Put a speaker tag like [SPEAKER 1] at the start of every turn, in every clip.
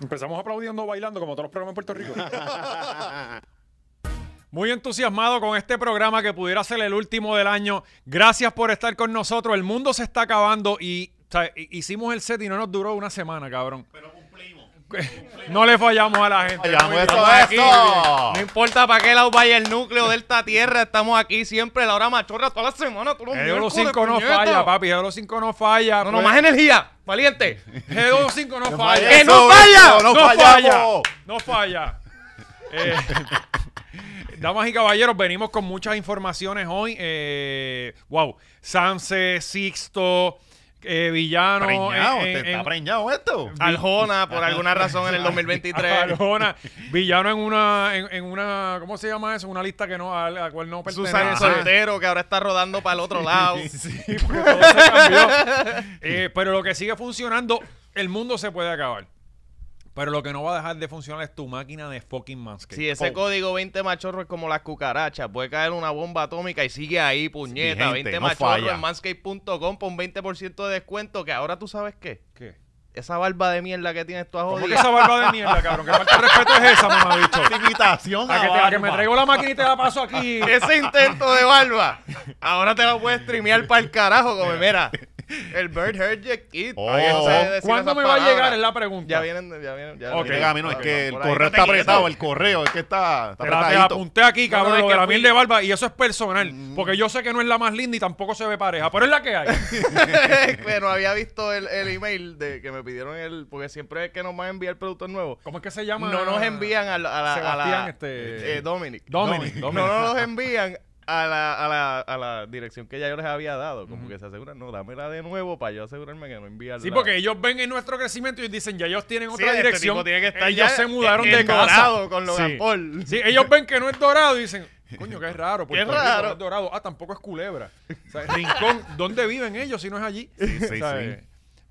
[SPEAKER 1] Empezamos aplaudiendo, bailando, como todos los programas en Puerto Rico. Muy entusiasmado con este programa que pudiera ser el último del año. Gracias por estar con nosotros. El mundo se está acabando y o sea, hi- hicimos el set y no nos duró una semana, cabrón.
[SPEAKER 2] Pero cumplimos.
[SPEAKER 1] No le fallamos a la gente.
[SPEAKER 3] Fallamos,
[SPEAKER 1] Muy bien.
[SPEAKER 3] eso
[SPEAKER 1] Estamos
[SPEAKER 3] es.
[SPEAKER 1] aquí.
[SPEAKER 3] ¡Eso!
[SPEAKER 2] No importa para qué lado vaya el núcleo de esta tierra, estamos aquí siempre, la hora machorra, toda la semana. Todos los
[SPEAKER 1] El de los
[SPEAKER 2] miércoles,
[SPEAKER 1] 5 no
[SPEAKER 2] puñeta.
[SPEAKER 1] falla, papi. El de los 5 no falla. Pues,
[SPEAKER 2] No, no, más energía, valiente.
[SPEAKER 1] El de los 5 no falla.
[SPEAKER 2] ¡Que no falla!
[SPEAKER 3] ¡No,
[SPEAKER 1] no falla.
[SPEAKER 3] fallamos!
[SPEAKER 1] No falla. Eh, damas y caballeros, venimos con muchas informaciones hoy. Eh, wow. Sanse, Sixto, eh, Villano.
[SPEAKER 3] Preñado,
[SPEAKER 1] en-
[SPEAKER 3] te
[SPEAKER 1] en-
[SPEAKER 3] está
[SPEAKER 1] en-
[SPEAKER 3] preñado esto.
[SPEAKER 2] Aljona, por alguna razón, en el 2023.
[SPEAKER 1] Arjona. Villano en una, en, en una, ¿cómo se llama eso? Una lista que no, a la cual no pertenece.
[SPEAKER 2] Susan el soltero, que ahora está rodando para el otro lado.
[SPEAKER 1] Sí, porque todo se cambió. Eh, pero lo que sigue funcionando, el mundo se puede acabar. Pero lo que no va a dejar de funcionar es tu máquina de fucking manscape.
[SPEAKER 2] Si ese
[SPEAKER 1] Pum.
[SPEAKER 2] código 20 machorro es como las cucarachas, puede caer una bomba atómica y sigue ahí, puñeta.
[SPEAKER 3] Vigente, no
[SPEAKER 2] 20 machorro
[SPEAKER 3] falla.
[SPEAKER 2] en manscape.com por un 20% de descuento, que ahora tú sabes qué.
[SPEAKER 1] ¿Qué?
[SPEAKER 2] Esa barba de mierda que tienes tú a
[SPEAKER 1] ¿Cómo
[SPEAKER 2] joder.
[SPEAKER 1] que esa barba de mierda, cabrón? ¿Qué falta de respeto es esa, mamá bicho?
[SPEAKER 3] Invitación
[SPEAKER 1] A que, te- a
[SPEAKER 3] barba.
[SPEAKER 1] que me traigo la máquina y te la paso aquí.
[SPEAKER 2] Ese intento de barba, ahora te lo puedes streamear para el carajo, como mira. El Bird Herject Kit.
[SPEAKER 3] Oh.
[SPEAKER 2] Ay, yo sé decir
[SPEAKER 1] ¿Cuándo
[SPEAKER 2] esas
[SPEAKER 1] me va a llegar?
[SPEAKER 2] palabras.
[SPEAKER 1] Es la pregunta.
[SPEAKER 2] Ya vienen, ya vienen. Ya
[SPEAKER 1] Ok.
[SPEAKER 3] No,
[SPEAKER 2] vienen.
[SPEAKER 3] llega a mí, no, es
[SPEAKER 2] Por
[SPEAKER 3] que el
[SPEAKER 2] ahí.
[SPEAKER 3] correo
[SPEAKER 2] No
[SPEAKER 3] está
[SPEAKER 2] te quites.
[SPEAKER 3] apretado, el correo, es que está, está
[SPEAKER 1] Te la, te la
[SPEAKER 3] apretadito.
[SPEAKER 1] apunté aquí, cabrón,
[SPEAKER 2] No, no, es
[SPEAKER 1] lo de
[SPEAKER 2] que
[SPEAKER 1] la
[SPEAKER 2] fui- Mm.
[SPEAKER 1] miel de barba. Y eso es personal. Porque yo sé que no es la más linda y tampoco se ve pareja. Pero es la que hay.
[SPEAKER 2] Pero había visto el, el email de que me pidieron el. Porque siempre es que nos van a enviar productos nuevos.
[SPEAKER 1] ¿Cómo es que se llama?
[SPEAKER 2] No nos envían a la. A la, a la-
[SPEAKER 1] Sebastián, este-
[SPEAKER 2] eh, Dominic.
[SPEAKER 1] Dominic.
[SPEAKER 2] No
[SPEAKER 1] Dominic.
[SPEAKER 2] nos los envían a la, a, la, a la dirección que ya yo les había dado. Como que se aseguran, no, dámela de nuevo para yo asegurarme que no envían.
[SPEAKER 1] Sí, porque ellos ven en nuestro crecimiento y dicen, ya ellos tienen otra
[SPEAKER 2] este
[SPEAKER 1] dirección.
[SPEAKER 2] tipo tiene que estar
[SPEAKER 1] ellos
[SPEAKER 2] ya
[SPEAKER 1] se mudaron de
[SPEAKER 2] endorado
[SPEAKER 1] casa.
[SPEAKER 2] con Logan
[SPEAKER 1] sí.
[SPEAKER 2] Paul.
[SPEAKER 1] Sí, ellos ven que no es dorado y dicen, coño, qué raro. Puerto Rico
[SPEAKER 2] raro.
[SPEAKER 1] no es dorado. Ah, tampoco es culebra. O sea, Rincón, ¿dónde viven ellos si no es allí?
[SPEAKER 3] sí,
[SPEAKER 1] ¿Sabes?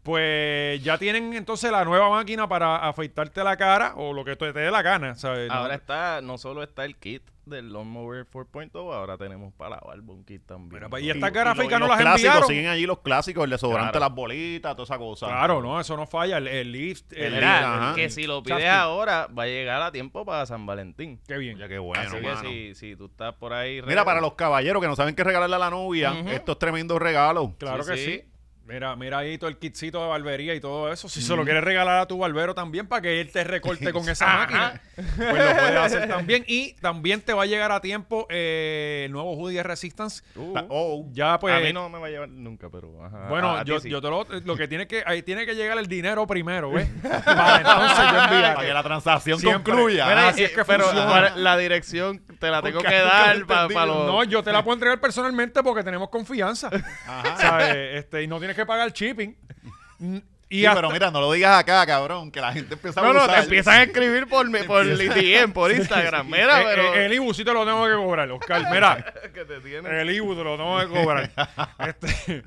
[SPEAKER 1] Pues ya tienen entonces la nueva máquina para afeitarte la cara o lo que te te dé la gana, ¿sabes? No-
[SPEAKER 2] Ahora está, no solo está el kit del Lawnmower 4.0, ahora tenemos para la barba un kit también.
[SPEAKER 1] Mira, pues, y
[SPEAKER 2] ¿no?
[SPEAKER 1] esta
[SPEAKER 3] Y-
[SPEAKER 1] cara
[SPEAKER 3] y lo-
[SPEAKER 1] feca
[SPEAKER 3] y
[SPEAKER 1] no
[SPEAKER 3] los
[SPEAKER 1] las
[SPEAKER 3] clásicos,
[SPEAKER 1] enviaron.
[SPEAKER 3] siguen allí los clásicos, el desodorante,
[SPEAKER 2] Claro.
[SPEAKER 3] las bolitas, toda esa cosa.
[SPEAKER 1] Claro, no, eso no falla. El, el lift, el,
[SPEAKER 3] El
[SPEAKER 2] Mira,
[SPEAKER 3] lift, ajá.
[SPEAKER 2] que si lo pides
[SPEAKER 1] Chasqui.
[SPEAKER 2] ahora, va a llegar a tiempo para San Valentín.
[SPEAKER 1] Qué bien.
[SPEAKER 3] Ya qué bueno,
[SPEAKER 2] Así que
[SPEAKER 3] mano.
[SPEAKER 2] si, si tú estás por ahí...
[SPEAKER 3] Mira, para los caballeros que no saben qué regalarle a la novia, estos tremendos regalos.
[SPEAKER 1] Claro
[SPEAKER 2] Sí,
[SPEAKER 1] que sí.
[SPEAKER 2] sí.
[SPEAKER 1] Mira, mira ahí todo el kitcito de barbería y todo eso. Si se lo quieres regalar a tu barbero también para que él te recorte con esa máquina, pues lo puedes hacer también. Y también te va a llegar a tiempo eh, el nuevo Hoodie Resistance.
[SPEAKER 2] Uh,
[SPEAKER 3] Ta- oh,
[SPEAKER 1] Ya pues...
[SPEAKER 2] a mí no me va a llevar nunca, pero... ajá,
[SPEAKER 1] Bueno,
[SPEAKER 2] a- a ti
[SPEAKER 1] yo,
[SPEAKER 2] sí.
[SPEAKER 1] yo te lo, lo que tiene que, ahí tiene que llegar el dinero primero, ¿ves? Para entonces yo enviar.
[SPEAKER 3] para que la transacción
[SPEAKER 1] Siempre.
[SPEAKER 3] concluya. Ah,
[SPEAKER 1] Mira,
[SPEAKER 2] Mira,
[SPEAKER 1] así
[SPEAKER 2] eh,
[SPEAKER 1] es que
[SPEAKER 2] pero
[SPEAKER 1] funciona.
[SPEAKER 2] para- la dirección te la tengo que dar para los...
[SPEAKER 1] No, yo te la puedo entregar personalmente porque tenemos confianza. ¿Sabes? Este, y no tienes que pagar el shipping. Y
[SPEAKER 3] Sí,
[SPEAKER 1] hasta-
[SPEAKER 3] pero mira, no lo digas acá, cabrón, que la gente empieza a
[SPEAKER 2] no, no, te
[SPEAKER 3] abusar.
[SPEAKER 2] empiezan a escribir por, mi- por DM, por Instagram. Mira,
[SPEAKER 1] Eh,
[SPEAKER 2] pero...
[SPEAKER 1] eh, el Ibu sí te lo tengo que cobrar, Oscar. Mira,
[SPEAKER 2] que te tienen.
[SPEAKER 1] el Ibu te lo tengo que cobrar. Este,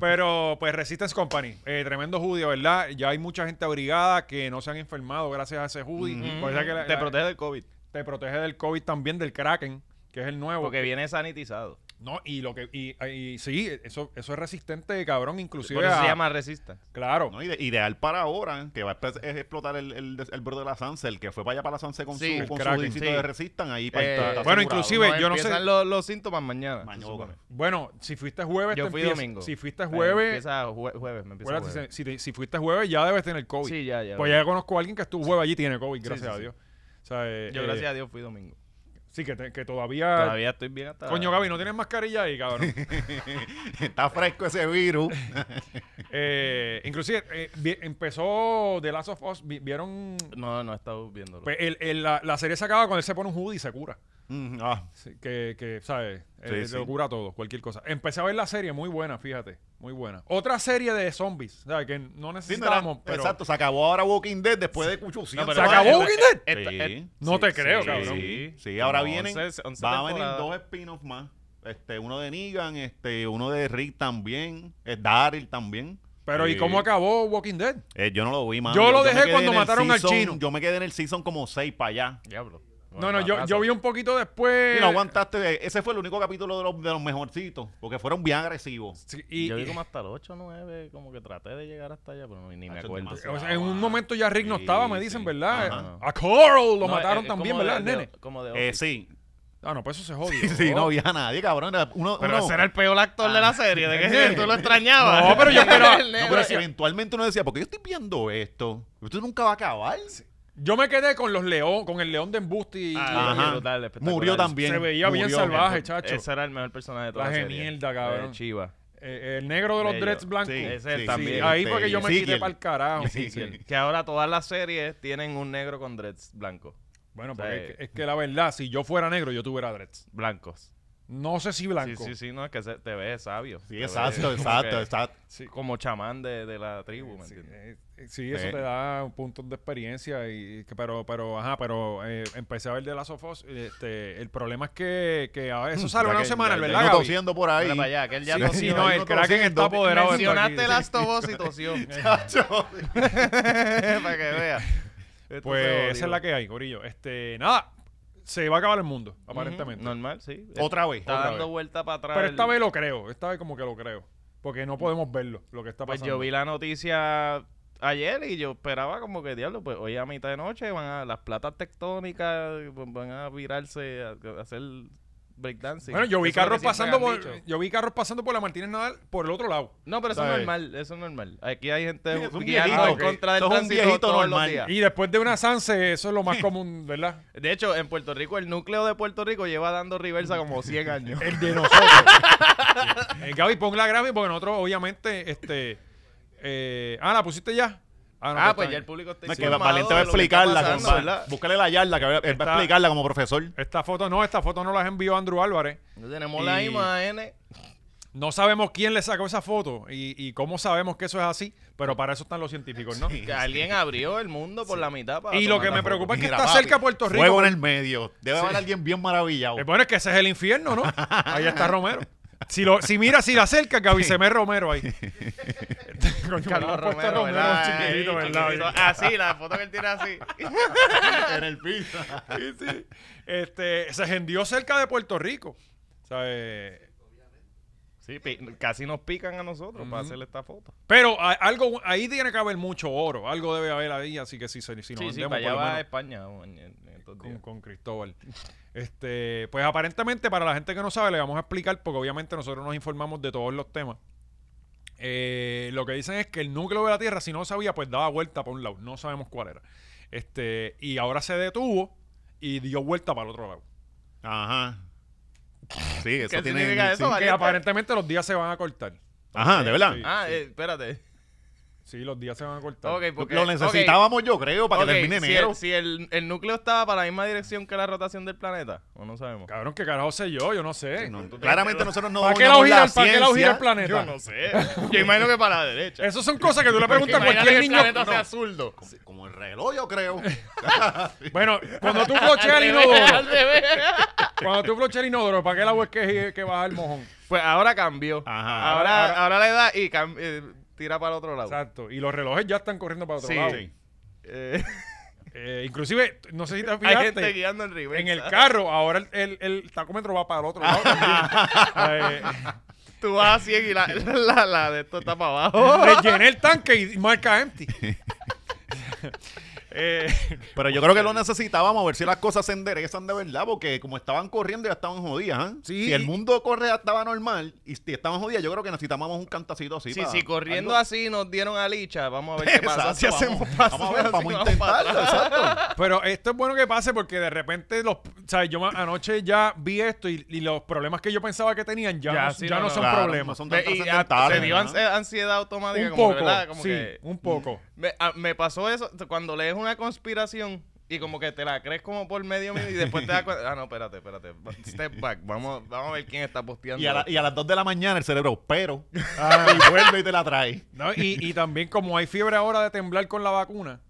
[SPEAKER 1] pero, pues, Resistance Company, eh, tremendo judío, ¿verdad? Ya hay mucha gente abrigada que no se han enfermado gracias a ese judío. Por eso es que la-
[SPEAKER 2] te
[SPEAKER 1] la- Ah,
[SPEAKER 2] protege del COVID.
[SPEAKER 1] te protege del COVID también, del Kraken, que es el nuevo.
[SPEAKER 2] Porque viene sanitizado.
[SPEAKER 1] No, y lo que. Y, y sí, eso, eso es resistente, cabrón, inclusive.
[SPEAKER 2] Por eso
[SPEAKER 1] a- Eh,
[SPEAKER 2] se llama resista.
[SPEAKER 1] Claro.
[SPEAKER 3] No, ide- ideal para ahora, ¿eh? que va a espe- es explotar el, el, el borde de la Sanse, el que fue para allá para la Sanse con
[SPEAKER 2] Sí,
[SPEAKER 3] su,
[SPEAKER 2] el
[SPEAKER 3] con su
[SPEAKER 1] Kraken.
[SPEAKER 3] disito
[SPEAKER 2] Sí.
[SPEAKER 3] de Resistan ahí para
[SPEAKER 2] Eh,
[SPEAKER 3] estar- estar
[SPEAKER 1] bueno,
[SPEAKER 3] asegurado.
[SPEAKER 1] inclusive- yo no sé-
[SPEAKER 2] empiezan los, los síntomas mañana.
[SPEAKER 3] Mañana,
[SPEAKER 2] se supone.
[SPEAKER 1] Bueno, si fuiste jueves,
[SPEAKER 2] Yo
[SPEAKER 1] te
[SPEAKER 2] fui
[SPEAKER 1] empieza-
[SPEAKER 2] domingo.
[SPEAKER 1] Si fuiste
[SPEAKER 2] Eh,
[SPEAKER 1] jueves.
[SPEAKER 2] empieza jue- jueves, me empieza
[SPEAKER 1] Acuérdate,
[SPEAKER 2] jueves.
[SPEAKER 1] si, si- si fuiste jueves, ya debes tener COVID.
[SPEAKER 2] Sí, ya, ya.
[SPEAKER 1] Pues ya conozco a alguien que estuvo jueves allí y tiene COVID, gracias
[SPEAKER 2] sí,
[SPEAKER 1] a
[SPEAKER 2] sí.
[SPEAKER 1] Dios. O sea, eh,
[SPEAKER 2] Yo,
[SPEAKER 1] eh,
[SPEAKER 2] gracias a Dios, fui domingo.
[SPEAKER 1] Sí, que, te- que todavía,
[SPEAKER 2] Todavía estoy bien hasta.
[SPEAKER 1] Coño, Gaby, no tienes mascarilla ahí, cabrón.
[SPEAKER 3] Está fresco ese virus.
[SPEAKER 1] Eh, inclusive, eh, vi- empezó The Last of Us. vi- ¿Vieron?
[SPEAKER 2] No, no he estado viéndolo.
[SPEAKER 1] Pues el- el- la, la serie se acaba cuando él se pone un hoodie y se cura.
[SPEAKER 3] Mm, ah,
[SPEAKER 1] Sí, que, que, ¿sabes?
[SPEAKER 3] Sí,
[SPEAKER 1] Eh,
[SPEAKER 3] sí.
[SPEAKER 1] Lo cura todo, cualquier cosa. Empecé a ver la serie, muy buena, fíjate. Muy buena. Otra serie de zombies, ¿sabes? Que no
[SPEAKER 3] sí, no era-
[SPEAKER 1] necesitábamos, pero...
[SPEAKER 3] Exacto, se acabó ahora Walking Dead después de 800.
[SPEAKER 1] ¿Se acabó
[SPEAKER 2] eh,
[SPEAKER 1] Walking Dead?
[SPEAKER 2] esta-
[SPEAKER 3] Sí.
[SPEAKER 2] eh,
[SPEAKER 1] No te creo,
[SPEAKER 3] Sí,
[SPEAKER 1] cabrón.
[SPEAKER 3] Sí, sí, ahora
[SPEAKER 2] Como
[SPEAKER 3] vienen.
[SPEAKER 2] 11 11
[SPEAKER 3] va a venir
[SPEAKER 2] temporadas.
[SPEAKER 3] dos spin-offs más. Este, uno de Negan, este, uno de Rick también, eh, Daryl también.
[SPEAKER 1] Pero ¿y
[SPEAKER 3] Sí.
[SPEAKER 1] cómo acabó Walking Dead?
[SPEAKER 3] Eh, yo no lo vi, mano.
[SPEAKER 1] Yo lo
[SPEAKER 3] me
[SPEAKER 1] dejé
[SPEAKER 3] quedé
[SPEAKER 1] cuando
[SPEAKER 3] en el
[SPEAKER 1] mataron al
[SPEAKER 3] season-
[SPEAKER 1] chino.
[SPEAKER 3] Yo me quedé en el season como 6 para allá.
[SPEAKER 2] Diablo.
[SPEAKER 1] No, no, yo, yo vi un poquito después.
[SPEAKER 3] Y no aguantaste. de- Ese fue el único capítulo de los, de los mejorcitos, porque fueron bien agresivos.
[SPEAKER 1] Sí, y-
[SPEAKER 2] yo vi
[SPEAKER 1] y-
[SPEAKER 2] como hasta el 8 o 9, como que traté de llegar hasta allá, pero no- ni me
[SPEAKER 3] Hacho,
[SPEAKER 2] acuerdo.
[SPEAKER 3] demasiado.
[SPEAKER 1] o sea, en un momento ya Rick no
[SPEAKER 3] Sí,
[SPEAKER 1] estaba, me
[SPEAKER 3] Ah, sí.
[SPEAKER 1] dicen, ¿verdad?
[SPEAKER 3] Ajá.
[SPEAKER 1] A Coral lo
[SPEAKER 2] No,
[SPEAKER 1] mataron
[SPEAKER 2] es- es
[SPEAKER 1] también,
[SPEAKER 2] como
[SPEAKER 1] ¿verdad, el
[SPEAKER 2] de- de-
[SPEAKER 1] nene?
[SPEAKER 2] como de
[SPEAKER 3] Eh,
[SPEAKER 2] Office.
[SPEAKER 3] sí.
[SPEAKER 1] Ah, no, pues eso se jodió.
[SPEAKER 3] Sí, sí,
[SPEAKER 2] Oh.
[SPEAKER 3] no había nadie, cabrón. Era uno,
[SPEAKER 2] Pero
[SPEAKER 3] uno-
[SPEAKER 2] ese era el peor actor de
[SPEAKER 3] Ah.
[SPEAKER 2] la serie, de que tú lo extrañabas.
[SPEAKER 1] No, pero yo esperaba-
[SPEAKER 2] El
[SPEAKER 3] No,
[SPEAKER 2] negro.
[SPEAKER 3] pero si eventualmente uno decía, porque yo estoy viendo esto, esto nunca va a acabar.
[SPEAKER 1] Yo me quedé con los león, con el león de embuste y,
[SPEAKER 2] Ah,
[SPEAKER 1] y-
[SPEAKER 2] Ajá. brutal, espectacular.
[SPEAKER 3] Murió también.
[SPEAKER 1] se veía bien
[SPEAKER 3] murió.
[SPEAKER 1] salvaje, chacho.
[SPEAKER 2] Ese era el mejor personaje de toda
[SPEAKER 1] La
[SPEAKER 2] la,
[SPEAKER 1] de
[SPEAKER 2] serie.
[SPEAKER 1] mierda, cabrón.
[SPEAKER 2] Eh, Chiva.
[SPEAKER 1] Eh, el negro de los
[SPEAKER 2] Bello.
[SPEAKER 1] dreads blancos.
[SPEAKER 3] Sí,
[SPEAKER 2] Ese
[SPEAKER 3] sí,
[SPEAKER 2] también.
[SPEAKER 1] Sí, ahí
[SPEAKER 3] este,
[SPEAKER 1] porque yo me quité
[SPEAKER 3] Ezequiel.
[SPEAKER 1] para el carajo.
[SPEAKER 3] Sí,
[SPEAKER 1] Sí,
[SPEAKER 3] sí.
[SPEAKER 2] Que ahora todas las series tienen un negro con dreads blanco.
[SPEAKER 1] Bueno,
[SPEAKER 2] Sí.
[SPEAKER 1] porque es que, es que la verdad, si yo fuera negro, yo tuviera dreads.
[SPEAKER 2] Blancos.
[SPEAKER 1] No sé si blanco.
[SPEAKER 2] Sí, sí, sí, no, es que se- te ves sabio. Te
[SPEAKER 3] Sí,
[SPEAKER 2] ves
[SPEAKER 3] exacto,
[SPEAKER 2] como
[SPEAKER 3] exacto,
[SPEAKER 2] que-
[SPEAKER 3] exacto.
[SPEAKER 1] Sí.
[SPEAKER 2] Como chamán de, de la tribu, ¿me
[SPEAKER 1] Sí,
[SPEAKER 2] entiendes?
[SPEAKER 1] eh, eh, sí, eso
[SPEAKER 3] Sí.
[SPEAKER 1] te da un punto de experiencia y que- pero pero ajá, pero eh, empecé a ver de Last of Us, este, el problema es que, que a-
[SPEAKER 3] Mm,
[SPEAKER 1] eso sale
[SPEAKER 2] ya
[SPEAKER 1] una
[SPEAKER 2] que-
[SPEAKER 1] semana,
[SPEAKER 2] ya- ya
[SPEAKER 1] ¿verdad?
[SPEAKER 3] Uno
[SPEAKER 1] Gaby?
[SPEAKER 3] tosiendo por ahí.
[SPEAKER 2] Mira para allá, que él ya
[SPEAKER 1] Sí,
[SPEAKER 2] tosió.
[SPEAKER 1] sí, no,
[SPEAKER 3] ahí
[SPEAKER 1] el
[SPEAKER 3] uno
[SPEAKER 1] Kraken
[SPEAKER 3] tosiendo.
[SPEAKER 1] está apoderado de esto aquí.
[SPEAKER 2] Mencionaste Last of Us y tosió.
[SPEAKER 3] Chacho.
[SPEAKER 2] para que veas. Este
[SPEAKER 1] Pues esa es la que hay, gorillo. Este, nada, se va a acabar el mundo, aparentemente.
[SPEAKER 2] Normal, sí.
[SPEAKER 3] Otra vez.
[SPEAKER 2] Está
[SPEAKER 1] otra
[SPEAKER 2] dando
[SPEAKER 1] vez.
[SPEAKER 2] vuelta para atrás.
[SPEAKER 1] Pero
[SPEAKER 2] el-
[SPEAKER 1] esta vez lo creo, esta vez como que lo creo. Porque no podemos verlo, lo que está
[SPEAKER 2] Pues
[SPEAKER 1] pasando.
[SPEAKER 2] yo vi la noticia ayer y yo esperaba como que diablo, pues hoy a mitad de noche van a las platas tectónicas pues, van a virarse a, a hacer breakdancing.
[SPEAKER 1] Bueno, yo vi
[SPEAKER 2] Eso es lo
[SPEAKER 1] carros
[SPEAKER 2] que siempre
[SPEAKER 1] pasando
[SPEAKER 2] han
[SPEAKER 1] por,
[SPEAKER 2] dicho.
[SPEAKER 1] yo vi carros pasando por la Martínez Nadal por el otro lado.
[SPEAKER 2] No, pero eso es
[SPEAKER 3] ¿Sabes?
[SPEAKER 2] normal, eso es normal. Aquí hay gente
[SPEAKER 3] Sí, es un
[SPEAKER 2] guiando
[SPEAKER 1] viejito.
[SPEAKER 2] en contra del
[SPEAKER 3] Eso es un
[SPEAKER 2] tránsito
[SPEAKER 3] viejito
[SPEAKER 2] todos
[SPEAKER 3] normal.
[SPEAKER 2] los días.
[SPEAKER 1] Y después de una Sanse, eso es lo más común, ¿verdad?
[SPEAKER 2] De hecho, en Puerto Rico, el núcleo de Puerto Rico lleva dando reversa como 100 años.
[SPEAKER 1] El de nosotros. Eh, Gaby, pon la gráfica porque nosotros, obviamente, este. eh, ah, la pusiste ya. no,
[SPEAKER 2] ah,
[SPEAKER 1] está
[SPEAKER 2] pues
[SPEAKER 1] bien.
[SPEAKER 2] ya el público está
[SPEAKER 3] No, es que
[SPEAKER 2] informado
[SPEAKER 3] Valiente va a
[SPEAKER 2] de lo que está
[SPEAKER 3] explicarla.
[SPEAKER 2] pasando,
[SPEAKER 3] con-
[SPEAKER 2] ¿verdad?
[SPEAKER 3] Búscale la yarda, que él va
[SPEAKER 1] Está-
[SPEAKER 3] a explicarla como profesor.
[SPEAKER 1] Esta foto no, esta foto no la envió Andrew Álvarez.
[SPEAKER 2] No tenemos la
[SPEAKER 1] Y-
[SPEAKER 2] imagen.
[SPEAKER 1] No sabemos quién le sacó esa foto y, y cómo sabemos que eso es así, pero para eso están los científicos, ¿no?
[SPEAKER 2] Que alguien abrió el mundo por la mitad para
[SPEAKER 1] Y lo
[SPEAKER 2] tomar
[SPEAKER 1] que
[SPEAKER 2] la
[SPEAKER 1] me
[SPEAKER 2] foto.
[SPEAKER 1] preocupa es que
[SPEAKER 3] Mira,
[SPEAKER 1] está
[SPEAKER 3] papi,
[SPEAKER 1] cerca Puerto Rico.
[SPEAKER 3] Fuego en el medio. Debe haber alguien bien maravillado.
[SPEAKER 1] Eh, bueno, es que ese es el infierno, ¿no? Ahí está Romero. Si, lo, si mira, si la acerca, Gaby se me Romero ahí. Coño,
[SPEAKER 2] Carlos
[SPEAKER 1] me han puesto
[SPEAKER 2] Romero, ¿verdad?
[SPEAKER 1] un chiquitito,
[SPEAKER 2] Ahí,
[SPEAKER 1] ¿verdad?
[SPEAKER 2] chiquitito. Así, la foto que él tiene así.
[SPEAKER 3] en el piso.
[SPEAKER 1] Sí, sí. Este, se hendió cerca de Puerto Rico. eh, ¿sabes?
[SPEAKER 2] Sí, pi- casi nos pican a nosotros para hacerle esta foto.
[SPEAKER 1] Pero a- algo ahí tiene que haber mucho oro, algo debe haber ahí, así que si, se- si nos
[SPEAKER 2] sí, sí,
[SPEAKER 1] vendemos,
[SPEAKER 2] para allá
[SPEAKER 1] por lo
[SPEAKER 2] va
[SPEAKER 1] menos,
[SPEAKER 2] España en- en estos
[SPEAKER 1] con,
[SPEAKER 2] días.
[SPEAKER 1] con Cristóbal. Este, pues aparentemente para la gente que no sabe le vamos a explicar porque obviamente nosotros nos informamos de todos los temas. Eh, lo que dicen es que el núcleo de la Tierra, si no sabía, pues daba vuelta por un lado, no sabemos cuál era. Este, y ahora se detuvo y dio vuelta para el otro lado.
[SPEAKER 3] Ajá. Sí, eso
[SPEAKER 2] ¿Qué
[SPEAKER 3] tiene.
[SPEAKER 2] significa
[SPEAKER 3] sí.
[SPEAKER 2] eso,
[SPEAKER 1] Que
[SPEAKER 2] Valiente?
[SPEAKER 1] aparentemente los días se van a cortar.
[SPEAKER 3] Ajá, de verdad.
[SPEAKER 1] Sí.
[SPEAKER 2] Ah, eh, espérate.
[SPEAKER 1] Sí, los días se van a cortar.
[SPEAKER 2] Ok, porque...
[SPEAKER 3] Lo necesitábamos, yo creo, para que termine
[SPEAKER 2] si,
[SPEAKER 3] enero.
[SPEAKER 2] el, si el, el núcleo estaba para la misma dirección que la rotación del planeta, o no sabemos.
[SPEAKER 1] Cabrón, qué carajo sé yo, yo no sé.
[SPEAKER 3] No, claramente nosotros no
[SPEAKER 1] ¿Para qué lado
[SPEAKER 3] dominamos
[SPEAKER 1] gira, el-
[SPEAKER 3] la
[SPEAKER 1] para qué lado gira el
[SPEAKER 3] ciencia.
[SPEAKER 1] planeta?
[SPEAKER 2] Yo no sé. Yo imagino que para la derecha.
[SPEAKER 1] Esas son cosas que tú le preguntas a
[SPEAKER 2] Porque imagínate
[SPEAKER 1] cualquier
[SPEAKER 2] que el
[SPEAKER 1] niño.
[SPEAKER 2] planeta sea zurdo.
[SPEAKER 3] Sí, Como el reloj, yo creo.
[SPEAKER 1] Bueno, cuando tú flocheas el
[SPEAKER 2] Al revés, al
[SPEAKER 1] inodoro,
[SPEAKER 2] revés.
[SPEAKER 1] cuando tú flocheas el inodoro, ¿para qué lado es que, que baja el mojón?
[SPEAKER 2] Pues ahora cambió.
[SPEAKER 3] Ajá.
[SPEAKER 2] Ahora, ahora, le da y cam- eh, tira para el otro lado.
[SPEAKER 1] Exacto. Y los relojes ya están corriendo para otro
[SPEAKER 2] Sí.
[SPEAKER 1] lado.
[SPEAKER 3] Sí.
[SPEAKER 2] Eh,
[SPEAKER 1] Eh, inclusive, no sé si te
[SPEAKER 2] hay gente
[SPEAKER 1] fijaste,
[SPEAKER 2] guiando en reversa.
[SPEAKER 1] en el carro, ahora el, el- el tacómetro va para el otro lado. también. Eh,
[SPEAKER 2] Tú vas a 100 y la, la, la de esto está para abajo.
[SPEAKER 1] Eh, rellené el tanque y marca empty. Eh,
[SPEAKER 3] Pero yo creo que lo necesitábamos a ver si las cosas se enderezan de verdad, porque como estaban corriendo ya estaban jodidas, ¿ah?
[SPEAKER 1] Sí.
[SPEAKER 3] Si el mundo corre ya estaba normal y si estaban jodidas, yo creo que necesitábamos un cantacito así.
[SPEAKER 2] Sí,
[SPEAKER 3] para-
[SPEAKER 2] sí, corriendo
[SPEAKER 3] algo.
[SPEAKER 2] así nos dieron a licha. Vamos a ver qué pasa.
[SPEAKER 3] Exacto,
[SPEAKER 2] Si hacemos
[SPEAKER 3] vamos,
[SPEAKER 2] paso,
[SPEAKER 3] vamos a ver,
[SPEAKER 2] así,
[SPEAKER 3] vamos a
[SPEAKER 2] vamos para
[SPEAKER 3] intentarlo,
[SPEAKER 2] atrás.
[SPEAKER 3] exacto.
[SPEAKER 1] Pero esto es bueno que pase porque de repente los, sabes, yo ma- anoche ya vi esto y, y los problemas que yo pensaba que tenían ya,
[SPEAKER 2] Ya,
[SPEAKER 1] no,
[SPEAKER 2] sí,
[SPEAKER 1] ya
[SPEAKER 2] no,
[SPEAKER 1] no
[SPEAKER 2] no.
[SPEAKER 1] son
[SPEAKER 3] Claro, no
[SPEAKER 1] problemas.
[SPEAKER 3] son tan
[SPEAKER 2] Ve, y a-
[SPEAKER 3] trascendentales,
[SPEAKER 2] se dio
[SPEAKER 3] ¿no?
[SPEAKER 2] ans- ansiedad automática,
[SPEAKER 1] un
[SPEAKER 2] como,
[SPEAKER 1] poco,
[SPEAKER 2] que, ¿verdad? Como
[SPEAKER 1] sí,
[SPEAKER 2] que- Mm.
[SPEAKER 1] un poco.
[SPEAKER 2] Me, a- me pasó eso t- cuando lees una conspiración y como que te la crees como por medio minuto y después te das cuenta. Ah, no, espérate, espérate. va- Step back. Vamos, vamos a ver quién está posteando.
[SPEAKER 3] Y a, la- y a las 2 de la mañana el cerebro, pero.
[SPEAKER 1] Ah.
[SPEAKER 3] y vuelve y te la trae.
[SPEAKER 1] No, y, y también como hay fiebre ahora de temblar con la vacuna,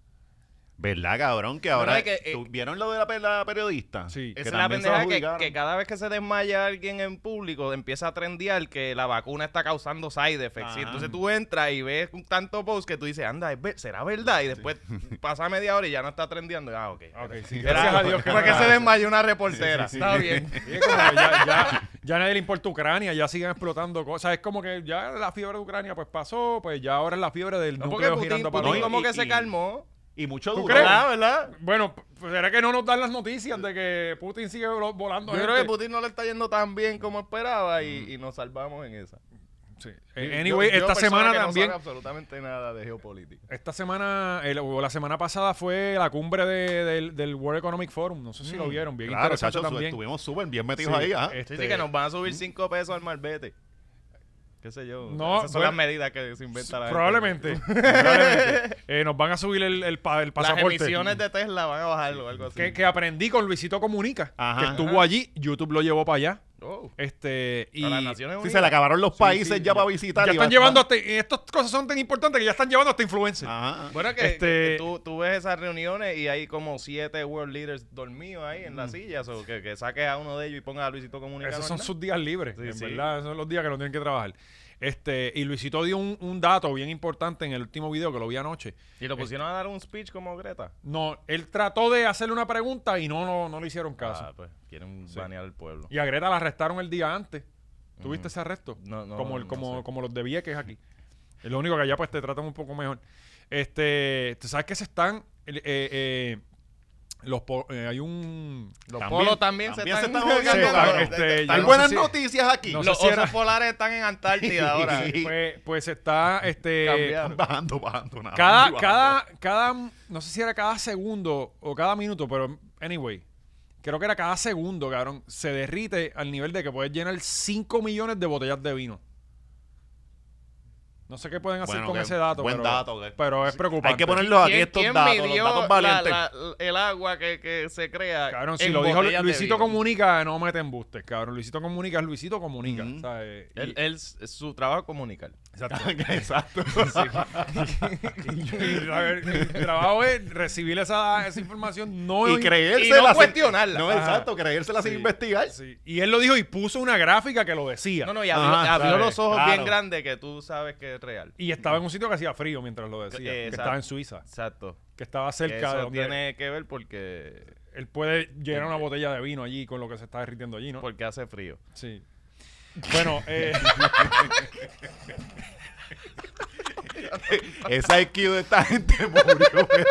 [SPEAKER 3] ¿Verdad, cabrón? Que ahora.
[SPEAKER 2] es que, eh,
[SPEAKER 3] ¿tú- ¿Vieron lo de la, pe- la periodista?
[SPEAKER 1] Sí.
[SPEAKER 3] Que
[SPEAKER 2] Esa es la
[SPEAKER 3] también se la
[SPEAKER 2] pendeja que,
[SPEAKER 3] adjudicaron.
[SPEAKER 2] que cada vez que se desmaya alguien en público empieza a trendear que la vacuna está causando side effects.
[SPEAKER 3] Ajá.
[SPEAKER 2] Y entonces tú entras y ves un tanto post que tú dices, anda, es ver- será verdad. Y después pasa media hora y ya no está trendeando. Ah, ok.
[SPEAKER 1] Ok, sí,
[SPEAKER 2] Era-
[SPEAKER 1] gracias a Dios que
[SPEAKER 2] Fue que
[SPEAKER 1] no
[SPEAKER 2] se
[SPEAKER 1] era eso.
[SPEAKER 2] desmayó una reportera. Está bien.
[SPEAKER 1] Sí, como que ya, ya, ya nadie le importa Ucrania, ya siguen explotando cosas. Es como que ya la fiebre de Ucrania pues pasó, pues ya ahora es la fiebre del
[SPEAKER 2] No, porque
[SPEAKER 1] núcleo
[SPEAKER 2] Putin,
[SPEAKER 1] girando para
[SPEAKER 2] Putin
[SPEAKER 1] arriba.
[SPEAKER 2] como
[SPEAKER 3] Y-
[SPEAKER 2] que se
[SPEAKER 3] y-
[SPEAKER 2] calmó.
[SPEAKER 3] Y mucho
[SPEAKER 1] ¿Tú
[SPEAKER 3] duro.
[SPEAKER 1] crees?
[SPEAKER 2] ¿Verdad? ¿Verdad?
[SPEAKER 1] Bueno, p- ¿será que no nos dan las noticias de que Putin sigue vol- volando?
[SPEAKER 2] Yo creo
[SPEAKER 1] gente?
[SPEAKER 2] que Putin no este le está yendo tan bien como esperaba y, y nos salvamos en esa.
[SPEAKER 1] Sí.
[SPEAKER 2] Yo-
[SPEAKER 1] Mm. Eh, Anyway,
[SPEAKER 2] yo,
[SPEAKER 1] esta
[SPEAKER 2] persona
[SPEAKER 1] semana
[SPEAKER 2] que no
[SPEAKER 1] también.
[SPEAKER 2] sabe absolutamente nada de geopolítica.
[SPEAKER 1] Esta semana, el- o la semana pasada fue la cumbre de- del, del World Economic Forum. No sé
[SPEAKER 2] Mm,
[SPEAKER 1] si lo vieron, bien
[SPEAKER 3] Claro,
[SPEAKER 1] interesante
[SPEAKER 3] chacho, su-
[SPEAKER 1] también.
[SPEAKER 3] estuvimos súper bien metidos
[SPEAKER 1] Sí,
[SPEAKER 3] ahí, ¿ah?
[SPEAKER 1] este-
[SPEAKER 2] Sí, sí, que nos van a subir 5 pesos al malvete. Qué sé yo.
[SPEAKER 1] No,
[SPEAKER 2] Esas son
[SPEAKER 1] bueno,
[SPEAKER 2] las medidas que se inventa la gente.
[SPEAKER 1] Probablemente. probablemente. Eh, nos van a subir el, el pa- el
[SPEAKER 2] Las
[SPEAKER 1] pasaporte.
[SPEAKER 2] emisiones de Tesla van a bajarlo o algo así.
[SPEAKER 1] que, que aprendí con Luisito Comunica,
[SPEAKER 3] Ajá.
[SPEAKER 1] que estuvo allí, YouTube lo llevó para allá.
[SPEAKER 2] Oh.
[SPEAKER 1] Este, y
[SPEAKER 2] A las Naciones
[SPEAKER 3] Sí,
[SPEAKER 2] Unidas.
[SPEAKER 3] se le acabaron los países
[SPEAKER 1] sí,
[SPEAKER 3] ya para visitar.
[SPEAKER 1] ya
[SPEAKER 3] y
[SPEAKER 1] están
[SPEAKER 3] va-
[SPEAKER 1] llevando,
[SPEAKER 3] va-
[SPEAKER 1] hasta, y estas cosas son tan importantes que ya están llevando hasta influencers.
[SPEAKER 3] Ajá.
[SPEAKER 2] Bueno, que,
[SPEAKER 1] Este-
[SPEAKER 2] que tú, tú ves esas reuniones y hay como siete world leaders dormidos ahí en las sillas. O que, que saques a uno de ellos y pongas a Luisito Comunicado.
[SPEAKER 1] Esos son sus días libres,
[SPEAKER 2] Sí,
[SPEAKER 1] en
[SPEAKER 2] sí.
[SPEAKER 1] verdad, esos son los días que no tienen que trabajar. Este, y Luisito dio un, un dato bien importante en el último video que lo vi anoche.
[SPEAKER 2] Y lo pusieron a dar un speech como Greta.
[SPEAKER 1] No, él trató de hacerle una pregunta y no, no, no le hicieron caso.
[SPEAKER 2] Ah, pues quieren banear al pueblo.
[SPEAKER 1] Y a Greta la arrestaron el día antes. ¿Tuviste ese arresto?
[SPEAKER 2] No, no,
[SPEAKER 1] Como, el-
[SPEAKER 2] no
[SPEAKER 1] como,
[SPEAKER 2] sé.
[SPEAKER 1] como los de Vieques aquí. Es lo único que allá pues te tratan un poco mejor. Este, tú sabes que se están... el- eh, eh, los po- eh, hay un...
[SPEAKER 2] Los
[SPEAKER 3] También-
[SPEAKER 2] polos también,
[SPEAKER 3] también
[SPEAKER 2] se
[SPEAKER 3] se
[SPEAKER 2] están,
[SPEAKER 3] están
[SPEAKER 1] Sí,
[SPEAKER 3] jodiendo,
[SPEAKER 1] está-
[SPEAKER 3] cabrón.
[SPEAKER 1] este, yo
[SPEAKER 3] Hay
[SPEAKER 1] no
[SPEAKER 3] buenas
[SPEAKER 1] sé si-
[SPEAKER 3] noticias aquí.
[SPEAKER 1] no sé
[SPEAKER 2] Los
[SPEAKER 1] si
[SPEAKER 2] osos
[SPEAKER 1] era-
[SPEAKER 2] polares están en Antártida ahora.
[SPEAKER 3] Sí.
[SPEAKER 1] Pues, pues está... Este,
[SPEAKER 2] Cambiado.
[SPEAKER 3] Están bajando, bajando. nada,
[SPEAKER 1] cada,
[SPEAKER 3] bajando.
[SPEAKER 1] cada, cada, no sé si era cada segundo o cada minuto, pero anyway, creo que era cada segundo, cabrón, se derrite al nivel de que puedes llenar 5 millones de botellas de vino. No sé qué pueden hacer
[SPEAKER 3] Bueno,
[SPEAKER 1] con
[SPEAKER 3] que
[SPEAKER 1] ese dato.
[SPEAKER 3] buen
[SPEAKER 1] pero,
[SPEAKER 3] dato, que-
[SPEAKER 1] pero es preocupante.
[SPEAKER 3] Hay que ponerlos aquí,
[SPEAKER 2] ¿Quién-
[SPEAKER 3] estos
[SPEAKER 2] quién
[SPEAKER 3] datos,
[SPEAKER 2] midió
[SPEAKER 3] los datos
[SPEAKER 2] la-
[SPEAKER 3] valientes.
[SPEAKER 2] la- el agua que, que se crea.
[SPEAKER 1] Cabrón,
[SPEAKER 2] en
[SPEAKER 1] si lo dijo
[SPEAKER 2] botellas de
[SPEAKER 1] Luisito
[SPEAKER 2] vino?
[SPEAKER 1] Comunica, no meten bustes, cabrón. Luisito Comunica es Luisito Comunica.
[SPEAKER 3] Ujú.
[SPEAKER 1] ¿sabes? Y-
[SPEAKER 2] Él, él- su trabajo es comunicar.
[SPEAKER 3] Exacto.
[SPEAKER 1] y, a ver, el trabajo es recibir esa, esa información. No
[SPEAKER 3] Y creérsela.
[SPEAKER 2] y no
[SPEAKER 3] sin-
[SPEAKER 2] cuestionarla.
[SPEAKER 3] No,
[SPEAKER 2] Ajá.
[SPEAKER 3] exacto, creérsela sin
[SPEAKER 1] Sí.
[SPEAKER 3] investigar.
[SPEAKER 1] Sí. Y él lo dijo y puso una gráfica que lo decía.
[SPEAKER 2] No, no, y abrió,
[SPEAKER 3] Ajá,
[SPEAKER 2] abrió
[SPEAKER 3] ¿sabes?
[SPEAKER 2] los ojos bien
[SPEAKER 3] Claro.
[SPEAKER 2] grandes que tú sabes que es real.
[SPEAKER 1] Y estaba en un sitio que hacía frío mientras lo decía.
[SPEAKER 2] Eh,
[SPEAKER 1] que
[SPEAKER 2] exacto.
[SPEAKER 1] estaba en Suiza.
[SPEAKER 2] Exacto.
[SPEAKER 1] Que estaba cerca de
[SPEAKER 2] Eso
[SPEAKER 1] donde
[SPEAKER 2] tiene Eh, que ver porque,
[SPEAKER 1] él puede llenar una botella de vino allí con lo que se está derritiendo allí, ¿no?
[SPEAKER 2] porque hace frío.
[SPEAKER 1] Sí. Bueno, eh,
[SPEAKER 3] Esa IQ de esta gente murió. pero-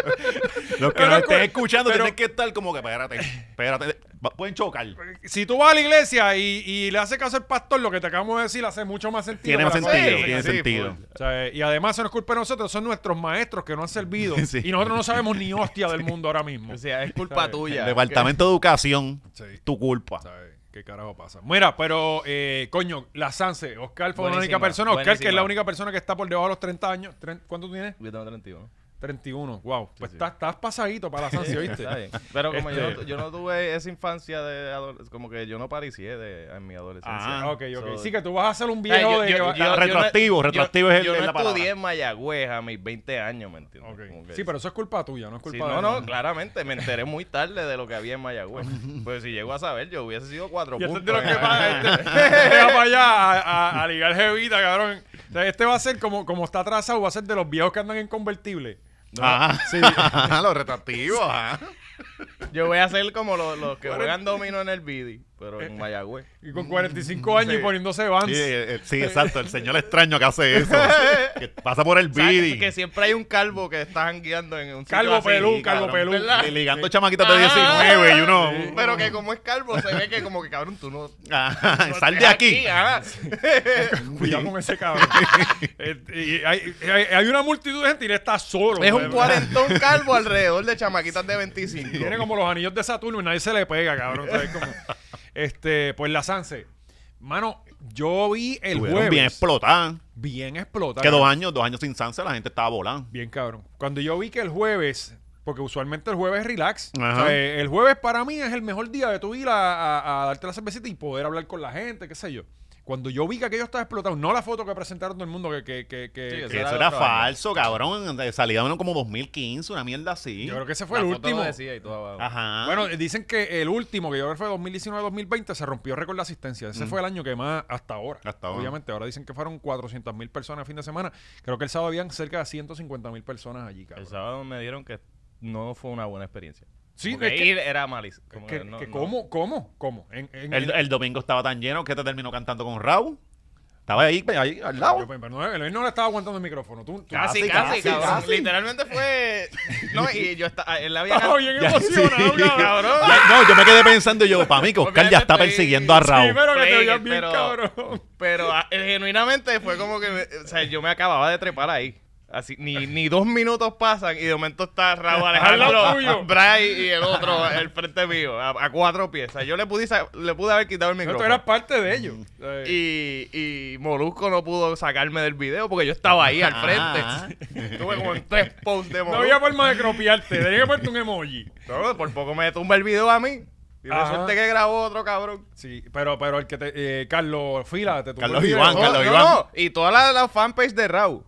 [SPEAKER 3] Los que
[SPEAKER 1] Pero
[SPEAKER 3] nos
[SPEAKER 1] cu-
[SPEAKER 3] estén escuchando
[SPEAKER 1] pero-
[SPEAKER 3] tienen que estar como que, espérate, espérate. va- Pueden chocar.
[SPEAKER 1] si tú vas a la iglesia y, y le haces caso al pastor, lo que te acabamos de decir hace mucho más sentido.
[SPEAKER 3] Tiene
[SPEAKER 1] que
[SPEAKER 3] más
[SPEAKER 1] la cosa
[SPEAKER 3] sentido,
[SPEAKER 1] que-
[SPEAKER 3] tiene
[SPEAKER 2] sí,
[SPEAKER 3] sentido.
[SPEAKER 1] O sea, eh, y además eso no es culpa de nosotros, son nuestros maestros que no han servido.
[SPEAKER 3] Sí.
[SPEAKER 1] Y nosotros no sabemos ni hostia del mundo ahora mismo.
[SPEAKER 2] O sea, es culpa tuya.
[SPEAKER 3] El Departamento de Educación,
[SPEAKER 1] Sí.
[SPEAKER 3] tu culpa.
[SPEAKER 1] ¿Sabes? ¿Qué carajo pasa? Mira, pero, eh, coño, la Sanse, Oscar fue la única
[SPEAKER 2] Buenísima,
[SPEAKER 1] persona, Oscar que es la
[SPEAKER 2] buenísima.
[SPEAKER 1] única persona que está por debajo de los 30 años. Tren- ¿Cuánto tienes?
[SPEAKER 2] Yo tengo 31.
[SPEAKER 1] 31, wow. Pues
[SPEAKER 2] sí.
[SPEAKER 1] Estás, estás pasadito para la Sanse, ¿oíste?
[SPEAKER 2] Está bien. Pero como yo, no,
[SPEAKER 1] Este-
[SPEAKER 2] tu- yo no tuve esa infancia de adole- como que yo no paricié de, en mi adolescencia.
[SPEAKER 3] Ah,
[SPEAKER 1] Ah, ok, ok.
[SPEAKER 2] So-
[SPEAKER 1] sí, que tú vas a ser un
[SPEAKER 2] O sea,
[SPEAKER 1] viejo
[SPEAKER 2] yo-
[SPEAKER 1] de...
[SPEAKER 2] yo-
[SPEAKER 1] que va-
[SPEAKER 2] yo- yo no-
[SPEAKER 3] Retroactivo,
[SPEAKER 2] yo-
[SPEAKER 3] retroactivo es
[SPEAKER 2] Yo
[SPEAKER 3] el-
[SPEAKER 2] no
[SPEAKER 3] la palabra.
[SPEAKER 2] estudié en Mayagüez a mis 20 años, ¿me entiendes?
[SPEAKER 1] ah, Ok.
[SPEAKER 2] Como que-
[SPEAKER 1] Sí, pero eso es culpa tuya, no es culpa
[SPEAKER 2] Sí,
[SPEAKER 1] de
[SPEAKER 2] no,
[SPEAKER 1] nadie.
[SPEAKER 2] no, claramente me enteré muy tarde de lo que había en Mayagüez. Pues si llego a saber, yo hubiese sido cuatro
[SPEAKER 1] Y este
[SPEAKER 2] puntos.
[SPEAKER 1] es de los que
[SPEAKER 2] ¿eh?
[SPEAKER 1] va este- este va para allá a, a- a ligar jevita, cabrón. O sea, este va a ser como, como está atrasado, va a ser de los viejos que andan en convertible.
[SPEAKER 3] Ajá. Ajá, los retroactivos,
[SPEAKER 1] ah.
[SPEAKER 3] ajá.
[SPEAKER 2] Yo voy a ser como los, los que juegan domino en el Bidi, pero en Mayagüez.
[SPEAKER 1] Y con 45 años y
[SPEAKER 3] Sí.
[SPEAKER 1] poniéndose Vans.
[SPEAKER 3] Sí, eh, eh, sí, exacto, el señor extraño que hace eso. Que pasa por el
[SPEAKER 2] O sea,
[SPEAKER 3] bidi.
[SPEAKER 2] Que siempre hay un calvo que está jangueando en un sitio
[SPEAKER 1] Calvo
[SPEAKER 2] así,
[SPEAKER 1] pelú,
[SPEAKER 2] cabrón,
[SPEAKER 1] calvo pelú.
[SPEAKER 2] ¿verdad?
[SPEAKER 3] li- Ligando chamaquitas de
[SPEAKER 2] Ah.
[SPEAKER 3] 19 y uno.
[SPEAKER 2] Pero que como es calvo, se ve que como que cabrón, tú no.
[SPEAKER 3] Ajá,
[SPEAKER 2] no
[SPEAKER 3] sal de
[SPEAKER 2] estés
[SPEAKER 3] aquí.
[SPEAKER 2] ajá.
[SPEAKER 1] Cuidado con ese cabrón. Eh, y hay, hay- hay una multitud de gente y él está solo.
[SPEAKER 2] Es
[SPEAKER 1] ¿verdad?
[SPEAKER 2] un cuarentón calvo alrededor de chamaquitas de 25.
[SPEAKER 1] Tiene como los anillos de Saturno y nadie se le pega, cabrón. ¿sabes cómo? Este, pues la Sanse. Mano, yo vi el
[SPEAKER 3] Estuvieron
[SPEAKER 1] jueves
[SPEAKER 3] bien
[SPEAKER 1] bien,
[SPEAKER 3] explotadas.
[SPEAKER 1] explotado.
[SPEAKER 3] Que dos años, dos años sin Sansa, la gente estaba volando.
[SPEAKER 1] Bien, cabrón. Cuando yo vi que el jueves, porque usualmente el jueves es relax,
[SPEAKER 3] Ajá.
[SPEAKER 1] o sea, eh, el jueves para mí es el mejor día de tu vida a, a darte la cervecita y poder hablar con la gente, qué sé yo. Cuando yo vi que aquello estaba explotado, no la foto que presentaron todo el mundo, que, que, que, que-
[SPEAKER 2] Sí,
[SPEAKER 1] que-
[SPEAKER 3] Que
[SPEAKER 2] era
[SPEAKER 3] eso
[SPEAKER 2] de
[SPEAKER 3] era
[SPEAKER 2] otro año.
[SPEAKER 3] falso, cabrón. Salieron como 2015, una mierda así.
[SPEAKER 1] yo creo que ese fue
[SPEAKER 2] La
[SPEAKER 1] el
[SPEAKER 2] foto lo
[SPEAKER 1] último.
[SPEAKER 2] decía y todo abajo.
[SPEAKER 3] Ajá.
[SPEAKER 1] Bueno, eh, dicen que el último, que yo creo que fue 2019-2020, se rompió récord de asistencia.
[SPEAKER 2] Mm.
[SPEAKER 1] Ese fue el año que más hasta ahora.
[SPEAKER 3] Hasta ahora.
[SPEAKER 1] Obviamente, ahora dicen que fueron 400 mil personas a fin de semana. Creo que el sábado habían cerca de 150 mil personas allí, cabrón.
[SPEAKER 2] el sábado me dieron que no fue una buena experiencia.
[SPEAKER 1] Sí,
[SPEAKER 2] Porque
[SPEAKER 1] es que-
[SPEAKER 2] ir era malísimo. Como
[SPEAKER 1] Que,
[SPEAKER 2] que no-
[SPEAKER 1] que
[SPEAKER 2] no.
[SPEAKER 1] ¿Cómo? ¿Cómo? ¿Cómo? En, en-
[SPEAKER 3] el, el domingo estaba tan lleno que te terminó cantando con Raúl. Estaba ahí, ahí al lado.
[SPEAKER 1] Yo, pero no, él no le estaba aguantando el micrófono. Tú, tú-
[SPEAKER 2] Casi,
[SPEAKER 3] Casi,
[SPEAKER 2] casi,
[SPEAKER 3] casi,
[SPEAKER 2] cabrón.
[SPEAKER 3] casi.
[SPEAKER 2] Literalmente fue. No, y yo estaba. Él había.
[SPEAKER 1] Estaba bien
[SPEAKER 3] Ya,
[SPEAKER 1] emocionado,
[SPEAKER 3] sí.
[SPEAKER 1] cabrón.
[SPEAKER 2] cabrón.
[SPEAKER 3] Ya, no, yo me quedé pensando yo, para mí que Oscar
[SPEAKER 2] Obviamente
[SPEAKER 3] ya está
[SPEAKER 2] estoy-
[SPEAKER 3] persiguiendo a
[SPEAKER 2] sí,
[SPEAKER 3] Raúl.
[SPEAKER 1] Primero que te
[SPEAKER 2] Player,
[SPEAKER 1] veías bien,
[SPEAKER 2] pero-
[SPEAKER 1] cabrón.
[SPEAKER 2] Pero ah, eh, genuinamente fue como que. me- o sea, yo me acababa de trepar ahí. Así, ni, ni dos minutos pasan y de momento está Raúl
[SPEAKER 1] lado tuyo.
[SPEAKER 2] Alejandro, Bray y el otro, el frente mío, a, a cuatro pies. O sea, yo le pude, sa- le pude haber quitado el
[SPEAKER 1] Pero
[SPEAKER 2] micrófono.
[SPEAKER 1] tú eras parte de ellos. Eh,
[SPEAKER 2] Mm. Y, y Molusco no pudo sacarme del video porque yo estaba ahí al
[SPEAKER 3] Ah.
[SPEAKER 2] frente. Tuve como en tres posts de
[SPEAKER 1] no
[SPEAKER 2] Molusco.
[SPEAKER 1] había forma de cropiarte. Tenía que ponerte un emoji.
[SPEAKER 2] No, por poco me tumba el video a mí. Y
[SPEAKER 1] Ajá.
[SPEAKER 2] resulta que grabó otro cabrón.
[SPEAKER 1] Sí, pero, pero el que te. eh, Carlos Fila, te tuvo
[SPEAKER 3] Carlos
[SPEAKER 1] el video.
[SPEAKER 3] Iván,
[SPEAKER 2] No,
[SPEAKER 3] Carlos
[SPEAKER 2] no,
[SPEAKER 3] Iván.
[SPEAKER 2] no. Y toda la, la fanpage de Raúl.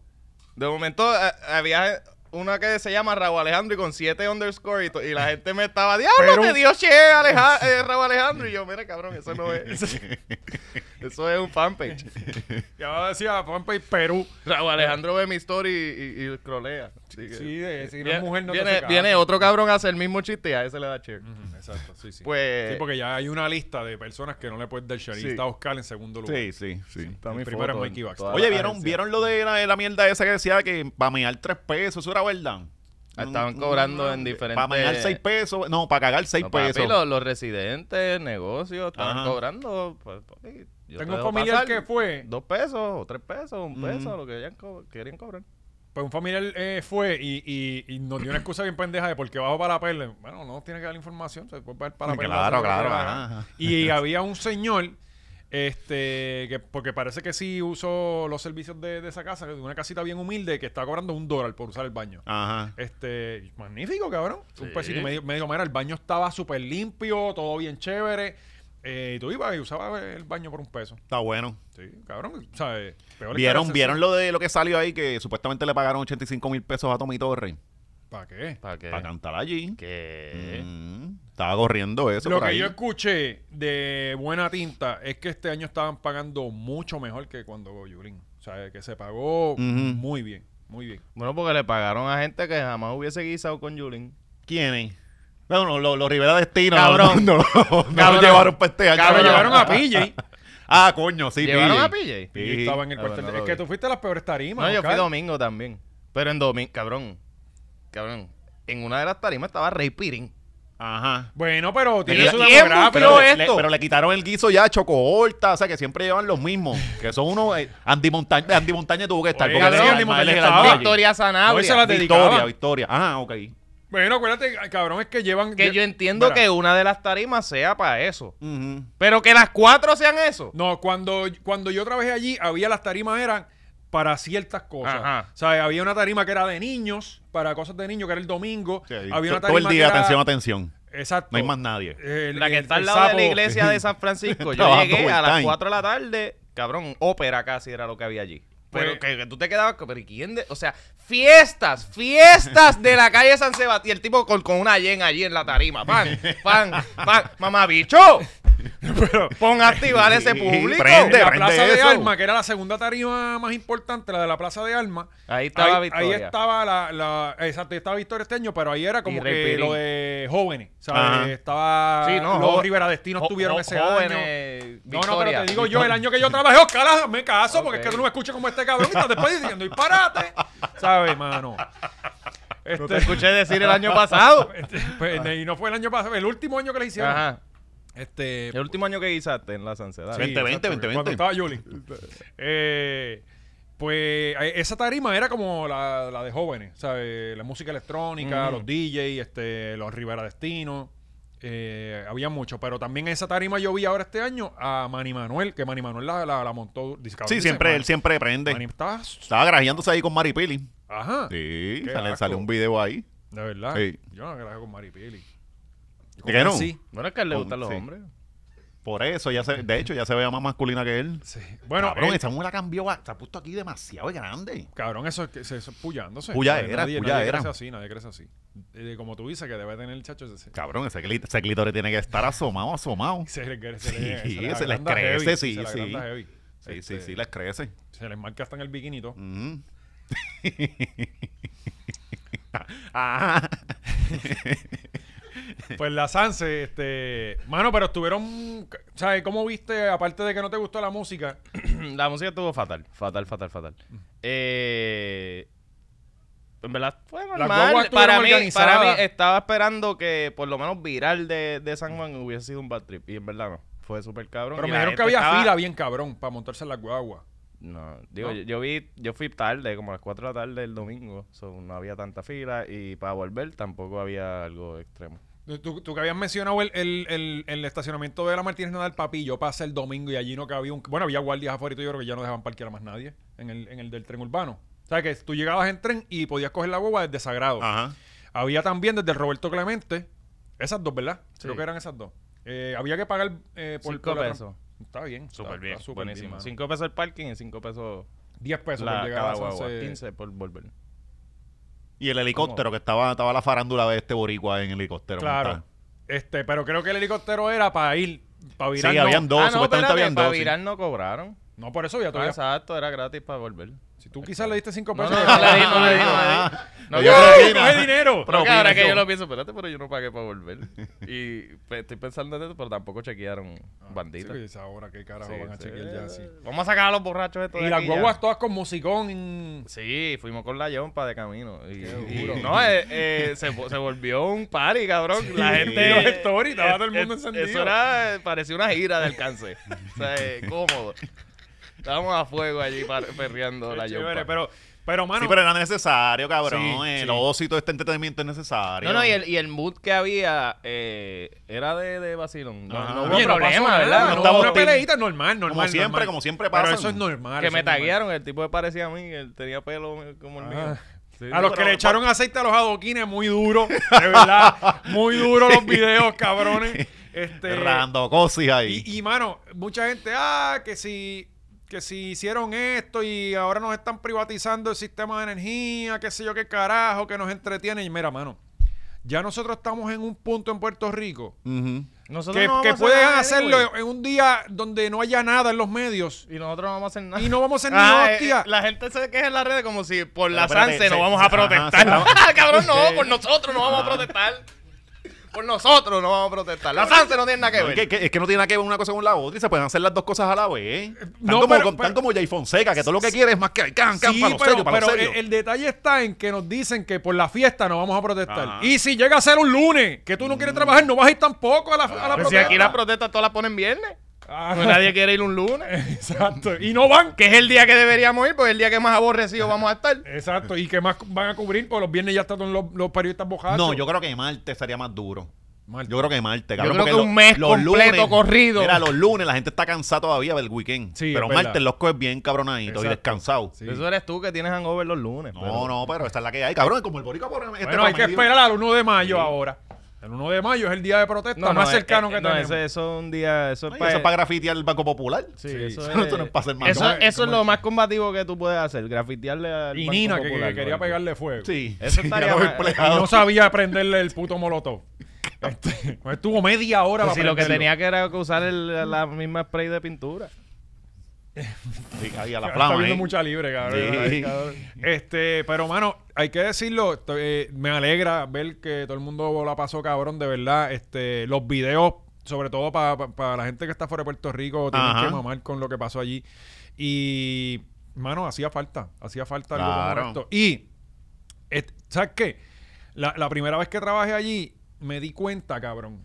[SPEAKER 2] De momento a- había una que se llama Raúl Alejandro y con 7 underscore y, to- y la gente me estaba, diablo,
[SPEAKER 1] Pero-
[SPEAKER 2] te dio share Aleja- eh, Raúl Alejandro. Y yo, mira cabrón, eso no es. Eso, eso es un fanpage.
[SPEAKER 1] Ya decía Fanpage Perú.
[SPEAKER 2] Raúl Alejandro ve mi story y, y, y scrollea. Así que-
[SPEAKER 1] Sí, de, si una
[SPEAKER 2] eh, Viene,
[SPEAKER 1] mujer no te
[SPEAKER 2] viene,
[SPEAKER 1] hace
[SPEAKER 2] viene
[SPEAKER 1] caso.
[SPEAKER 2] otro cabrón a hacer el mismo chiste y a ese le da share.
[SPEAKER 1] Ujú, Exacto, sí, sí.
[SPEAKER 2] Pues-
[SPEAKER 1] Sí, porque ya hay una lista de personas que no le puedes dar share. Y
[SPEAKER 2] Sí.
[SPEAKER 1] está Oscar en segundo lugar.
[SPEAKER 3] Sí, sí, sí.
[SPEAKER 2] Está
[SPEAKER 1] El
[SPEAKER 2] mi
[SPEAKER 1] primero
[SPEAKER 2] foto
[SPEAKER 1] es Mikey
[SPEAKER 2] en
[SPEAKER 1] Baxter.
[SPEAKER 2] toda
[SPEAKER 3] Oye,
[SPEAKER 2] la
[SPEAKER 3] ¿vieron,
[SPEAKER 2] agencia.
[SPEAKER 3] ¿vieron lo de la, la mierda esa que decía que para mear tres pesos? ¿Eso era verdad?
[SPEAKER 2] Ah, Estaban cobrando en diferentes...
[SPEAKER 3] Para mear seis pesos. No, para cagar seis
[SPEAKER 2] No,
[SPEAKER 1] pues,
[SPEAKER 2] papi,
[SPEAKER 3] pesos.
[SPEAKER 2] los, los residentes, negocios, están
[SPEAKER 3] Ajá.
[SPEAKER 2] cobrando. pues, papi,
[SPEAKER 1] Tengo
[SPEAKER 2] yo te
[SPEAKER 1] un
[SPEAKER 2] dejo
[SPEAKER 1] familiar
[SPEAKER 2] pasar
[SPEAKER 1] que fue. Mm.
[SPEAKER 2] Dos pesos, o tres pesos, un
[SPEAKER 3] Ujú.
[SPEAKER 2] peso, lo que hayan co- querían cobrar.
[SPEAKER 1] Pues un familiar eh, fue y, y- y nos dio una excusa bien pendeja de por qué bajo para la perla. Bueno, no tiene que dar información, se puede bajar para la
[SPEAKER 3] Sí,
[SPEAKER 1] perla.
[SPEAKER 3] claro,
[SPEAKER 1] hace lo que
[SPEAKER 3] claro,
[SPEAKER 1] le da la
[SPEAKER 3] ajá.
[SPEAKER 1] gana. Y había un señor, este, que porque parece que sí usó los servicios de, de esa casa, de una casita bien humilde, que está cobrando un dólar por usar el baño.
[SPEAKER 3] Ajá.
[SPEAKER 1] Este, magnífico, cabrón. Pues Un
[SPEAKER 2] Sí.
[SPEAKER 1] pesito medio, medio mera. El baño estaba súper limpio, todo bien chévere. Eh, y tú ibas y usabas el baño por un peso.
[SPEAKER 3] Está bueno.
[SPEAKER 1] Sí, cabrón. ¿sabes? Peor es que
[SPEAKER 3] ¿Vieron,
[SPEAKER 1] hacerse-
[SPEAKER 3] ¿vieron lo de lo que salió ahí? Que supuestamente le pagaron 85 mil pesos a Tommy Torres
[SPEAKER 1] ¿Para qué?
[SPEAKER 2] ¿Para qué?
[SPEAKER 3] para cantar allí.
[SPEAKER 2] ¿Qué?
[SPEAKER 3] Mm, estaba corriendo eso
[SPEAKER 1] Lo
[SPEAKER 3] por
[SPEAKER 1] que
[SPEAKER 3] ahí.
[SPEAKER 1] yo escuché de Buena Tinta es que este año estaban pagando mucho mejor que cuando Yulín. O sea, que se pagó muy bien, muy bien.
[SPEAKER 2] Bueno, porque le pagaron a gente que jamás hubiese guisado con Yulín.
[SPEAKER 3] ¿Quién es? No, no, los lo Rivera Destino.
[SPEAKER 2] Cabrón.
[SPEAKER 3] No, no, no, no lo
[SPEAKER 2] Cabrón.
[SPEAKER 3] llevaron para este año.
[SPEAKER 1] Pero
[SPEAKER 2] Cabrón.
[SPEAKER 3] Lo
[SPEAKER 1] llevaron a PJ.
[SPEAKER 3] Ah, coño, sí,
[SPEAKER 2] ¿Llevaron
[SPEAKER 3] PJ.
[SPEAKER 2] a PJ?
[SPEAKER 1] PJ estaba en el
[SPEAKER 2] Ah,
[SPEAKER 1] cuartel.
[SPEAKER 2] bueno,
[SPEAKER 1] de-
[SPEAKER 2] no
[SPEAKER 1] es
[SPEAKER 2] lo
[SPEAKER 1] que
[SPEAKER 2] vi.
[SPEAKER 1] tú fuiste a las peores tarimas.
[SPEAKER 2] No, yo fui
[SPEAKER 1] Oscar.
[SPEAKER 2] domingo también. Pero en domingo, cabrón. Cabrón. En una de las tarimas estaba Ray Pirin.
[SPEAKER 3] Ajá.
[SPEAKER 1] Bueno, pero tiene
[SPEAKER 2] ¿Y
[SPEAKER 1] su
[SPEAKER 2] quién
[SPEAKER 1] demográfico.
[SPEAKER 2] bufió
[SPEAKER 3] Ah, Pero, le,
[SPEAKER 2] esto.
[SPEAKER 3] pero le quitaron el guiso ya a Chocohorta, o sea que siempre llevan los mismos. Que son unos. eh, Andy, Montaña, Andy Montaña tuvo que estar.
[SPEAKER 1] Oye,
[SPEAKER 3] porque
[SPEAKER 1] cabrón,
[SPEAKER 3] él es
[SPEAKER 1] Andy
[SPEAKER 3] el alma, él es el
[SPEAKER 1] Montaña
[SPEAKER 3] alma
[SPEAKER 1] estaba.
[SPEAKER 3] allí.
[SPEAKER 2] Victoria Sanabria.
[SPEAKER 1] No, esa la-
[SPEAKER 3] Victoria,
[SPEAKER 1] dedicaban.
[SPEAKER 3] Victoria. Ah, ok.
[SPEAKER 1] Bueno, acuérdate, cabrón, es que llevan.
[SPEAKER 2] Que yo entiendo
[SPEAKER 1] Mira,
[SPEAKER 2] que una de las tarimas sea para eso.
[SPEAKER 3] Ujú.
[SPEAKER 2] Pero que las cuatro sean eso.
[SPEAKER 1] No, cuando, cuando yo trabajé allí, había las tarimas eran para ciertas cosas.
[SPEAKER 2] Ajá.
[SPEAKER 1] O sea, había una tarima que era de niños, para cosas de niños, que era el domingo.
[SPEAKER 3] Sí,
[SPEAKER 1] había una tarima
[SPEAKER 3] todo el
[SPEAKER 1] que
[SPEAKER 3] día,
[SPEAKER 1] era- Oh. Eh,
[SPEAKER 3] atención, atención.
[SPEAKER 1] Exacto.
[SPEAKER 3] No hay más nadie.
[SPEAKER 1] El-
[SPEAKER 2] La que
[SPEAKER 1] el-
[SPEAKER 2] está al
[SPEAKER 1] el
[SPEAKER 2] lado de la
[SPEAKER 1] sapo-
[SPEAKER 2] iglesia de San Francisco. Yo
[SPEAKER 3] Trabajando
[SPEAKER 2] llegué a las
[SPEAKER 3] overtime.
[SPEAKER 2] 4 de la tarde, cabrón, ópera casi era lo que había allí. Pero
[SPEAKER 1] Pues-
[SPEAKER 2] que, que tú te quedabas, pero ¿y quién de? O sea, fiestas, fiestas de la calle San Sebastián. El tipo con, con una yen allí en la tarima. Pan, pan, pan. Mamá bicho,
[SPEAKER 1] Pero-
[SPEAKER 2] pon a activar ese público.
[SPEAKER 3] Prende.
[SPEAKER 1] la
[SPEAKER 3] prende
[SPEAKER 1] Plaza de
[SPEAKER 3] eso.
[SPEAKER 1] Alma, que era la segunda tarima más importante, la de la Plaza de Alma.
[SPEAKER 2] Ahí estaba
[SPEAKER 1] ahí,
[SPEAKER 2] Victoria.
[SPEAKER 1] ahí estaba la, la- Exacto, estaba Victoria este año, pero ahí era
[SPEAKER 2] Y
[SPEAKER 1] como
[SPEAKER 2] Rey
[SPEAKER 1] que
[SPEAKER 2] Pirín.
[SPEAKER 1] lo de jóvenes.
[SPEAKER 3] Ajá.
[SPEAKER 1] ¿sabes? Estaba.
[SPEAKER 2] Sí, no,
[SPEAKER 1] los
[SPEAKER 2] jo-
[SPEAKER 1] Rivera Destinos
[SPEAKER 2] jo-
[SPEAKER 1] tuvieron
[SPEAKER 2] jo-
[SPEAKER 1] ese año.
[SPEAKER 2] jóvenes,
[SPEAKER 1] No, no, pero
[SPEAKER 2] Victoria.
[SPEAKER 1] te digo yo, el año que yo trabajé, Oscar, ah, me caso, porque es que
[SPEAKER 2] Ok.
[SPEAKER 1] tú no me escuchas como este cabrón y estás después diciendo disparate. ¿Sabes, mano?
[SPEAKER 2] No
[SPEAKER 1] Este,
[SPEAKER 2] te escuché decir el año pasado.
[SPEAKER 1] este, pues, y no fue el año pasado, el último año que le hicieron.
[SPEAKER 2] Ajá.
[SPEAKER 1] Este,
[SPEAKER 2] El último año que guisaste en la San Sebastián.
[SPEAKER 1] Sí,
[SPEAKER 3] 20, 20,
[SPEAKER 1] exacto,
[SPEAKER 3] 20,
[SPEAKER 1] Cuando
[SPEAKER 3] 20.
[SPEAKER 1] estaba Yuli. Eh, pues eh, esa tarima era como la, la de jóvenes, ¿sabes? La música electrónica,
[SPEAKER 2] Ujú.
[SPEAKER 1] los DJ, este, los Rivera Destino. eh, había mucho, pero también esa tarima yo vi ahora este año a Manny Manuel, que Manny Manuel la, la, la montó. dice, cabrón,
[SPEAKER 3] Sí,
[SPEAKER 1] dice,
[SPEAKER 3] siempre,
[SPEAKER 1] Manny-
[SPEAKER 3] él siempre prende.
[SPEAKER 1] Manny estaba-
[SPEAKER 3] Estaba grajeándose ahí con Mari Pili.
[SPEAKER 1] Ajá.
[SPEAKER 3] Sí,
[SPEAKER 1] Qué
[SPEAKER 3] sale,
[SPEAKER 1] asco.
[SPEAKER 3] sale un video ahí.
[SPEAKER 1] De verdad.
[SPEAKER 3] Sí.
[SPEAKER 1] Yo no grabé con Mari Pili.
[SPEAKER 3] ¿De qué no?
[SPEAKER 1] Sí.
[SPEAKER 2] Bueno, es que a él le
[SPEAKER 3] Oh,
[SPEAKER 2] gustan los
[SPEAKER 3] sí.
[SPEAKER 2] hombres.
[SPEAKER 3] Por eso, ya se, de hecho, ya se veía más masculina que él.
[SPEAKER 1] Sí. Bueno, eh,
[SPEAKER 3] Cabrón,
[SPEAKER 1] él-
[SPEAKER 3] esa mujer la cambió, a- se ha puesto aquí demasiado grande.
[SPEAKER 1] Cabrón, eso es que se- eso es pullándose.
[SPEAKER 3] Puya
[SPEAKER 1] O sea,
[SPEAKER 3] era,
[SPEAKER 1] nadie,
[SPEAKER 3] puya
[SPEAKER 1] nadie
[SPEAKER 3] era.
[SPEAKER 1] crece así, nadie crece así. Eh, como tú dices, que debe tener el chacho ese.
[SPEAKER 3] Cabrón, ese, clit- ese clítoris tiene que estar asomado, asomado.
[SPEAKER 1] Se le crece.
[SPEAKER 3] Sí,
[SPEAKER 1] le
[SPEAKER 3] se les
[SPEAKER 1] agranda
[SPEAKER 3] crece,
[SPEAKER 1] heavy,
[SPEAKER 3] sí,
[SPEAKER 1] se le
[SPEAKER 3] sí.
[SPEAKER 1] agranda heavy.
[SPEAKER 3] Sí, sí,
[SPEAKER 1] Este,
[SPEAKER 3] sí, les crece.
[SPEAKER 1] Se les marca hasta en el bikinito.
[SPEAKER 3] Ujú. Ah, Ajá.
[SPEAKER 1] Pues la Sanse, este. Mano, pero estuvieron. ¿Sabes cómo viste? Aparte de que no te gustó la música.
[SPEAKER 2] la música estuvo fatal, fatal, fatal, fatal.
[SPEAKER 1] Mm.
[SPEAKER 2] Eh, en verdad fue
[SPEAKER 1] guaguas
[SPEAKER 2] normal.
[SPEAKER 1] estuvieron
[SPEAKER 2] Para mí, para
[SPEAKER 1] organizadas.
[SPEAKER 2] mí estaba esperando que por lo menos viral de, de San Juan hubiese sido un bad trip. Y en verdad no. Fue súper cabrón.
[SPEAKER 1] Pero
[SPEAKER 2] y
[SPEAKER 1] me
[SPEAKER 2] la
[SPEAKER 1] dijeron que
[SPEAKER 2] gente
[SPEAKER 1] había
[SPEAKER 2] estaba-
[SPEAKER 1] fila bien cabrón para montarse en la guagua.
[SPEAKER 2] No, digo,
[SPEAKER 1] ¿No?
[SPEAKER 2] Yo, yo vi, yo fui tarde, como a las 4 de la tarde el domingo. so, no había tanta fila y para volver tampoco había algo extremo.
[SPEAKER 1] Tú, tú que habías mencionado el, el- el- el estacionamiento de la Martínez Nadal, papi, yo pasé el domingo y allí no cabía un... Bueno, había guardias afuera y todo, yo creo que ya no dejaban parquear a más nadie en el, en el del tren urbano. O sea, que tú llegabas en tren y podías coger la guagua desde Sagrado.
[SPEAKER 3] Ajá.
[SPEAKER 1] Había también desde el Roberto Clemente, esas dos, ¿verdad? Creo
[SPEAKER 2] Sí.
[SPEAKER 1] que eran esas dos. Eh, había que pagar eh, por...
[SPEAKER 2] Cinco
[SPEAKER 1] por la tran-
[SPEAKER 2] pesos.
[SPEAKER 1] Está bien. está-
[SPEAKER 2] Súper bien,
[SPEAKER 1] está súper bien,
[SPEAKER 2] buenísimo.
[SPEAKER 1] mano.
[SPEAKER 2] 5 pesos el parking y 5 pesos
[SPEAKER 1] Diez pesos
[SPEAKER 2] la,
[SPEAKER 1] por llegar a
[SPEAKER 2] cada
[SPEAKER 1] las
[SPEAKER 2] guagua.
[SPEAKER 1] once.
[SPEAKER 2] 15 por volver.
[SPEAKER 3] Y el helicóptero, que estaba, estaba la farándula de este boricua en helicóptero.
[SPEAKER 1] Claro.
[SPEAKER 3] montado.
[SPEAKER 1] Este, pero creo que el helicóptero era para ir, para
[SPEAKER 3] Sí,
[SPEAKER 1] virar. no.
[SPEAKER 3] habían dos,
[SPEAKER 2] ah, no,
[SPEAKER 3] supuestamente
[SPEAKER 2] espérate,
[SPEAKER 3] habían
[SPEAKER 2] para
[SPEAKER 3] dos. sí.
[SPEAKER 2] virar no cobraron.
[SPEAKER 1] No, por eso ya
[SPEAKER 2] Ah,
[SPEAKER 1] todavía.
[SPEAKER 2] exacto, era gratis para volver.
[SPEAKER 1] Si tú quizás le diste cinco pesos.
[SPEAKER 2] no, no le di, no le di, no le di.
[SPEAKER 3] Ajá.
[SPEAKER 2] No,
[SPEAKER 3] Ah, Yo
[SPEAKER 2] yo-
[SPEAKER 1] ¡Ay,
[SPEAKER 3] propina.
[SPEAKER 1] coge dinero!
[SPEAKER 2] Pero que
[SPEAKER 3] Propina,
[SPEAKER 2] ahora que
[SPEAKER 3] yo.
[SPEAKER 2] yo lo pienso, espérate, pero yo no pagué para volver. Y pues, estoy pensando en eso, pero tampoco chequearon
[SPEAKER 1] Ah, Sí,
[SPEAKER 2] banditas.
[SPEAKER 1] que es ahora qué carajo
[SPEAKER 2] Sí,
[SPEAKER 1] van a
[SPEAKER 2] sí.
[SPEAKER 1] chequear ya así.
[SPEAKER 2] Vamos a sacar a los borrachos estos de
[SPEAKER 1] Y las
[SPEAKER 2] aquí ya.
[SPEAKER 1] guaguas todas con musicón. en-
[SPEAKER 2] Sí, fuimos con la yompa de camino. Y,
[SPEAKER 1] Qué
[SPEAKER 2] y-
[SPEAKER 1] duro.
[SPEAKER 2] no, eh, eh, se, vo- se volvió un party, cabrón. la gente.
[SPEAKER 1] los stories, estaba todo el
[SPEAKER 2] es-
[SPEAKER 1] mundo encendido.
[SPEAKER 2] Eso era, eh, parecía una gira de alcance. o sea, eh, cómodo. Estábamos a fuego allí par- perreando
[SPEAKER 1] Qué
[SPEAKER 2] la
[SPEAKER 1] chévere,
[SPEAKER 2] yompa.
[SPEAKER 1] pero, pero, mano,
[SPEAKER 3] Sí, pero era necesario,
[SPEAKER 1] Sí,
[SPEAKER 3] cabrón. el
[SPEAKER 1] sí.
[SPEAKER 3] ocio y todo este entretenimiento es necesario.
[SPEAKER 2] No, no, y el, y el mood que había eh, era de, de vacilón. No,
[SPEAKER 3] Ajá.
[SPEAKER 2] no hubo
[SPEAKER 1] oye, no
[SPEAKER 2] problema,
[SPEAKER 1] pasó
[SPEAKER 2] ¿verdad?
[SPEAKER 1] nada,
[SPEAKER 3] No
[SPEAKER 1] No,
[SPEAKER 3] estaba
[SPEAKER 1] una
[SPEAKER 3] hostil.
[SPEAKER 1] peleita normal, normal.
[SPEAKER 3] Como siempre,
[SPEAKER 1] normal.
[SPEAKER 3] como siempre
[SPEAKER 1] Pero
[SPEAKER 3] pasan.
[SPEAKER 1] eso es normal.
[SPEAKER 2] que
[SPEAKER 1] eso
[SPEAKER 2] me
[SPEAKER 1] es normal.
[SPEAKER 2] taguearon, el tipo me parecía a mí, él tenía pelo como el mío.
[SPEAKER 1] Ah.
[SPEAKER 2] Sí,
[SPEAKER 1] A los
[SPEAKER 2] pero-
[SPEAKER 1] que le echaron aceite a los adoquines, muy duro, de verdad, muy duro los videos, cabrones. Este,
[SPEAKER 3] Randocosis ahí.
[SPEAKER 1] Y, y, mano, mucha gente, ah, que si, que si hicieron esto y ahora nos están privatizando el sistema de energía, qué sé yo qué carajo, que nos entretienen. Y mira, mano, ya nosotros estamos en un punto en Puerto Rico
[SPEAKER 3] Ujú.
[SPEAKER 2] Nosotros
[SPEAKER 1] que,
[SPEAKER 2] no vamos
[SPEAKER 1] que
[SPEAKER 2] a hacer
[SPEAKER 1] pueden
[SPEAKER 2] nada,
[SPEAKER 1] hacerlo
[SPEAKER 2] anyway.
[SPEAKER 1] en un día donde no haya nada en los medios
[SPEAKER 2] Y nosotros no vamos a hacer nada.
[SPEAKER 1] y no vamos a hacer
[SPEAKER 2] Ah,
[SPEAKER 1] ni
[SPEAKER 2] eh,
[SPEAKER 1] hostia.
[SPEAKER 2] la gente se queja en las redes como si por la
[SPEAKER 3] espérate,
[SPEAKER 2] Sanse no
[SPEAKER 3] se-
[SPEAKER 2] vamos a
[SPEAKER 3] ajá,
[SPEAKER 2] protestar. Ah,
[SPEAKER 3] se Ah.
[SPEAKER 2] Cabrón, no, por nosotros no vamos a protestar. Por nosotros no vamos a protestar. La Sanse no tiene nada que
[SPEAKER 3] No, es, que,
[SPEAKER 2] ver.
[SPEAKER 3] que- es que no tiene nada que ver una cosa con la otra y se pueden hacer las dos cosas a la vez. Tan
[SPEAKER 1] Eh, no,
[SPEAKER 3] como,
[SPEAKER 1] pero-
[SPEAKER 3] con- tan
[SPEAKER 1] pero-
[SPEAKER 3] como Jay Fonseca, que todo lo que quiere es más que hay can, can,
[SPEAKER 1] Sí,
[SPEAKER 3] para los
[SPEAKER 1] pero,
[SPEAKER 3] sellos, para los
[SPEAKER 1] pero
[SPEAKER 3] sellos.
[SPEAKER 1] el, el detalle está en que nos dicen que por la fiesta no vamos a protestar.
[SPEAKER 3] Ajá.
[SPEAKER 1] Y si llega a ser un lunes que tú no quieres trabajar, no vas a ir tampoco a la, a la
[SPEAKER 3] Pues
[SPEAKER 2] Pero si
[SPEAKER 1] protesta.
[SPEAKER 2] aquí las protestas todas las ponen viernes.
[SPEAKER 1] Ah.
[SPEAKER 2] Pues nadie quiere ir un lunes.
[SPEAKER 1] Exacto. Y no van.
[SPEAKER 2] Que es el día que deberíamos ir, pues es el día que más aborrecido vamos a estar.
[SPEAKER 1] Exacto. ¿Y qué más van a cubrir? Porque los viernes ya están los, los periodistas bojados.
[SPEAKER 3] No, yo creo que Marte sería más duro.
[SPEAKER 1] Mal.
[SPEAKER 3] Yo creo que Marte, cabrón.
[SPEAKER 2] creo
[SPEAKER 3] porque
[SPEAKER 2] que un mes completo corrido.
[SPEAKER 3] Mira, los lunes la gente está cansada todavía del weekend.
[SPEAKER 1] Sí,
[SPEAKER 3] pero
[SPEAKER 1] es verdad.
[SPEAKER 3] Marte los coges bien cabronadito y
[SPEAKER 1] Exacto.
[SPEAKER 3] descansado.
[SPEAKER 1] Sí.
[SPEAKER 2] Eso eres tú que tienes hangover los lunes.
[SPEAKER 3] No,
[SPEAKER 2] pero-
[SPEAKER 3] no, pero esta es la que hay, cabrón. Como el boricua por este
[SPEAKER 1] bueno, hay que
[SPEAKER 3] promedio.
[SPEAKER 1] esperar al 1 de mayo ahora. El 1 de mayo es el día de protesta más
[SPEAKER 2] eh,
[SPEAKER 1] cercano
[SPEAKER 2] eh,
[SPEAKER 1] que
[SPEAKER 2] no,
[SPEAKER 1] tenemos.
[SPEAKER 2] ese- eso es un día. Eso es
[SPEAKER 3] Ay,
[SPEAKER 2] pa-
[SPEAKER 3] Eso es para grafitear el Banco Popular.
[SPEAKER 2] Sí,
[SPEAKER 1] pues. Sí,
[SPEAKER 2] eso,
[SPEAKER 3] eso
[SPEAKER 2] es,
[SPEAKER 3] no es para hacer más
[SPEAKER 2] eso,
[SPEAKER 1] nada.
[SPEAKER 2] eso es lo más combativo que tú puedes hacer, grafitearle al
[SPEAKER 1] Y
[SPEAKER 2] Banco
[SPEAKER 1] Nina, que,
[SPEAKER 2] Popular,
[SPEAKER 1] que quería
[SPEAKER 2] ¿no?
[SPEAKER 1] pegarle fuego.
[SPEAKER 3] Sí.
[SPEAKER 2] Eso
[SPEAKER 3] sí,
[SPEAKER 2] estaría
[SPEAKER 3] a los
[SPEAKER 2] mal.
[SPEAKER 1] Y no
[SPEAKER 3] empleados.
[SPEAKER 1] sabía prenderle el puto molotov. Este, pues estuvo media hora
[SPEAKER 2] Pues
[SPEAKER 1] para
[SPEAKER 2] si lo que
[SPEAKER 1] prenderlo.
[SPEAKER 2] tenía que era que usar el- la misma spray de pintura.
[SPEAKER 3] Sí, ahí a la ¿eh?
[SPEAKER 1] Está
[SPEAKER 3] plama.
[SPEAKER 1] viendo
[SPEAKER 3] ahí.
[SPEAKER 1] mucha libre, cabrón.
[SPEAKER 3] Sí.
[SPEAKER 1] Ay, cabrón. Este, pero mano, hay que decirlo, esto- eh, me alegra ver que todo el mundo la pasó cabrón, de verdad. Este, los videos, sobre todo para la gente que está fuera de Puerto Rico, tienen
[SPEAKER 3] Ajá.
[SPEAKER 1] que mamar con lo que pasó allí. Y, mano, hacía falta, hacía falta algo como
[SPEAKER 3] Claro.
[SPEAKER 1] esto. Y, et- ¿sabes qué? La, la primera vez que trabajé allí, me di cuenta, cabrón.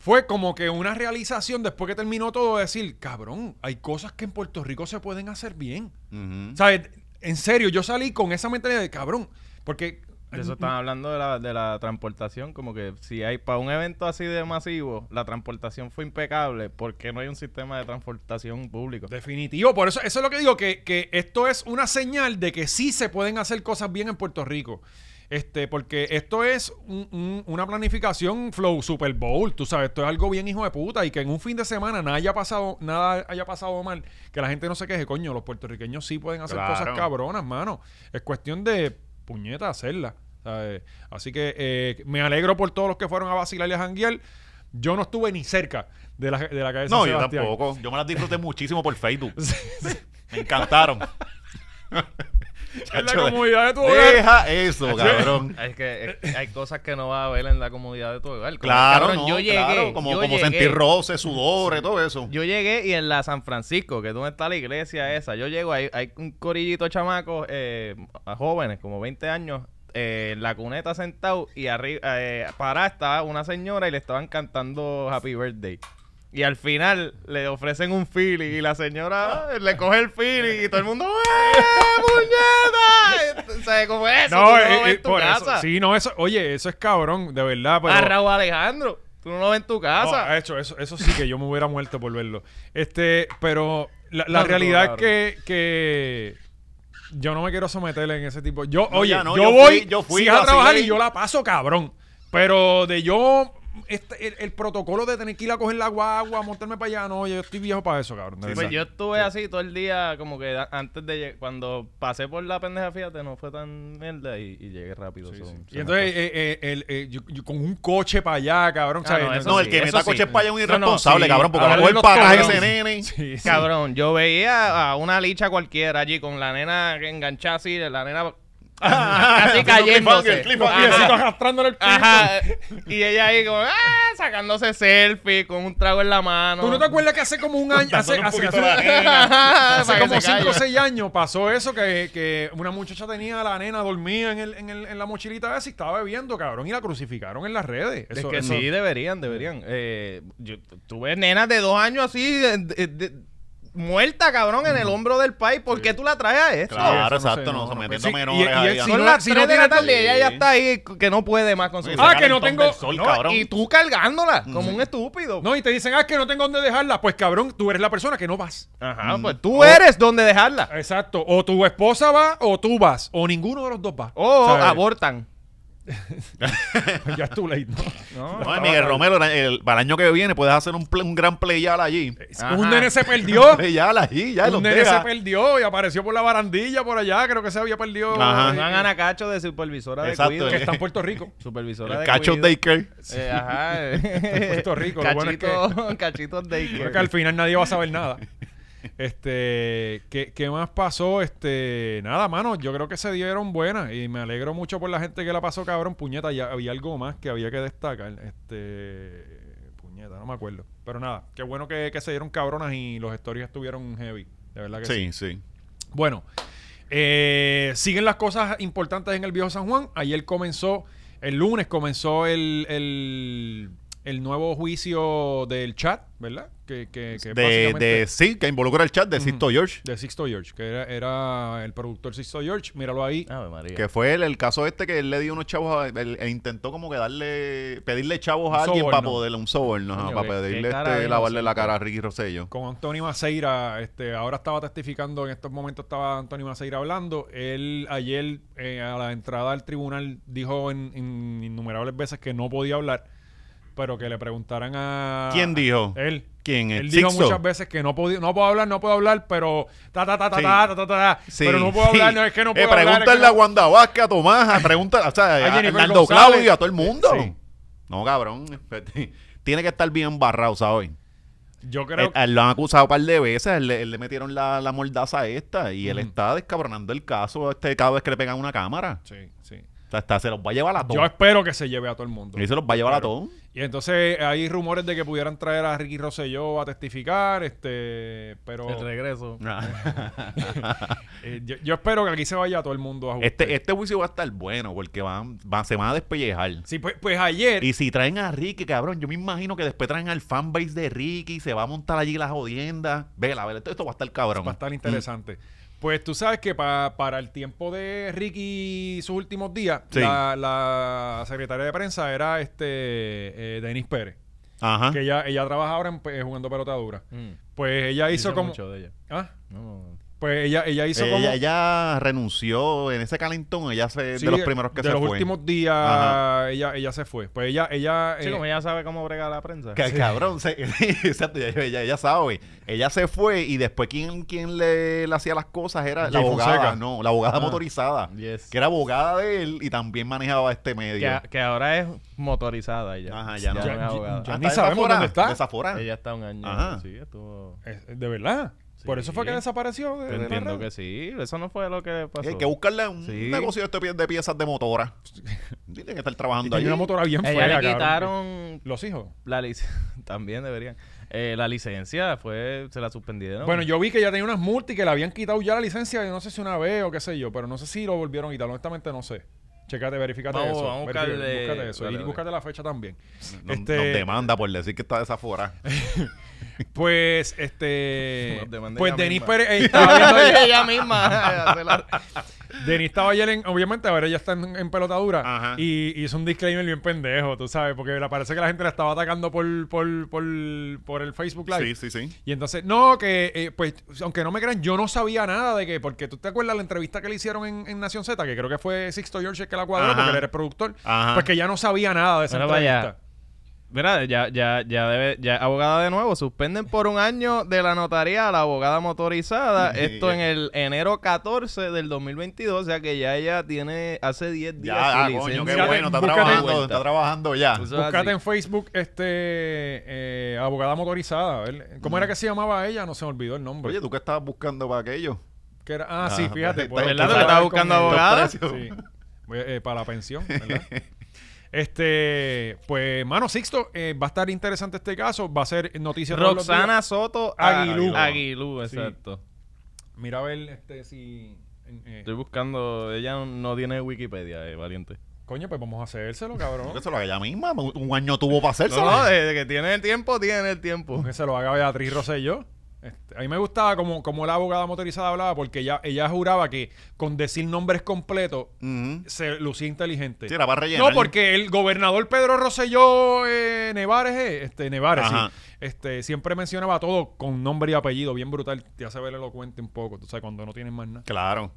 [SPEAKER 1] Fue como que una realización después que terminó todo de decir, cabrón, hay cosas que en Puerto Rico se pueden hacer bien.
[SPEAKER 3] Ujú.
[SPEAKER 1] ¿Sabes? En serio, yo salí con esa mentalidad de cabrón. Porque.
[SPEAKER 2] De eso estaban hablando de la, de la transportación, como que si hay para un evento así de masivo, la transportación fue impecable, ¿por qué no hay un sistema de transportación público?
[SPEAKER 1] Definitivo, por eso, eso es lo que digo, que, que esto es una señal de que sí se pueden hacer cosas bien en Puerto Rico. Este, porque esto es un- un- una planificación flow Super Bowl, tú sabes, esto es algo bien hijo de puta y que en un fin de semana nada haya pasado, nada haya pasado mal, que la gente no se queje, coño, los puertorriqueños sí pueden hacer
[SPEAKER 3] Claro.
[SPEAKER 1] cosas cabronas, mano. Es cuestión de puñeta hacerla. ¿sabes? Así que eh, me alegro por todos los que fueron a vacilar y a janguear. Yo no estuve ni cerca de la, de la cabeza
[SPEAKER 3] No,
[SPEAKER 1] de
[SPEAKER 3] yo
[SPEAKER 1] Sebastián.
[SPEAKER 3] tampoco. Yo me las disfruté muchísimo por Facebook. Me encantaron.
[SPEAKER 1] En la
[SPEAKER 3] Chacho,
[SPEAKER 1] comunidad de tu hogar.
[SPEAKER 3] Deja eso, cabrón.
[SPEAKER 2] Es que es- hay cosas que no va a haber en la comodidad de tu hogar. Como,
[SPEAKER 3] Claro,
[SPEAKER 2] cabrón,
[SPEAKER 3] no,
[SPEAKER 2] yo llegué,
[SPEAKER 3] claro, como,
[SPEAKER 2] yo
[SPEAKER 3] como
[SPEAKER 2] llegué.
[SPEAKER 3] sentir roce, sudores, todo eso.
[SPEAKER 2] Yo llegué y en la San Francisco, que es donde está la iglesia esa, yo llego, hay, hay un corillito de chamacos eh, jóvenes, como 20 años, eh, en la cuneta sentado y arriba, eh, parada estaba una señora y le estaban cantando Happy Birthday. Y al final le ofrecen un feeling y la señora ah, le coge el feeling y todo el mundo ¡Eh, muñeca! O sea, como eso,
[SPEAKER 1] No,
[SPEAKER 2] tú lo
[SPEAKER 1] eh,
[SPEAKER 2] ves
[SPEAKER 1] eh,
[SPEAKER 2] en tu
[SPEAKER 1] por
[SPEAKER 2] casa.
[SPEAKER 1] eso. Sí, no, eso, oye, eso es cabrón, de verdad. Pero,
[SPEAKER 2] A Raúl Alejandro, tú no lo ves en tu
[SPEAKER 1] No,
[SPEAKER 2] casa.
[SPEAKER 1] ha hecho, eso, eso sí que yo me hubiera muerto por verlo. Este, pero la, la
[SPEAKER 2] No, no,
[SPEAKER 1] realidad
[SPEAKER 2] no,
[SPEAKER 1] es que, que yo no me quiero someter en ese tipo. Yo,
[SPEAKER 3] No,
[SPEAKER 1] oye,
[SPEAKER 3] ya no,
[SPEAKER 1] yo,
[SPEAKER 3] yo
[SPEAKER 1] voy,
[SPEAKER 3] fui- yo fui,
[SPEAKER 1] sí a
[SPEAKER 3] vacilé.
[SPEAKER 1] trabajar y yo la paso cabrón. Pero de yo, este, el, el protocolo de tener que ir a coger la guagua, montarme para allá, no, yo estoy viejo para eso, cabrón. de
[SPEAKER 2] Sí,
[SPEAKER 1] verdad.
[SPEAKER 2] pues yo estuve así todo el día, como que a- antes de lleg- cuando pasé por la pendeja, fíjate, no fue tan mierda y, y llegué rápido. son- son
[SPEAKER 1] y entonces,
[SPEAKER 2] las
[SPEAKER 1] eh, eh, el- eh, yo- yo con un coche para allá, cabrón.
[SPEAKER 2] Ah,
[SPEAKER 1] ¿sabes?
[SPEAKER 2] no, eso
[SPEAKER 3] No, el
[SPEAKER 2] sí,
[SPEAKER 3] que meta
[SPEAKER 2] sí.
[SPEAKER 3] coches para allá es un
[SPEAKER 2] No, no,
[SPEAKER 3] irresponsable,
[SPEAKER 2] sí.
[SPEAKER 3] cabrón, porque va a
[SPEAKER 1] Ahora
[SPEAKER 3] poder
[SPEAKER 1] los
[SPEAKER 3] pagar
[SPEAKER 1] toros.
[SPEAKER 3] ese nene.
[SPEAKER 1] Sí,
[SPEAKER 2] cosas.
[SPEAKER 1] sí.
[SPEAKER 2] Cabrón, yo veía a una licha cualquiera allí con la nena que enganchaba así, la nena
[SPEAKER 1] Ah,
[SPEAKER 2] casi cayéndose.
[SPEAKER 3] cliffhanger, cliffhanger.
[SPEAKER 2] Ajá.
[SPEAKER 1] Piecito arrastrándole el pito.
[SPEAKER 2] Ajá, y ella ahí como ah, sacándose selfie con un trago en la mano.
[SPEAKER 1] ¿Tú no te acuerdas que hace como un año, hace,
[SPEAKER 3] Dándole un
[SPEAKER 1] hace-
[SPEAKER 3] poquito a la
[SPEAKER 1] hace-
[SPEAKER 3] nena.
[SPEAKER 2] Ajá,
[SPEAKER 1] hace
[SPEAKER 2] para que
[SPEAKER 1] como
[SPEAKER 2] se calle.
[SPEAKER 1] 5 o 6 años pasó eso que, que una muchacha tenía a la nena dormida en, el, en, el- en la mochilita esa y estaba bebiendo, cabrón, y la crucificaron en las redes.
[SPEAKER 2] Es
[SPEAKER 1] Eso-
[SPEAKER 2] que
[SPEAKER 1] eso-
[SPEAKER 2] sí, deberían, deberían. Eh, yo, tú ves nenas de dos años así, de- de- de- muerta, cabrón, en el hombro del país. ¿Por qué tú la traes a esto?
[SPEAKER 1] Sí, eso
[SPEAKER 3] Claro,
[SPEAKER 1] no sé,
[SPEAKER 3] exacto,
[SPEAKER 1] no,
[SPEAKER 3] no,
[SPEAKER 1] no, pues
[SPEAKER 3] sometiendo
[SPEAKER 1] sí, y-
[SPEAKER 3] menores
[SPEAKER 1] y-
[SPEAKER 3] ahí
[SPEAKER 1] y
[SPEAKER 3] a-
[SPEAKER 1] si
[SPEAKER 2] Son
[SPEAKER 1] no-
[SPEAKER 2] las
[SPEAKER 1] si no
[SPEAKER 2] 3 de
[SPEAKER 1] tiene
[SPEAKER 2] la
[SPEAKER 1] tal-
[SPEAKER 2] tarde y ella ya
[SPEAKER 3] Sí.
[SPEAKER 2] está ahí, que no puede más con su
[SPEAKER 3] Oye,
[SPEAKER 1] Ah,
[SPEAKER 3] sacan
[SPEAKER 1] que
[SPEAKER 3] el
[SPEAKER 1] no
[SPEAKER 3] ton
[SPEAKER 1] tengo-
[SPEAKER 3] del sol,
[SPEAKER 2] No,
[SPEAKER 3] cabrón.
[SPEAKER 2] y tú cargándola como un estúpido.
[SPEAKER 1] No, y te dicen, ah, es que no tengo dónde dejarla. Pues cabrón, tú eres la persona que no vas.
[SPEAKER 2] Ajá,
[SPEAKER 3] Mm.
[SPEAKER 2] pues tú eres donde dejarla.
[SPEAKER 1] Exacto. O tu esposa va o tú vas. O ninguno de los dos va.
[SPEAKER 2] O
[SPEAKER 1] ¿Sabes?
[SPEAKER 2] abortan.
[SPEAKER 1] Ya es tu ley, ¿no?
[SPEAKER 2] No,
[SPEAKER 3] No, Miguel Romero, el- el- para el año que viene puedes hacer un, pl- un gran playal allí.
[SPEAKER 2] Ajá.
[SPEAKER 1] Un nene se perdió.
[SPEAKER 3] Playal allí, ya los
[SPEAKER 1] Ah. un nene se
[SPEAKER 3] deja.
[SPEAKER 1] perdió y apareció por la barandilla por allá. Creo que se había perdido.
[SPEAKER 3] Ajá.
[SPEAKER 1] eh,
[SPEAKER 2] Pongan a Nacacho de supervisora
[SPEAKER 3] Exacto,
[SPEAKER 2] de
[SPEAKER 1] que
[SPEAKER 2] cuido.
[SPEAKER 1] está en Puerto Rico.
[SPEAKER 2] Supervisora
[SPEAKER 3] El
[SPEAKER 2] de
[SPEAKER 3] cacho
[SPEAKER 2] cuido.
[SPEAKER 3] Daker.
[SPEAKER 2] Eh, ajá.
[SPEAKER 1] Puerto Rico, lo bueno es que-
[SPEAKER 2] Cachito- Cachitos
[SPEAKER 1] Creo
[SPEAKER 2] daycare.
[SPEAKER 1] que al final nadie va a saber nada. Este, ¿qué, qué más pasó? Este, nada, mano, yo creo que se dieron buenas y me alegro mucho por la gente que la pasó, cabrón, puñeta, ya había algo más que había que destacar. Este, puñeta, no me acuerdo. Pero nada, qué bueno que, que se dieron cabronas y los stories estuvieron heavy, de verdad que sí.
[SPEAKER 3] Sí, sí.
[SPEAKER 1] Bueno, eh, siguen las cosas importantes en el viejo San Juan. Ayer comenzó, el lunes comenzó el, el, el nuevo juicio del chat, ¿verdad? Que, que, que
[SPEAKER 3] De, de
[SPEAKER 1] básicamente-
[SPEAKER 3] sí, que involucra el chat de Sisto George,
[SPEAKER 1] de Sixto George, que era, era el productor Sixto George. Míralo ahí.
[SPEAKER 2] Ave María.
[SPEAKER 3] que fue el, el caso este que él le dio unos chavos, a- él- él intentó como que darle, pedirle chavos
[SPEAKER 1] Un
[SPEAKER 3] a alguien para
[SPEAKER 1] soborno.
[SPEAKER 3] poderle un soborno, ajá,
[SPEAKER 2] Coño,
[SPEAKER 3] para
[SPEAKER 2] qué- qué
[SPEAKER 3] pedirle
[SPEAKER 2] cara
[SPEAKER 3] este,
[SPEAKER 2] de
[SPEAKER 3] lavarle la
[SPEAKER 2] inocente.
[SPEAKER 3] cara a Ricky Rosello.
[SPEAKER 1] Con Antonio Maceira, este, ahora estaba testificando, en estos momentos estaba Antonio Maceira hablando. Él ayer eh, a la entrada al tribunal dijo en, en innumerables veces que no podía hablar, pero que le preguntaran a...
[SPEAKER 3] ¿Quién dijo?
[SPEAKER 1] Él.
[SPEAKER 3] ¿Quién es?
[SPEAKER 1] Él dijo
[SPEAKER 3] Sixto.
[SPEAKER 1] muchas veces que no, podía, no puedo hablar, no puedo hablar, pero ta ta ta ta
[SPEAKER 3] Sí.
[SPEAKER 1] ta ta ta, ta,
[SPEAKER 3] Sí,
[SPEAKER 1] pero no puedo hablar,
[SPEAKER 3] sí.
[SPEAKER 1] no es que no
[SPEAKER 3] Eh,
[SPEAKER 1] puedo hablar. es que
[SPEAKER 3] Pregúntale a
[SPEAKER 1] no-
[SPEAKER 3] Wanda Vázquez, a Tomás, a, pregúntale, o sea, a,
[SPEAKER 1] Jennifer
[SPEAKER 3] Hernando
[SPEAKER 1] González.
[SPEAKER 3] Claudio, a todo el mundo.
[SPEAKER 1] Sí.
[SPEAKER 3] No, cabrón. espérate. Tiene que estar bien barrado, ¿sabes?
[SPEAKER 1] Yo creo
[SPEAKER 3] Eh, a él lo han acusado un par de veces, él, le- él le metieron la, la mordaza esta y él
[SPEAKER 1] Ujú.
[SPEAKER 3] está descabronando el caso este cada vez que le pegan una cámara.
[SPEAKER 1] Sí, sí.
[SPEAKER 3] O sea, hasta se los va a llevar a
[SPEAKER 1] Yo
[SPEAKER 3] todos.
[SPEAKER 1] espero que se lleve a todo el mundo.
[SPEAKER 3] Y se los va a llevar a todos.
[SPEAKER 1] Y entonces hay rumores de que pudieran traer a Ricky Rosselló a testificar, este, pero
[SPEAKER 2] El regreso.
[SPEAKER 1] eh, yo, yo espero que aquí se vaya todo el mundo a jugar.
[SPEAKER 3] este, este juicio va a estar bueno porque van, van- se van a despellejar.
[SPEAKER 1] Sí, pues, pues ayer
[SPEAKER 3] Y si traen a Ricky, cabrón, yo me imagino que después traen al fanbase de Ricky, se va a montar allí la jodienda. Vela, vela, esto, esto va a estar cabrón.
[SPEAKER 1] va a estar interesante. Pues tú sabes que pa- para el tiempo de Ricky y sus últimos días,
[SPEAKER 3] Sí.
[SPEAKER 1] la, la secretaria de prensa era este eh, Denise Pérez.
[SPEAKER 3] Mm. Ajá.
[SPEAKER 1] que ella, ella trabaja ahora en, pe- jugando pelota dura. Pues ella hizo como...
[SPEAKER 2] Mm. mucho de ella.
[SPEAKER 1] ¿Ah?
[SPEAKER 2] No, no.
[SPEAKER 1] Pues ella, ella hizo
[SPEAKER 3] Eh,
[SPEAKER 1] como...
[SPEAKER 3] ella, ella renunció en ese calentón, ella se,
[SPEAKER 1] Sí,
[SPEAKER 3] de los primeros que
[SPEAKER 1] de
[SPEAKER 3] se
[SPEAKER 1] los
[SPEAKER 3] fue.
[SPEAKER 1] últimos días
[SPEAKER 3] Ajá.
[SPEAKER 1] ella, ella se fue. Pues ella... ella
[SPEAKER 2] Sí,
[SPEAKER 1] eh,
[SPEAKER 2] como ella sabe cómo bregar la prensa.
[SPEAKER 3] Ca- Cabrón, se- exacto, ella, ella- ella sabe. Ella se fue y después quien, quien le, le hacía las cosas era la
[SPEAKER 1] Jay
[SPEAKER 3] abogada,
[SPEAKER 1] Fonseca.
[SPEAKER 3] no, la abogada
[SPEAKER 2] Ah.
[SPEAKER 3] motorizada,
[SPEAKER 2] Yes.
[SPEAKER 3] que era abogada de él y también manejaba este medio.
[SPEAKER 2] Que, a- que ahora es motorizada ella.
[SPEAKER 3] Ajá, ya no.
[SPEAKER 2] es
[SPEAKER 1] Ya-
[SPEAKER 2] abogada.
[SPEAKER 1] ya-
[SPEAKER 3] Ah,
[SPEAKER 1] ni
[SPEAKER 3] está
[SPEAKER 1] sabemos
[SPEAKER 3] desaforada,
[SPEAKER 1] dónde está.
[SPEAKER 3] desaforada.
[SPEAKER 2] Ella está un año.
[SPEAKER 3] Ajá.
[SPEAKER 2] Sí, estuvo.
[SPEAKER 1] eh, de verdad. Por eso fue que
[SPEAKER 2] Sí.
[SPEAKER 3] Eh,
[SPEAKER 1] desapareció. de- de la
[SPEAKER 2] Entiendo
[SPEAKER 1] red.
[SPEAKER 2] que sí. Eso no fue lo que pasó.
[SPEAKER 3] Hay que buscarle un
[SPEAKER 2] Sí.
[SPEAKER 3] negocio de, este pie- de piezas de motora. Tiene que estar
[SPEAKER 1] Y
[SPEAKER 3] trabajando ahí.
[SPEAKER 1] tenía una motora bien
[SPEAKER 2] ella
[SPEAKER 1] fuera,
[SPEAKER 2] le
[SPEAKER 1] cabrón.
[SPEAKER 2] quitaron
[SPEAKER 1] Los hijos.
[SPEAKER 2] la licencia. También deberían. Eh, la licencia fue. Se la suspendieron.
[SPEAKER 1] Bueno, yo vi que ya tenía unas multas y que le habían quitado ya la licencia, yo no sé si una vez o qué sé yo, pero no sé si lo volvieron a quitar, honestamente no sé. Checate, verificate
[SPEAKER 2] Vamos-
[SPEAKER 1] eso.
[SPEAKER 2] vamos a
[SPEAKER 1] verifica-
[SPEAKER 2] buscarle-
[SPEAKER 1] búscate eso.
[SPEAKER 2] dale,
[SPEAKER 1] y
[SPEAKER 2] dale.
[SPEAKER 1] búscate la fecha también.
[SPEAKER 3] Nos,
[SPEAKER 1] Este-
[SPEAKER 3] nos demanda por decir que está desaforada.
[SPEAKER 1] Pues, este.
[SPEAKER 2] Nos demanda
[SPEAKER 1] Pues
[SPEAKER 2] ella
[SPEAKER 1] Denis
[SPEAKER 2] misma.
[SPEAKER 1] Pérez eh, estaba viendo ayer-
[SPEAKER 2] ella misma. se la-
[SPEAKER 1] Denis estaba ayer en- obviamente, ahora ella está en, en pelotadura
[SPEAKER 3] Ajá.
[SPEAKER 1] y hizo un disclaimer bien pendejo, tú sabes, porque le parece que la gente la estaba atacando por, por, por, por el Facebook Live.
[SPEAKER 3] Sí, sí, sí.
[SPEAKER 1] Y entonces, no, que, eh, pues, aunque no me crean, yo no sabía nada de que, porque tú te acuerdas la entrevista que le hicieron en, en Nación Z, que creo que fue Sixto George el que la cuadró,
[SPEAKER 3] Ajá.
[SPEAKER 1] porque él era el productor,
[SPEAKER 3] Ajá.
[SPEAKER 1] pues que ya no sabía nada de esa
[SPEAKER 2] Mira para
[SPEAKER 1] entrevista.
[SPEAKER 2] allá. Mira, ya, ya, ya debe, ya abogada de nuevo, suspenden por un año de la notaría a la abogada motorizada,
[SPEAKER 3] Sí.
[SPEAKER 2] esto en el enero 14 del 2022, o sea que ya ella tiene, hace 10 días
[SPEAKER 3] Ya, ah,
[SPEAKER 2] su
[SPEAKER 3] coño, qué
[SPEAKER 2] licencia.
[SPEAKER 3] bueno, está
[SPEAKER 1] Búscate- Pues,
[SPEAKER 3] trabajando, está trabajando ya.
[SPEAKER 2] Eso es
[SPEAKER 1] Buscate
[SPEAKER 2] así.
[SPEAKER 1] en Facebook, este, eh, abogada motorizada, a ver, ¿Cómo era que se llamaba ella? No se me olvidó el nombre.
[SPEAKER 3] Oye, ¿tú qué estabas buscando para aquello?
[SPEAKER 1] Que era- ah, sí,
[SPEAKER 3] Ah,
[SPEAKER 1] fíjate.
[SPEAKER 3] pues,
[SPEAKER 1] pues,
[SPEAKER 2] ¿Verdad?
[SPEAKER 1] tú
[SPEAKER 2] ¿Tú
[SPEAKER 1] sabes
[SPEAKER 2] que estabas
[SPEAKER 1] con
[SPEAKER 2] buscando
[SPEAKER 1] el-
[SPEAKER 2] abogada?
[SPEAKER 3] precios.
[SPEAKER 1] Sí. Voy, eh, para la pensión, ¿verdad? este, pues, mano, Sixto, eh, va a estar interesante este caso. Va a ser noticia todos los días.
[SPEAKER 2] Roxana Soto
[SPEAKER 1] Aguilú.
[SPEAKER 2] Aguilú. Aguilú,
[SPEAKER 1] Sí.
[SPEAKER 2] exacto.
[SPEAKER 1] Mira a ver este, si. en- eh,
[SPEAKER 2] Estoy buscando, ella no- no tiene Wikipedia, eh, valiente.
[SPEAKER 1] Coño, pues vamos a hacérselo,
[SPEAKER 3] No, que
[SPEAKER 1] cabrón.
[SPEAKER 3] se lo haga ella misma. Un un año tuvo para hacerse.
[SPEAKER 2] No, no, desde que tiene el tiempo, tiene el tiempo.
[SPEAKER 1] que se lo haga Beatriz Rosselló. Este, a mí me gustaba como, como la abogada motorizada hablaba, porque ella, ella juraba que con decir nombres completos se lucía inteligente.
[SPEAKER 3] Sí, era para rellenar.
[SPEAKER 1] eh, No, porque el gobernador Pedro Rosselló eh, Nevares, eh, este, Nevares,
[SPEAKER 3] Ajá.
[SPEAKER 1] sí, este, siempre mencionaba todo con nombre y apellido, bien brutal. Te hace ver elocuente un poco, tú sabes, cuando no tienes más nada.
[SPEAKER 3] Claro.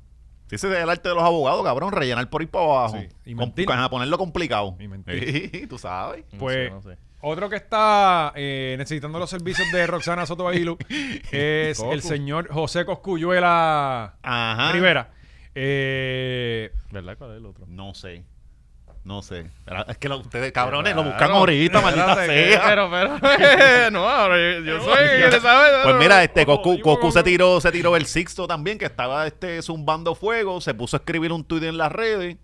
[SPEAKER 3] Sí, ese es el arte de los abogados, cabrón. Rellenar por ir para abajo.
[SPEAKER 1] Sí, y
[SPEAKER 3] Con-
[SPEAKER 1] mentir.
[SPEAKER 3] con- a ponerlo complicado.
[SPEAKER 1] Y mentir.
[SPEAKER 3] Sí, tú sabes.
[SPEAKER 2] No
[SPEAKER 1] Pues,
[SPEAKER 2] sé, no sé.
[SPEAKER 1] otro que está eh, necesitando los servicios de Roxana Soto Bajilu es
[SPEAKER 2] Coco.
[SPEAKER 1] el señor José Coscuyuela
[SPEAKER 3] Ajá.
[SPEAKER 1] Rivera. Eh,
[SPEAKER 2] ¿Verdad cuál es el otro?
[SPEAKER 3] No sé. No sé. Pero Es que lo- ustedes, cabrones, lo
[SPEAKER 2] Claro.
[SPEAKER 3] buscan ahorita, maldita
[SPEAKER 2] Espérate, que-
[SPEAKER 3] sea.
[SPEAKER 2] Eh, Pero, pero, no, ahora yo, yo soy el que le sabe.
[SPEAKER 3] Pues mira, este
[SPEAKER 1] Ojo,
[SPEAKER 3] Goku,
[SPEAKER 1] digo,
[SPEAKER 3] Goku se
[SPEAKER 1] Goku.
[SPEAKER 3] tiró, se tiró el sixto también, que estaba este zumbando fuego, se puso a escribir un tuit en las redes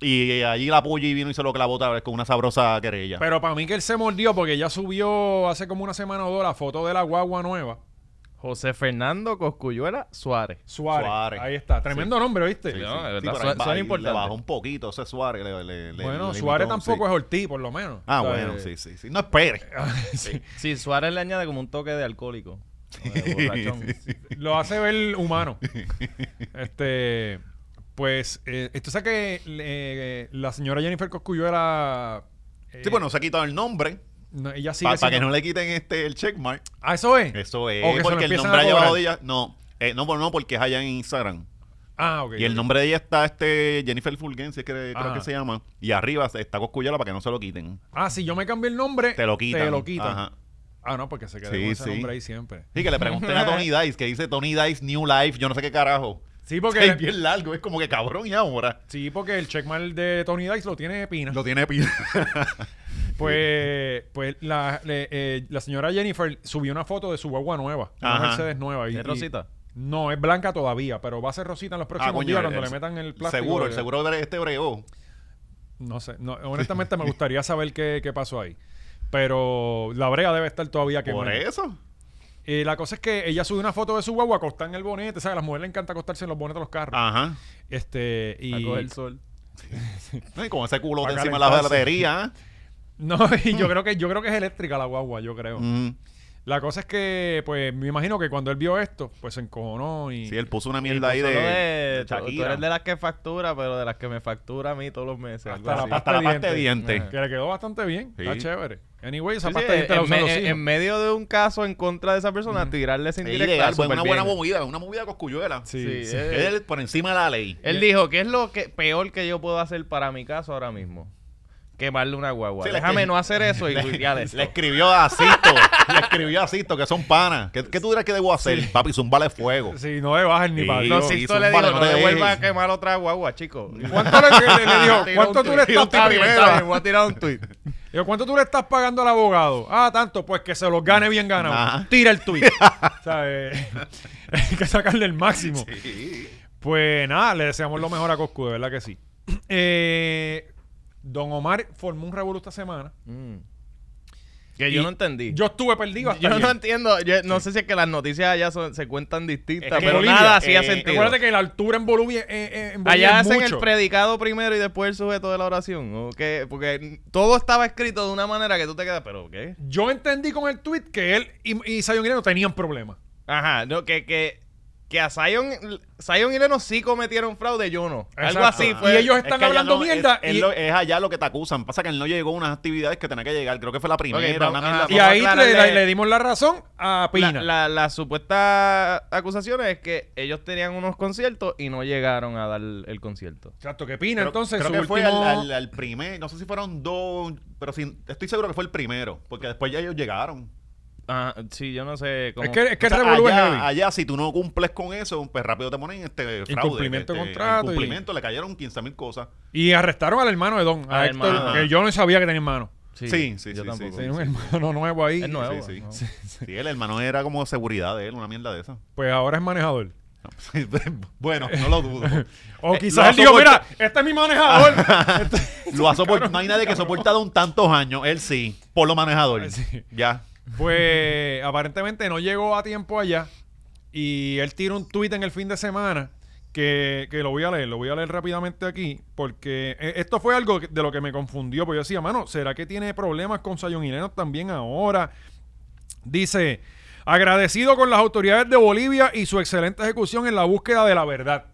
[SPEAKER 3] y allí la puya y vino y se lo clavó otra vez con una sabrosa querella.
[SPEAKER 1] pero para mí que él se mordió porque ya subió hace como una semana o dos la foto de la guagua nueva.
[SPEAKER 2] José Fernando Cosculluela Suárez.
[SPEAKER 1] Suárez.
[SPEAKER 3] Suárez.
[SPEAKER 1] Ahí está. Tremendo nombre, ¿viste?
[SPEAKER 3] Sí,
[SPEAKER 2] no,
[SPEAKER 3] sí. Sí,
[SPEAKER 2] de verdad,
[SPEAKER 3] pero ahí
[SPEAKER 2] suena-
[SPEAKER 3] ba-
[SPEAKER 2] suena
[SPEAKER 3] le
[SPEAKER 2] importante.
[SPEAKER 3] bajó un poquito ese Suárez. le- le- le-
[SPEAKER 1] Bueno,
[SPEAKER 3] le
[SPEAKER 1] Suárez
[SPEAKER 3] limitó,
[SPEAKER 1] tampoco
[SPEAKER 3] sí.
[SPEAKER 1] es Ortiz, por lo menos.
[SPEAKER 3] Ah,
[SPEAKER 1] O sea, eh,
[SPEAKER 3] bueno, sí, sí, sí. No esperes.
[SPEAKER 1] sí.
[SPEAKER 2] Sí, Suárez le añade como un toque de alcohólico. O de borrachón.
[SPEAKER 1] Lo hace ver humano. Este, pues, eh, esto sabe que eh, la señora Jennifer Cosculluela. eh,
[SPEAKER 3] Sí, pues no se ha quitado el nombre
[SPEAKER 1] no, ella sigue
[SPEAKER 3] para que
[SPEAKER 1] siendo-
[SPEAKER 3] no le quiten este el checkmark.
[SPEAKER 1] Ah, eso es.
[SPEAKER 3] Eso es,
[SPEAKER 1] O que se lo
[SPEAKER 3] porque el
[SPEAKER 1] empiezan
[SPEAKER 3] nombre
[SPEAKER 1] a
[SPEAKER 3] ha llevado
[SPEAKER 1] cobrar.
[SPEAKER 3] de ella. No, eh, no, pues no, porque es allá en Instagram.
[SPEAKER 1] Ah, ok. Ah.
[SPEAKER 3] Y el nombre de ella está este Jennifer Fulgencio, es que creo
[SPEAKER 1] Ajá.
[SPEAKER 3] que se llama. Y arriba está Coscuyola para que no se lo quiten.
[SPEAKER 1] Ah, si yo me cambié el nombre.
[SPEAKER 3] Te lo quitan.
[SPEAKER 1] Te lo quitan.
[SPEAKER 3] Ajá.
[SPEAKER 1] Ah, no, porque se quedó
[SPEAKER 3] Sí,
[SPEAKER 1] con ese
[SPEAKER 3] sí.
[SPEAKER 1] nombre ahí siempre.
[SPEAKER 3] Sí, que le pregunten a Tony Dice, que dice Tony Dice New Life, yo no sé qué carajo.
[SPEAKER 1] Sí,
[SPEAKER 3] Es
[SPEAKER 1] porque,
[SPEAKER 3] bien largo, es como que cabrón y ahora.
[SPEAKER 1] sí, porque el checkmark de Tony Dice lo tiene Pina.
[SPEAKER 3] Lo tiene pila.
[SPEAKER 1] Pues, pues la, le- eh, la señora Jennifer subió una foto de su guagua nueva, una
[SPEAKER 3] Ajá.
[SPEAKER 1] Mercedes nueva. Y,
[SPEAKER 2] ¿Es rosita?
[SPEAKER 1] y- no, es blanca todavía, pero va a ser rosita en los próximos días cuando le metan el plástico.
[SPEAKER 3] Ah, Seguro, el
[SPEAKER 1] de-
[SPEAKER 3] seguro de este bregó.
[SPEAKER 1] No sé, no, honestamente me gustaría saber qué, qué pasó ahí. Pero la brea debe estar todavía que
[SPEAKER 3] Por eso.
[SPEAKER 1] Eh, la cosa es que ella subió una foto de su guagua acostada en el bonete, ¿sabes? A las mujeres les encanta acostarse en los bonetes de los carros.
[SPEAKER 3] Ajá.
[SPEAKER 1] Este,
[SPEAKER 2] A
[SPEAKER 1] y...
[SPEAKER 2] coger el sol.
[SPEAKER 3] Y con ese culo
[SPEAKER 1] Para
[SPEAKER 3] encima de la ¿eh?
[SPEAKER 1] calentarse.
[SPEAKER 3] batería. Mm.
[SPEAKER 1] No, y yo creo que yo creo que es eléctrica la guagua, yo creo. La cosa es que, pues, me imagino que cuando él vio esto, pues se encojonó y...
[SPEAKER 3] Sí, él puso una
[SPEAKER 2] Y
[SPEAKER 3] mierda ahí
[SPEAKER 2] puso
[SPEAKER 3] de,
[SPEAKER 2] lo
[SPEAKER 3] de
[SPEAKER 2] tú- Tú
[SPEAKER 3] Shakira.
[SPEAKER 2] eres de las que factura, pero de las que me factura a mí todos los meses. algo
[SPEAKER 1] Hasta la
[SPEAKER 2] así.
[SPEAKER 1] pasta
[SPEAKER 3] Hasta la pasta de
[SPEAKER 1] de
[SPEAKER 3] diente.
[SPEAKER 2] dientes.
[SPEAKER 1] Que le quedó bastante bien. Está
[SPEAKER 3] Sí.
[SPEAKER 1] chévere. Anyway, esa
[SPEAKER 2] Sí, sí,
[SPEAKER 1] pasta de diente la
[SPEAKER 2] en,
[SPEAKER 1] usan los
[SPEAKER 2] me- en
[SPEAKER 1] hijos.
[SPEAKER 2] medio de un caso en contra de esa persona, tirarle sin
[SPEAKER 3] Es
[SPEAKER 2] directa.
[SPEAKER 3] ilegal, pues, una buena movida, una movida coscuyuela.
[SPEAKER 1] Sí,
[SPEAKER 2] sí,
[SPEAKER 1] sí.
[SPEAKER 2] eh.
[SPEAKER 3] Él por encima de la ley.
[SPEAKER 2] Él dijo, ¿qué es lo que peor que yo puedo hacer para mi caso ahora mismo? Quemarle una guagua.
[SPEAKER 3] Sí, la
[SPEAKER 2] Déjame
[SPEAKER 3] que-
[SPEAKER 2] no hacer eso y tuitear esto.
[SPEAKER 3] Le escribió a Sisto, le escribió a Sisto que son panas. ¿Qué, qué tú crees que debo hacer? Papi, zumbale fuego.
[SPEAKER 1] Sí, no le bajan ni
[SPEAKER 3] Sí.
[SPEAKER 1] para
[SPEAKER 2] No,
[SPEAKER 1] Dios.
[SPEAKER 3] sí.
[SPEAKER 2] Sixto
[SPEAKER 3] hizo un
[SPEAKER 2] le dijo,
[SPEAKER 3] vale,
[SPEAKER 2] no
[SPEAKER 3] no
[SPEAKER 2] le
[SPEAKER 3] te
[SPEAKER 2] vuelvas a
[SPEAKER 3] dejes".
[SPEAKER 2] quemar otra guagua, chico.
[SPEAKER 1] ¿Cuánto le, le- le dijo?
[SPEAKER 2] Tira un
[SPEAKER 1] ¿Cuánto tú
[SPEAKER 2] tuit.
[SPEAKER 1] le estás
[SPEAKER 2] Tira un tuit primero,
[SPEAKER 1] pagando?
[SPEAKER 2] Voy a tirar un tuit.
[SPEAKER 1] Digo, ¿cuánto tú le estás pagando al abogado? Ah, tanto, pues que se los gane bien ganado.
[SPEAKER 3] Ajá.
[SPEAKER 1] Tira el tuit. ¿Sabes? Hay que sacarle el máximo. Pues nada, le deseamos lo mejor a Coscu, de verdad que sí. Eh, don Omar formó un revuelo esta semana.
[SPEAKER 2] Mm. Que yo
[SPEAKER 1] Y
[SPEAKER 2] no entendí.
[SPEAKER 1] Yo estuve perdido hasta
[SPEAKER 2] Yo no
[SPEAKER 1] ayer.
[SPEAKER 2] entiendo, yo no sé si es que las noticias allá son- se cuentan distintas,
[SPEAKER 3] Es que
[SPEAKER 2] pero
[SPEAKER 3] Bolivia,
[SPEAKER 2] nada hacía
[SPEAKER 3] eh,
[SPEAKER 2] sentido.
[SPEAKER 1] Recuerda que la altura en Bolivia, eh, eh, en Bolivia
[SPEAKER 2] Allá
[SPEAKER 1] es
[SPEAKER 2] hacen
[SPEAKER 1] mucho.
[SPEAKER 2] el predicado primero y después el sujeto de la oración. ¿o qué? Porque todo estaba escrito de una manera que tú te quedas, ¿pero qué?
[SPEAKER 1] Yo entendí con el tweet que él y, y Zion Guerrero tenían problemas.
[SPEAKER 2] Ajá, no, que, que, que a Zion, Zion y Leno sí cometieron fraude, yo no. Algo
[SPEAKER 1] Exacto.
[SPEAKER 2] así. Fue,
[SPEAKER 1] Y ellos están
[SPEAKER 3] Ah. allá
[SPEAKER 1] hablando
[SPEAKER 3] no,
[SPEAKER 1] mierda
[SPEAKER 3] Es, es
[SPEAKER 1] y-
[SPEAKER 3] lo- es allá lo que te acusan. Pasa que él no llegó a unas actividades que tenía que llegar. Creo que fue la primera.
[SPEAKER 2] Ok, vamos-
[SPEAKER 3] una mierda
[SPEAKER 2] ajá,
[SPEAKER 1] Y
[SPEAKER 2] a
[SPEAKER 1] ahí le,
[SPEAKER 2] aclararle-
[SPEAKER 1] le- le dimos la razón a Pina.
[SPEAKER 2] la, la, la supuesta acusación es que ellos tenían unos conciertos y no llegaron a dar el concierto.
[SPEAKER 1] Exacto, que Pina
[SPEAKER 3] Creo-
[SPEAKER 1] entonces
[SPEAKER 3] creo
[SPEAKER 1] su
[SPEAKER 3] que fue al,
[SPEAKER 1] último-
[SPEAKER 3] al- al primer, no sé si fueron dos, pero sí, estoy seguro que fue el primero, porque después ya ellos llegaron.
[SPEAKER 2] Ah, sí, yo no sé cómo.
[SPEAKER 1] Es que, es que
[SPEAKER 3] O sea,
[SPEAKER 1] el revolú es heavy.
[SPEAKER 3] allá, allá, si tú no cumples con eso, pues rápido te ponen este fraude.
[SPEAKER 1] Incumplimiento de
[SPEAKER 3] este,
[SPEAKER 1] contrato y-
[SPEAKER 3] Incumplimiento, le cayeron 15 mil cosas.
[SPEAKER 1] Y arrestaron al hermano de Don, a
[SPEAKER 2] Al
[SPEAKER 1] Héctor,
[SPEAKER 2] hermano.
[SPEAKER 1] que yo no sabía que tenía hermano.
[SPEAKER 2] Sí,
[SPEAKER 3] Sí, sí,
[SPEAKER 2] yo
[SPEAKER 3] sí,
[SPEAKER 2] tampoco.
[SPEAKER 3] sí,
[SPEAKER 1] Tenía un hermano nuevo ahí.
[SPEAKER 2] Es nuevo.
[SPEAKER 3] sí, sí.
[SPEAKER 2] ¿no?
[SPEAKER 3] Sí, el hermano era como seguridad de él, una mierda de esa.
[SPEAKER 1] Pues ahora es manejador.
[SPEAKER 3] bueno, no lo dudo.
[SPEAKER 1] O
[SPEAKER 3] Eh,
[SPEAKER 1] quizás
[SPEAKER 3] lo
[SPEAKER 1] él dijo, mira,
[SPEAKER 3] soporta-
[SPEAKER 1] este es mi manejador.
[SPEAKER 3] Ah. Lo ha soport- no hay nadie que soporta Don tantos años, él sí, por lo manejador.
[SPEAKER 1] Sí.
[SPEAKER 3] Ya.
[SPEAKER 1] Pues aparentemente no llegó a tiempo allá y él tira un tuit en el fin de semana que, que lo voy a leer, lo voy a leer rápidamente aquí porque eh, esto fue algo que- de lo que me confundió, porque yo decía, mano, ¿será que tiene problemas con Sayon Hileno también ahora? Dice, agradecido con las autoridades de Bolivia y su excelente ejecución en la búsqueda de la verdad.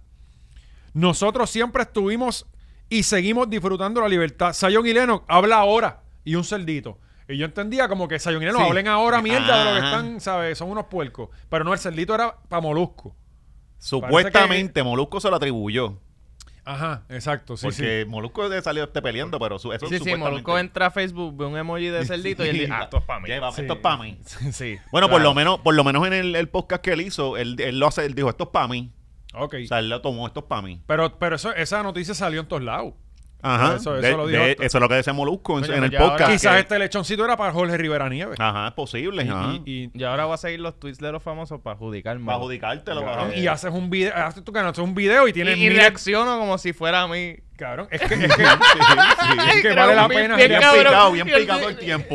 [SPEAKER 1] Nosotros siempre estuvimos y seguimos disfrutando la libertad. Sayon y Lennox habla ahora y un cerdito. Y yo entendía como que Sayon y Lennox
[SPEAKER 3] Sí.
[SPEAKER 1] hablen ahora mierda de lo que
[SPEAKER 3] Ajá.
[SPEAKER 1] están, ¿sabes? Son unos puercos. Pero no, el cerdito era para molusco.
[SPEAKER 3] Supuestamente Molusco se lo atribuyó.
[SPEAKER 1] Ajá, exacto, sí,
[SPEAKER 3] porque Molusco le salió este peleando, pero su, eso
[SPEAKER 2] Sí, sí,
[SPEAKER 3] supuestamente-
[SPEAKER 2] Molusco entra a Facebook, ve un emoji de cerdito y él dice, ah, esto es para mí.
[SPEAKER 3] Ya, va, Esto es pa' mí.
[SPEAKER 2] Sí.
[SPEAKER 3] Bueno, por
[SPEAKER 2] claro.
[SPEAKER 3] lo menos, por lo menos en el, el podcast que él hizo, él, él lo hace, él dijo, esto es para mí.
[SPEAKER 1] sí. Ok.
[SPEAKER 3] O sea, él lo tomó, esto es para mí.
[SPEAKER 1] Pero, pero eso, esa noticia salió en todos lados.
[SPEAKER 3] Ajá.
[SPEAKER 1] Eso-
[SPEAKER 3] Eso,
[SPEAKER 1] eso lo dijo esto.
[SPEAKER 3] eso es lo que decía Molusco en,
[SPEAKER 2] Coño,
[SPEAKER 3] en el
[SPEAKER 2] pues ya ahora-
[SPEAKER 3] podcast.
[SPEAKER 1] Quizás
[SPEAKER 3] que-
[SPEAKER 1] este lechoncito era para Jorge Rivera Nieves.
[SPEAKER 3] Ajá, es posible. Ah, ajá.
[SPEAKER 1] Y, y-
[SPEAKER 2] Y ahora voy a seguir los tweets de los famosos para adjudicarme.
[SPEAKER 3] para adjudicártelo.
[SPEAKER 1] y-
[SPEAKER 3] cabrón.
[SPEAKER 1] y haces un video, haces tu canal, haces un video y
[SPEAKER 2] Y,
[SPEAKER 1] tienes
[SPEAKER 2] y
[SPEAKER 1] mil-
[SPEAKER 2] reacciono como si fuera a mí.
[SPEAKER 1] Cabrón, es que, es que
[SPEAKER 3] Sí, sí.
[SPEAKER 1] que
[SPEAKER 2] Era
[SPEAKER 1] vale
[SPEAKER 2] un
[SPEAKER 1] la
[SPEAKER 2] bien-
[SPEAKER 1] pena,
[SPEAKER 2] bien
[SPEAKER 1] le ha
[SPEAKER 3] Bien
[SPEAKER 2] cabrón.
[SPEAKER 3] picado, bien
[SPEAKER 2] Y él-
[SPEAKER 3] picado el tiempo.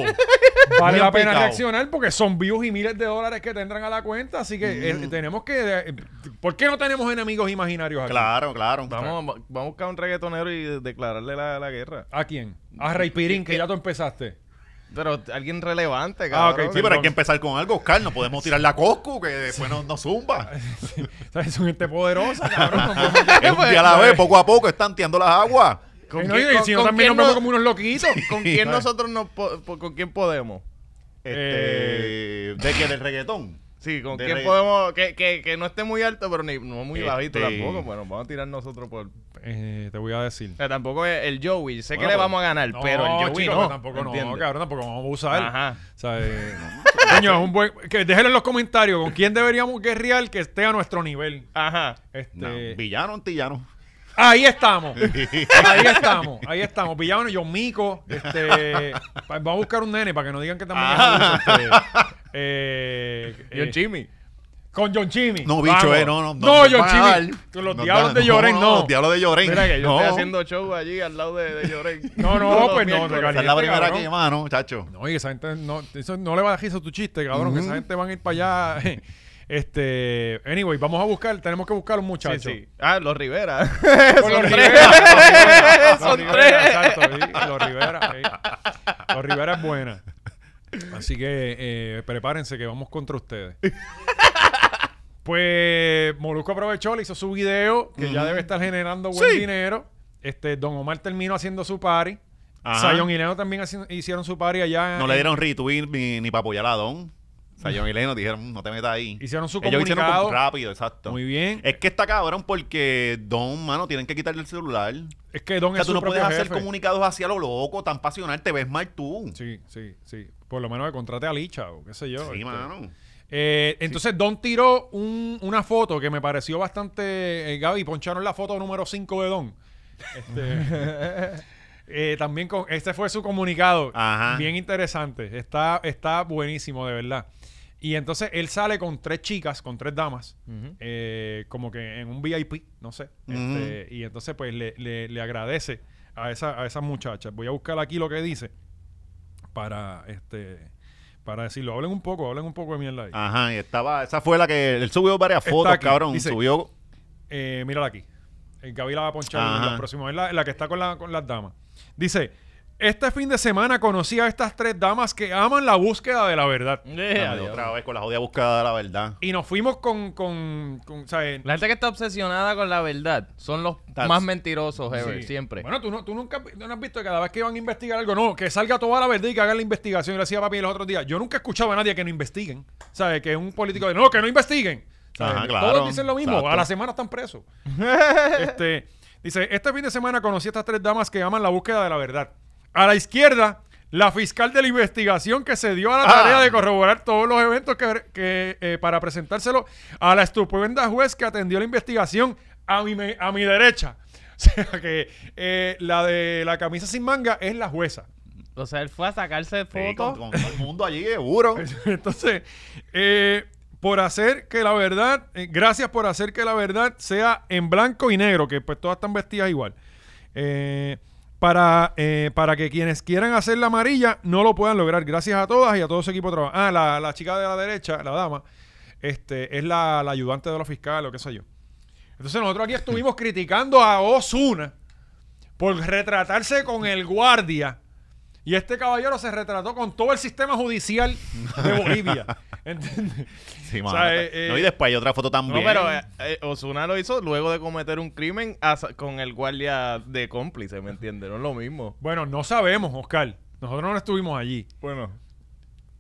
[SPEAKER 1] vale
[SPEAKER 3] Bien
[SPEAKER 1] la pena
[SPEAKER 3] picado.
[SPEAKER 1] reaccionar porque son views y miles de dólares que tendrán a la cuenta, así que eh,
[SPEAKER 2] Mm.
[SPEAKER 1] tenemos que... eh, ¿Por qué no tenemos enemigos imaginarios aquí?
[SPEAKER 3] Claro, claro.
[SPEAKER 2] Vamos, va- vamos a buscar un reggaetonero y de- declararle la, la guerra.
[SPEAKER 1] ¿A quién? A Rey Pirín, que ya tú empezaste.
[SPEAKER 2] Pero alguien relevante,
[SPEAKER 1] Ah,
[SPEAKER 2] cabrón.
[SPEAKER 1] ok,
[SPEAKER 3] Sí, pero hay que empezar con algo, Oscar. No podemos tirar la Coscu, que después nos, nos zumba.
[SPEAKER 1] ¿Sabes? Son gente poderosa, cabrón. no podemos-
[SPEAKER 3] Es un día a la vez, poco a poco, están tirando las aguas.
[SPEAKER 1] Y
[SPEAKER 2] ¿Con,
[SPEAKER 1] no,
[SPEAKER 2] quién-
[SPEAKER 1] y
[SPEAKER 2] con-
[SPEAKER 1] si no,
[SPEAKER 2] con
[SPEAKER 1] también
[SPEAKER 2] quién
[SPEAKER 1] nos vemos
[SPEAKER 2] no-
[SPEAKER 1] como unos loquitos.
[SPEAKER 2] ¿Con quién nosotros nos... po- po- ¿Con quién podemos?
[SPEAKER 3] Este,
[SPEAKER 1] Eh,
[SPEAKER 3] ¿De qué? ¿Del reggaetón?
[SPEAKER 2] Sí, ¿con
[SPEAKER 3] De
[SPEAKER 2] quién
[SPEAKER 3] regga-
[SPEAKER 2] podemos...? Que, que, que no esté muy alto, pero ni, no muy bajito
[SPEAKER 3] Este-
[SPEAKER 2] tampoco. Bueno, vamos a tirar nosotros por...
[SPEAKER 1] Eh, te voy a decir.
[SPEAKER 2] O sea, tampoco es el Joey. Sé
[SPEAKER 3] Bueno,
[SPEAKER 2] que le
[SPEAKER 3] pues-
[SPEAKER 2] vamos a ganar, pero el Joey
[SPEAKER 1] chicos,
[SPEAKER 2] no.
[SPEAKER 1] Tampoco no,
[SPEAKER 2] ¿entiendes?
[SPEAKER 1] cabrón, tampoco vamos a abusar.
[SPEAKER 2] Ajá.
[SPEAKER 1] O sea, eh, coño, es un buen... Que déjenlo en los comentarios con quién deberíamos guerrear que esté a nuestro nivel.
[SPEAKER 2] Ajá.
[SPEAKER 1] Este...
[SPEAKER 3] No, villano, antillano.
[SPEAKER 1] Ahí estamos. Ahí estamos. Ahí estamos. Pillaban yo mico. Este, va va a buscar un nene para que no digan que también es
[SPEAKER 3] Ah.
[SPEAKER 1] abuso, este, eh,
[SPEAKER 2] Y un
[SPEAKER 1] eh,
[SPEAKER 2] Jimmy.
[SPEAKER 1] Con John Chimmy.
[SPEAKER 3] No, bicho,
[SPEAKER 1] Vamos.
[SPEAKER 3] eh, no, no.
[SPEAKER 1] No,
[SPEAKER 3] nos
[SPEAKER 1] John
[SPEAKER 3] van a dar.
[SPEAKER 1] Chimmy. Tú, Los
[SPEAKER 3] Nos
[SPEAKER 1] diablos
[SPEAKER 3] van-
[SPEAKER 1] de Lloren, no.
[SPEAKER 3] Los diablos de Lloren.
[SPEAKER 2] Mira que yo
[SPEAKER 3] no.
[SPEAKER 2] estoy haciendo show allí al lado de, de Lloren.
[SPEAKER 1] No, no,
[SPEAKER 2] Todos los
[SPEAKER 1] pues no,
[SPEAKER 2] miércoles.
[SPEAKER 1] regalo.
[SPEAKER 3] Esa es la primera
[SPEAKER 1] cabrón.
[SPEAKER 3] que mano, chacho.
[SPEAKER 1] No, y esa gente no, eso no le va a dejar eso tu chiste, cabrón. que Esa gente van a ir para allá. Este, anyway, vamos a buscar, tenemos que buscar un
[SPEAKER 2] Sí,
[SPEAKER 1] muchacho.
[SPEAKER 2] sí. Ah, los Rivera.
[SPEAKER 1] Con
[SPEAKER 2] Son
[SPEAKER 1] los
[SPEAKER 2] tres.
[SPEAKER 1] Rivera,
[SPEAKER 2] Son
[SPEAKER 1] Los Rivera,
[SPEAKER 2] tres.
[SPEAKER 1] exacto, sí, los Rivera, sí. Los Rivera es buena. Así que eh, prepárense que vamos contra ustedes. Pues Molusco aprovechó, le hizo su video, que ya debe estar generando buen
[SPEAKER 3] Sí.
[SPEAKER 1] dinero. Este, Don Omar terminó haciendo su party.
[SPEAKER 3] Ajá.
[SPEAKER 1] Sayon y Leno también haci- hicieron su party allá.
[SPEAKER 3] No
[SPEAKER 1] en-
[SPEAKER 3] le dieron retweet ni, ni para apoyar a Don. O sea, John y Leno dijeron, "Mm, no te metas ahí.
[SPEAKER 1] Hicieron su
[SPEAKER 3] Ellos hicieron
[SPEAKER 1] comunicado.
[SPEAKER 3] como rápido, exacto.
[SPEAKER 1] Muy bien. Es,
[SPEAKER 3] Es que está cabrón porque Don, mano, tienen que quitarle el celular.
[SPEAKER 1] que Don
[SPEAKER 3] O sea,
[SPEAKER 1] es su
[SPEAKER 3] tú no
[SPEAKER 1] propio
[SPEAKER 3] puedes hacer
[SPEAKER 1] jefe.
[SPEAKER 3] comunicados hacia lo loco, tan pasional, te ves mal tú. Sí,
[SPEAKER 1] Sí, sí, sí. Por lo menos que contrate a Licha o qué sé yo. este.
[SPEAKER 3] mano.
[SPEAKER 1] Eh, entonces Don tiró un- una foto que me pareció bastante... eh, Gaby, poncharon la foto número 5 de Don. Este, eh, también con... Este fue su comunicado.
[SPEAKER 3] Ajá.
[SPEAKER 1] Bien interesante. Está, está buenísimo, de verdad. Y entonces él sale con tres chicas, con tres damas,
[SPEAKER 2] Ujú.
[SPEAKER 1] eh, como que en un VIP, no sé. Este, y entonces pues le, le- le agradece a esa, a esas muchachas. Voy a buscar aquí lo que dice para este para decirlo. Hablen un poco, hablen un poco de mierda ahí.
[SPEAKER 3] Ajá, y estaba, esa fue la que él subió varias
[SPEAKER 1] Este. Está
[SPEAKER 3] fotos,
[SPEAKER 1] aquí,
[SPEAKER 3] cabrón.
[SPEAKER 1] dice-
[SPEAKER 3] subió
[SPEAKER 1] Eh, mírala aquí. El Gaby la va a ponchar
[SPEAKER 3] Ajá.
[SPEAKER 1] la próxima vez, la, la que está con, la- con las damas. Dice, este fin de semana conocí a estas tres damas que aman la búsqueda de la verdad.
[SPEAKER 2] Eh,
[SPEAKER 3] Ah, de
[SPEAKER 2] adiós.
[SPEAKER 3] otra vez con la jodida buscada de la verdad.
[SPEAKER 1] Y nos fuimos con, con, con, ¿sabes?
[SPEAKER 2] La gente que está obsesionada con la verdad son los
[SPEAKER 3] That's-
[SPEAKER 2] más mentirosos ever,
[SPEAKER 1] Sí.
[SPEAKER 2] siempre.
[SPEAKER 1] Bueno, tú, no, tú nunca tú no has visto que cada vez que van a investigar algo, no, que salga toda la verdad y que hagan la investigación. Yo le decía a papi los otros días, yo nunca escuchaba a nadie que no investiguen. ¿Sabes? Que un político de, no, que no investiguen. ¿Sabes?
[SPEAKER 3] Ajá, claro.
[SPEAKER 1] Todos dicen lo mismo,
[SPEAKER 3] Exacto.
[SPEAKER 1] a la semana están presos. este, dice, este fin de semana conocí a estas tres damas que aman la búsqueda de la verdad. A la izquierda, la fiscal de la investigación que se dio a la
[SPEAKER 3] Ah.
[SPEAKER 1] tarea de corroborar todos los eventos que, que, eh, para presentárselo a la estupenda juez que atendió la investigación a mi, me- a mi derecha. O sea que eh, la de la camisa sin manga es la jueza.
[SPEAKER 2] O sea, él fue a sacarse
[SPEAKER 3] Sí, con,
[SPEAKER 2] fotos.
[SPEAKER 3] con todo el mundo allí, seguro.
[SPEAKER 1] Entonces, eh, por hacer que la verdad, eh, gracias por hacer que la verdad sea en blanco y negro, que pues todas están vestidas igual. Eh, para, eh, para que quienes quieran hacer la amarilla no lo puedan lograr. Gracias a todas y a todo su equipo de trabajo. Ah, la, la chica de la derecha, la dama, este, es la, la ayudante de los fiscales o qué sé yo. Entonces nosotros aquí estuvimos criticando a Osuna por retratarse con el guardia. Y este caballero se retrató con todo el sistema judicial de Bolivia. ¿Entiendes?
[SPEAKER 3] Sí,
[SPEAKER 1] O sea,
[SPEAKER 3] mano.
[SPEAKER 1] eh, eh,
[SPEAKER 3] no, y después hay otra foto
[SPEAKER 2] No,
[SPEAKER 3] también.
[SPEAKER 2] pero eh, Osuna lo hizo luego de cometer un crimen as- con el guardia de cómplice, ¿me entiendes? No es lo mismo.
[SPEAKER 1] Bueno, no sabemos, Oscar. Nosotros no estuvimos allí.
[SPEAKER 2] Bueno,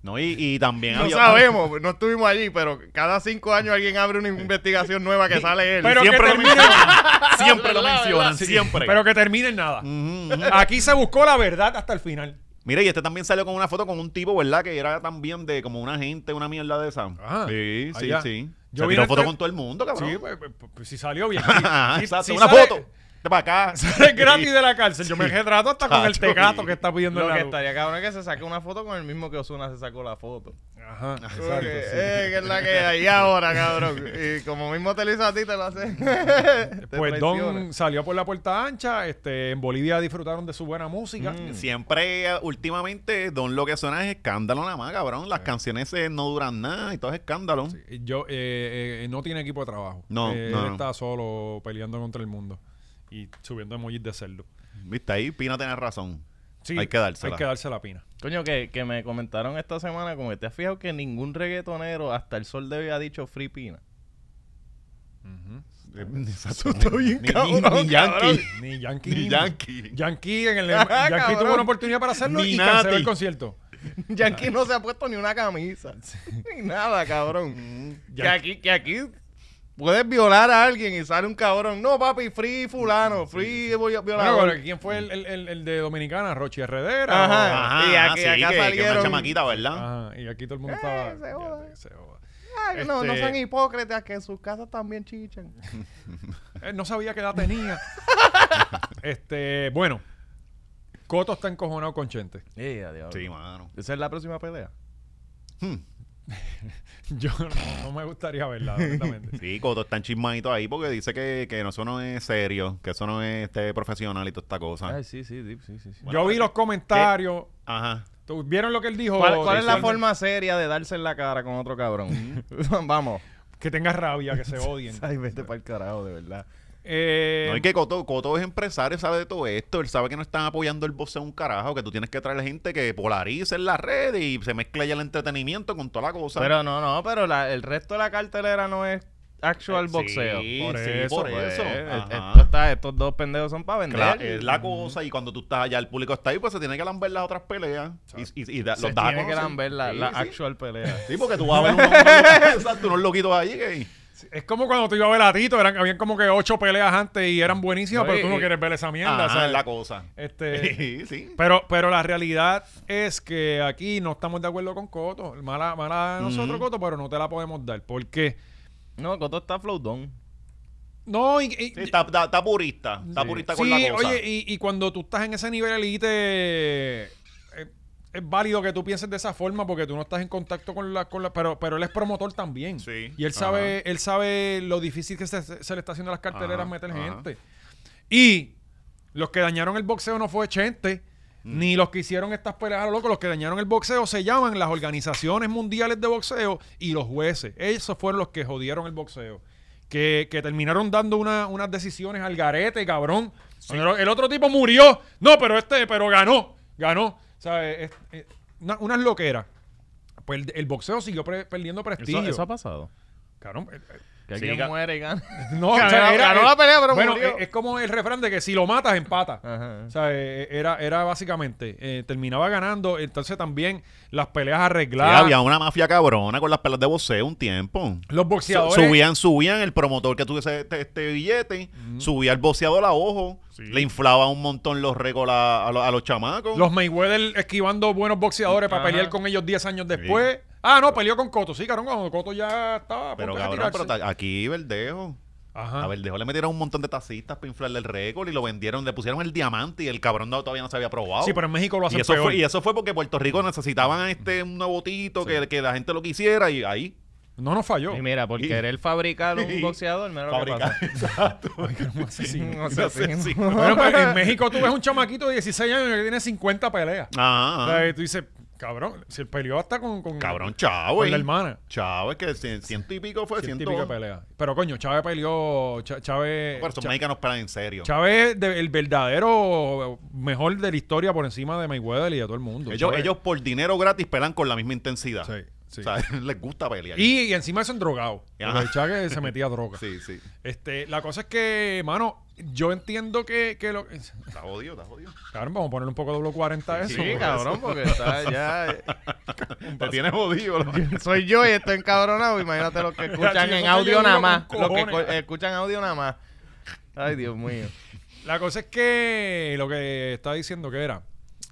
[SPEAKER 3] No, y, y también
[SPEAKER 2] no
[SPEAKER 3] había-
[SPEAKER 2] sabemos, no estuvimos allí, pero cada cinco años alguien abre una investigación nueva que sale él.
[SPEAKER 1] Pero que,
[SPEAKER 3] Siempre lo
[SPEAKER 1] termine,
[SPEAKER 3] mencionan. Siempre lo
[SPEAKER 2] La verdad.
[SPEAKER 3] mencionan, siempre.
[SPEAKER 1] pero que termine en nada.
[SPEAKER 3] Ujú, ujú.
[SPEAKER 1] Aquí se buscó la verdad hasta el final.
[SPEAKER 3] Mira, y este también salió con una foto con un tipo, ¿verdad? Que era también de como una gente, una mierda de esa.
[SPEAKER 1] Ah,
[SPEAKER 3] sí, sí,
[SPEAKER 1] allá.
[SPEAKER 3] sí.
[SPEAKER 1] Yo
[SPEAKER 3] Yo
[SPEAKER 1] vi
[SPEAKER 3] vi una
[SPEAKER 1] la
[SPEAKER 3] foto
[SPEAKER 1] entre-
[SPEAKER 3] con todo el mundo, cabrón.
[SPEAKER 1] Sí, pues, pues, pues, si salió bien.
[SPEAKER 3] Ajá,
[SPEAKER 1] Si-
[SPEAKER 3] exacto,
[SPEAKER 1] si
[SPEAKER 3] una
[SPEAKER 1] sale-
[SPEAKER 3] foto. De para acá.
[SPEAKER 1] sale gratis de la cárcel. Yo me retrato hasta con el
[SPEAKER 3] Chacho,
[SPEAKER 1] tecato
[SPEAKER 3] sí.
[SPEAKER 1] que está pidiendo en
[SPEAKER 2] Lo
[SPEAKER 1] la
[SPEAKER 2] que
[SPEAKER 1] luz.
[SPEAKER 2] estaría cabrón es que se saque una foto con el mismo que Osuna se sacó la foto.
[SPEAKER 1] Ajá,
[SPEAKER 2] Como
[SPEAKER 1] exacto.
[SPEAKER 2] que,
[SPEAKER 1] sí.
[SPEAKER 2] eh, que es la que hay ahora, cabrón. Y como mismo te lo hizo a ti, te lo hace. Te
[SPEAKER 1] Pues
[SPEAKER 2] traiciona.
[SPEAKER 1] Don salió por la puerta ancha. Este, en Bolivia disfrutaron de su buena música.
[SPEAKER 3] Mm.
[SPEAKER 2] Mm.
[SPEAKER 3] Siempre, eh, últimamente, Don lo que suena es escándalo nada más, cabrón. Las canciones eh, no duran nada y todo es escándalo.
[SPEAKER 1] Sí, Yo eh, eh, no tiene equipo de trabajo.
[SPEAKER 3] No,
[SPEAKER 1] Eh,
[SPEAKER 3] no,
[SPEAKER 1] él
[SPEAKER 3] no.
[SPEAKER 1] está solo peleando contra el mundo y subiendo emojis de cerdo.
[SPEAKER 3] Viste, ahí Pina tenía razón.
[SPEAKER 1] Sí,
[SPEAKER 3] Hay que dársela.
[SPEAKER 1] Hay que darse la pina.
[SPEAKER 2] Coño, que, que me comentaron esta semana, como que te has fijado que ningún reggaetonero hasta el sol de hoy ha dicho free pina.
[SPEAKER 3] Está Eh, bien,
[SPEAKER 2] Ni- ni- ni Yankee.
[SPEAKER 1] Ni Yankee.
[SPEAKER 3] Ni Yankee.
[SPEAKER 1] Yankee, en el,
[SPEAKER 2] Ajá,
[SPEAKER 1] Yankee
[SPEAKER 2] cabrón.
[SPEAKER 1] tuvo una oportunidad para hacerlo
[SPEAKER 3] Ni
[SPEAKER 1] y canceló
[SPEAKER 3] Nati.
[SPEAKER 1] el concierto.
[SPEAKER 2] Yankee no se ha puesto ni una camisa. Ni nada, cabrón. Que
[SPEAKER 1] Yankee.
[SPEAKER 2] aquí, que aquí puedes violar a alguien y sale un cabrón. No, papi, free fulano, free voy a
[SPEAKER 1] Bueno,
[SPEAKER 2] violador.
[SPEAKER 1] pero ¿quién fue el, el- el- el de Dominicana? Rochi Herredera.
[SPEAKER 2] Ajá.
[SPEAKER 3] Ajá,
[SPEAKER 2] Y
[SPEAKER 3] y
[SPEAKER 2] aquí-
[SPEAKER 3] aquí,
[SPEAKER 2] acá
[SPEAKER 3] que, que
[SPEAKER 2] salieron-
[SPEAKER 3] una chamaquita,
[SPEAKER 1] o-
[SPEAKER 3] ¿verdad?
[SPEAKER 1] ajá, Y aquí todo el mundo
[SPEAKER 2] Eh,
[SPEAKER 1] estaba.
[SPEAKER 2] se joda.
[SPEAKER 1] fíjate, se joda.
[SPEAKER 2] Ay, no, no
[SPEAKER 1] Este-
[SPEAKER 2] sean hipócritas, que en sus casas también chichan.
[SPEAKER 1] Él Eh, no sabía qué edad tenía. este, bueno. Coto está encojonado con Chente.
[SPEAKER 3] Sí, mano.
[SPEAKER 2] Esa es la próxima pelea.
[SPEAKER 1] Yo no, no me gustaría verla, honestamente.
[SPEAKER 3] Sí, Coto está en chismadito ahí porque dice que, que no, eso no es serio, que eso no es este, profesional y toda esta
[SPEAKER 1] Ah.
[SPEAKER 3] cosa.
[SPEAKER 2] sí, sí, sí, sí.
[SPEAKER 1] Yo vi los comentarios.
[SPEAKER 3] Ajá.
[SPEAKER 1] ¿Tú- ¿Vieron lo que él dijo?
[SPEAKER 2] ¿Cuál, cuál
[SPEAKER 1] Sí,
[SPEAKER 2] es la
[SPEAKER 1] sí.
[SPEAKER 2] forma seria de darse en la cara con
[SPEAKER 1] Mm.
[SPEAKER 2] otro cabrón? Vamos.
[SPEAKER 1] Que tenga rabia, que se odien.
[SPEAKER 2] Ay, vete para el carajo, de verdad.
[SPEAKER 1] Eh,
[SPEAKER 3] No, y que Coto, Coto es empresario, sabe de todo esto. Él sabe que no están apoyando el boxeo un carajo, que tú tienes que traer gente que polarice en las redes y se mezcla ya el entretenimiento con toda la cosa.
[SPEAKER 2] Pero no, no, pero la- el resto de la cartelera no es actual
[SPEAKER 3] Sí,
[SPEAKER 2] boxeo.
[SPEAKER 3] Eh, sí,
[SPEAKER 1] Por
[SPEAKER 3] por
[SPEAKER 1] eso,
[SPEAKER 3] eso.
[SPEAKER 2] Pues, eh,
[SPEAKER 3] Ajá.
[SPEAKER 2] esto está- estos dos pendejos son para vender.
[SPEAKER 3] Claro, eh, es la cosa y cuando tú estás allá, el público está ahí, pues se tiene que lamber las otras peleas y, y- y da-
[SPEAKER 2] Se
[SPEAKER 3] los da a
[SPEAKER 2] tiene que
[SPEAKER 3] conocer.
[SPEAKER 2] lamber la,
[SPEAKER 3] Sí,
[SPEAKER 2] la
[SPEAKER 3] sí.
[SPEAKER 2] actual pelea.
[SPEAKER 3] Sí, porque tú vas a ver unos, unos- exacto, unos loquitos ahí que...
[SPEAKER 1] es como cuando tú ibas a ver a Tito, eran, habían como que ocho peleas antes y eran buenísimas,
[SPEAKER 2] No,
[SPEAKER 1] pero
[SPEAKER 2] y-
[SPEAKER 1] tú no
[SPEAKER 2] y-
[SPEAKER 1] quieres ver esa mierda,
[SPEAKER 3] Ajá,
[SPEAKER 1] ¿sabes?
[SPEAKER 3] es la cosa.
[SPEAKER 1] Este,
[SPEAKER 3] Sí, sí.
[SPEAKER 1] Pero, pero la realidad es que aquí no estamos de acuerdo con Coto. Mala, mala de nosotros,
[SPEAKER 3] Ujú.
[SPEAKER 1] Coto, pero no te la podemos dar. Porque.
[SPEAKER 2] No, Coto está flowdón.
[SPEAKER 1] No, y, y-
[SPEAKER 3] Sí, está, está- está purista, está
[SPEAKER 2] Sí.
[SPEAKER 3] purista con
[SPEAKER 1] sí,
[SPEAKER 3] la cosa.
[SPEAKER 1] oye, y, y cuando tú estás en ese nivel elite, eh, es válido que tú pienses de esa forma porque tú no estás en contacto con la. Con la pero, pero él es promotor también.
[SPEAKER 3] Sí.
[SPEAKER 1] Y él
[SPEAKER 3] Ajá.
[SPEAKER 1] sabe, él sabe lo difícil que se, se le está haciendo a las carteleras
[SPEAKER 3] Ajá,
[SPEAKER 1] meter
[SPEAKER 3] ajá.
[SPEAKER 1] gente. Y los que dañaron el boxeo no fue Chente.
[SPEAKER 2] Mm.
[SPEAKER 1] Ni los que hicieron estas peleas a lo loco, los que dañaron el boxeo se llaman las organizaciones mundiales de boxeo y los jueces. Esos fueron los que jodieron el boxeo. Que, que terminaron dando una- unas decisiones al garete, cabrón. Pero El otro tipo murió. No, pero este, pero ganó. Ganó. ¿Sabes? Es- es- una- unas loqueras. Pues el, el boxeo siguió pre- perdiendo prestigio.
[SPEAKER 2] Eso, eso ha pasado.
[SPEAKER 1] Cabrón, eh, eh,
[SPEAKER 3] Sí,
[SPEAKER 2] Que alguien
[SPEAKER 3] ga-
[SPEAKER 2] muere y gana.
[SPEAKER 1] no,
[SPEAKER 2] Ganó-
[SPEAKER 1] o sea, era- eh,
[SPEAKER 2] ganó la pelea, pero
[SPEAKER 1] bueno,
[SPEAKER 2] murió. Ah,
[SPEAKER 1] Es, es como el refrán de que si lo matas, empata.
[SPEAKER 2] Ajá.
[SPEAKER 1] O sea, eh, era, era básicamente, eh, terminaba ganando, entonces también las peleas
[SPEAKER 3] Sí,
[SPEAKER 1] arregladas.
[SPEAKER 3] había una mafia cabrona con las pelas de boxeo un tiempo.
[SPEAKER 1] los
[SPEAKER 3] Su-
[SPEAKER 1] boxeadores.
[SPEAKER 3] subían, subían el promotor que tuviese este, este billete, subía el boxeador a ojo, le inflaba un montón los récords a, a los- a los chamacos.
[SPEAKER 1] Los Mayweather esquivando buenos boxeadores para
[SPEAKER 2] Ajá.
[SPEAKER 1] pelear con ellos 10 años después. Ah, no, peleó con Coto. Sí, cabrón, cuando Coto ya estaba. a
[SPEAKER 3] pero
[SPEAKER 1] punto de
[SPEAKER 3] cabrón, pero
[SPEAKER 1] retirarse.
[SPEAKER 3] ta- aquí Verdejo.
[SPEAKER 1] Ajá.
[SPEAKER 3] A Verdejo le metieron un montón de tacitas para inflarle el récord y lo vendieron, le pusieron el diamante y el cabrón no- todavía no se había probado.
[SPEAKER 1] Sí, pero en México lo hacen
[SPEAKER 3] y eso,
[SPEAKER 1] peor.
[SPEAKER 3] fue, y eso fue porque Puerto Rico necesitaban este un nuevo tito que, que la gente lo quisiera y ahí
[SPEAKER 1] No nos falló.
[SPEAKER 2] Y mira, por
[SPEAKER 3] Y-
[SPEAKER 2] querer fabricar un boxeador, mira lo que
[SPEAKER 3] fabricar.
[SPEAKER 2] pasa.
[SPEAKER 3] Exacto.
[SPEAKER 1] Un asesino.
[SPEAKER 2] Un asesino.
[SPEAKER 3] Sí.
[SPEAKER 1] Bueno, pero en México tú ves un chamaquito de 16 años que tiene 50 peleas. O
[SPEAKER 3] Ajá,
[SPEAKER 1] sea,
[SPEAKER 3] ajá.
[SPEAKER 1] y tú dices, cabrón, se peleó hasta con, con,
[SPEAKER 3] Cabrón,
[SPEAKER 1] con
[SPEAKER 3] Chávez.
[SPEAKER 1] la hermana.
[SPEAKER 3] Chávez, que cien- ciento y pico fue, ciento.
[SPEAKER 1] Típica pelea. Pero coño, Chávez peleó. Ch- Chávez.
[SPEAKER 3] Por eso
[SPEAKER 1] Chá-
[SPEAKER 3] mexicanos pelan en serio.
[SPEAKER 1] Chávez, de- el verdadero mejor de la historia por encima de Mayweather y de todo el mundo.
[SPEAKER 3] Ellos,
[SPEAKER 1] Chávez-
[SPEAKER 3] ellos por dinero gratis pelan con la misma intensidad.
[SPEAKER 1] eh, Sí, sí.
[SPEAKER 3] O sea, les gusta pelear.
[SPEAKER 1] Y, y encima son drogados.
[SPEAKER 3] Ajá.
[SPEAKER 1] Porque Chávez se metía droga.
[SPEAKER 3] Sí, sí.
[SPEAKER 1] Este, la cosa es que, mano, yo entiendo que, que lo.
[SPEAKER 3] Está jodido, está jodido.
[SPEAKER 1] Cabrón, vamos a ponerle un poco doble 40 a eso.
[SPEAKER 2] Sí,
[SPEAKER 1] porque-
[SPEAKER 2] cabrón, porque está ya. eh,
[SPEAKER 3] Te tienes jodido. ¿no?
[SPEAKER 2] Soy yo y estoy encabronado. Imagínate los que escuchan
[SPEAKER 1] Yo
[SPEAKER 2] en
[SPEAKER 1] soy
[SPEAKER 2] audio
[SPEAKER 1] yo
[SPEAKER 2] nada
[SPEAKER 1] con
[SPEAKER 2] más. Los que
[SPEAKER 1] cojones.
[SPEAKER 2] co- escuchan audio nada más. Ay, Dios mío.
[SPEAKER 1] La cosa es que lo que está diciendo que era.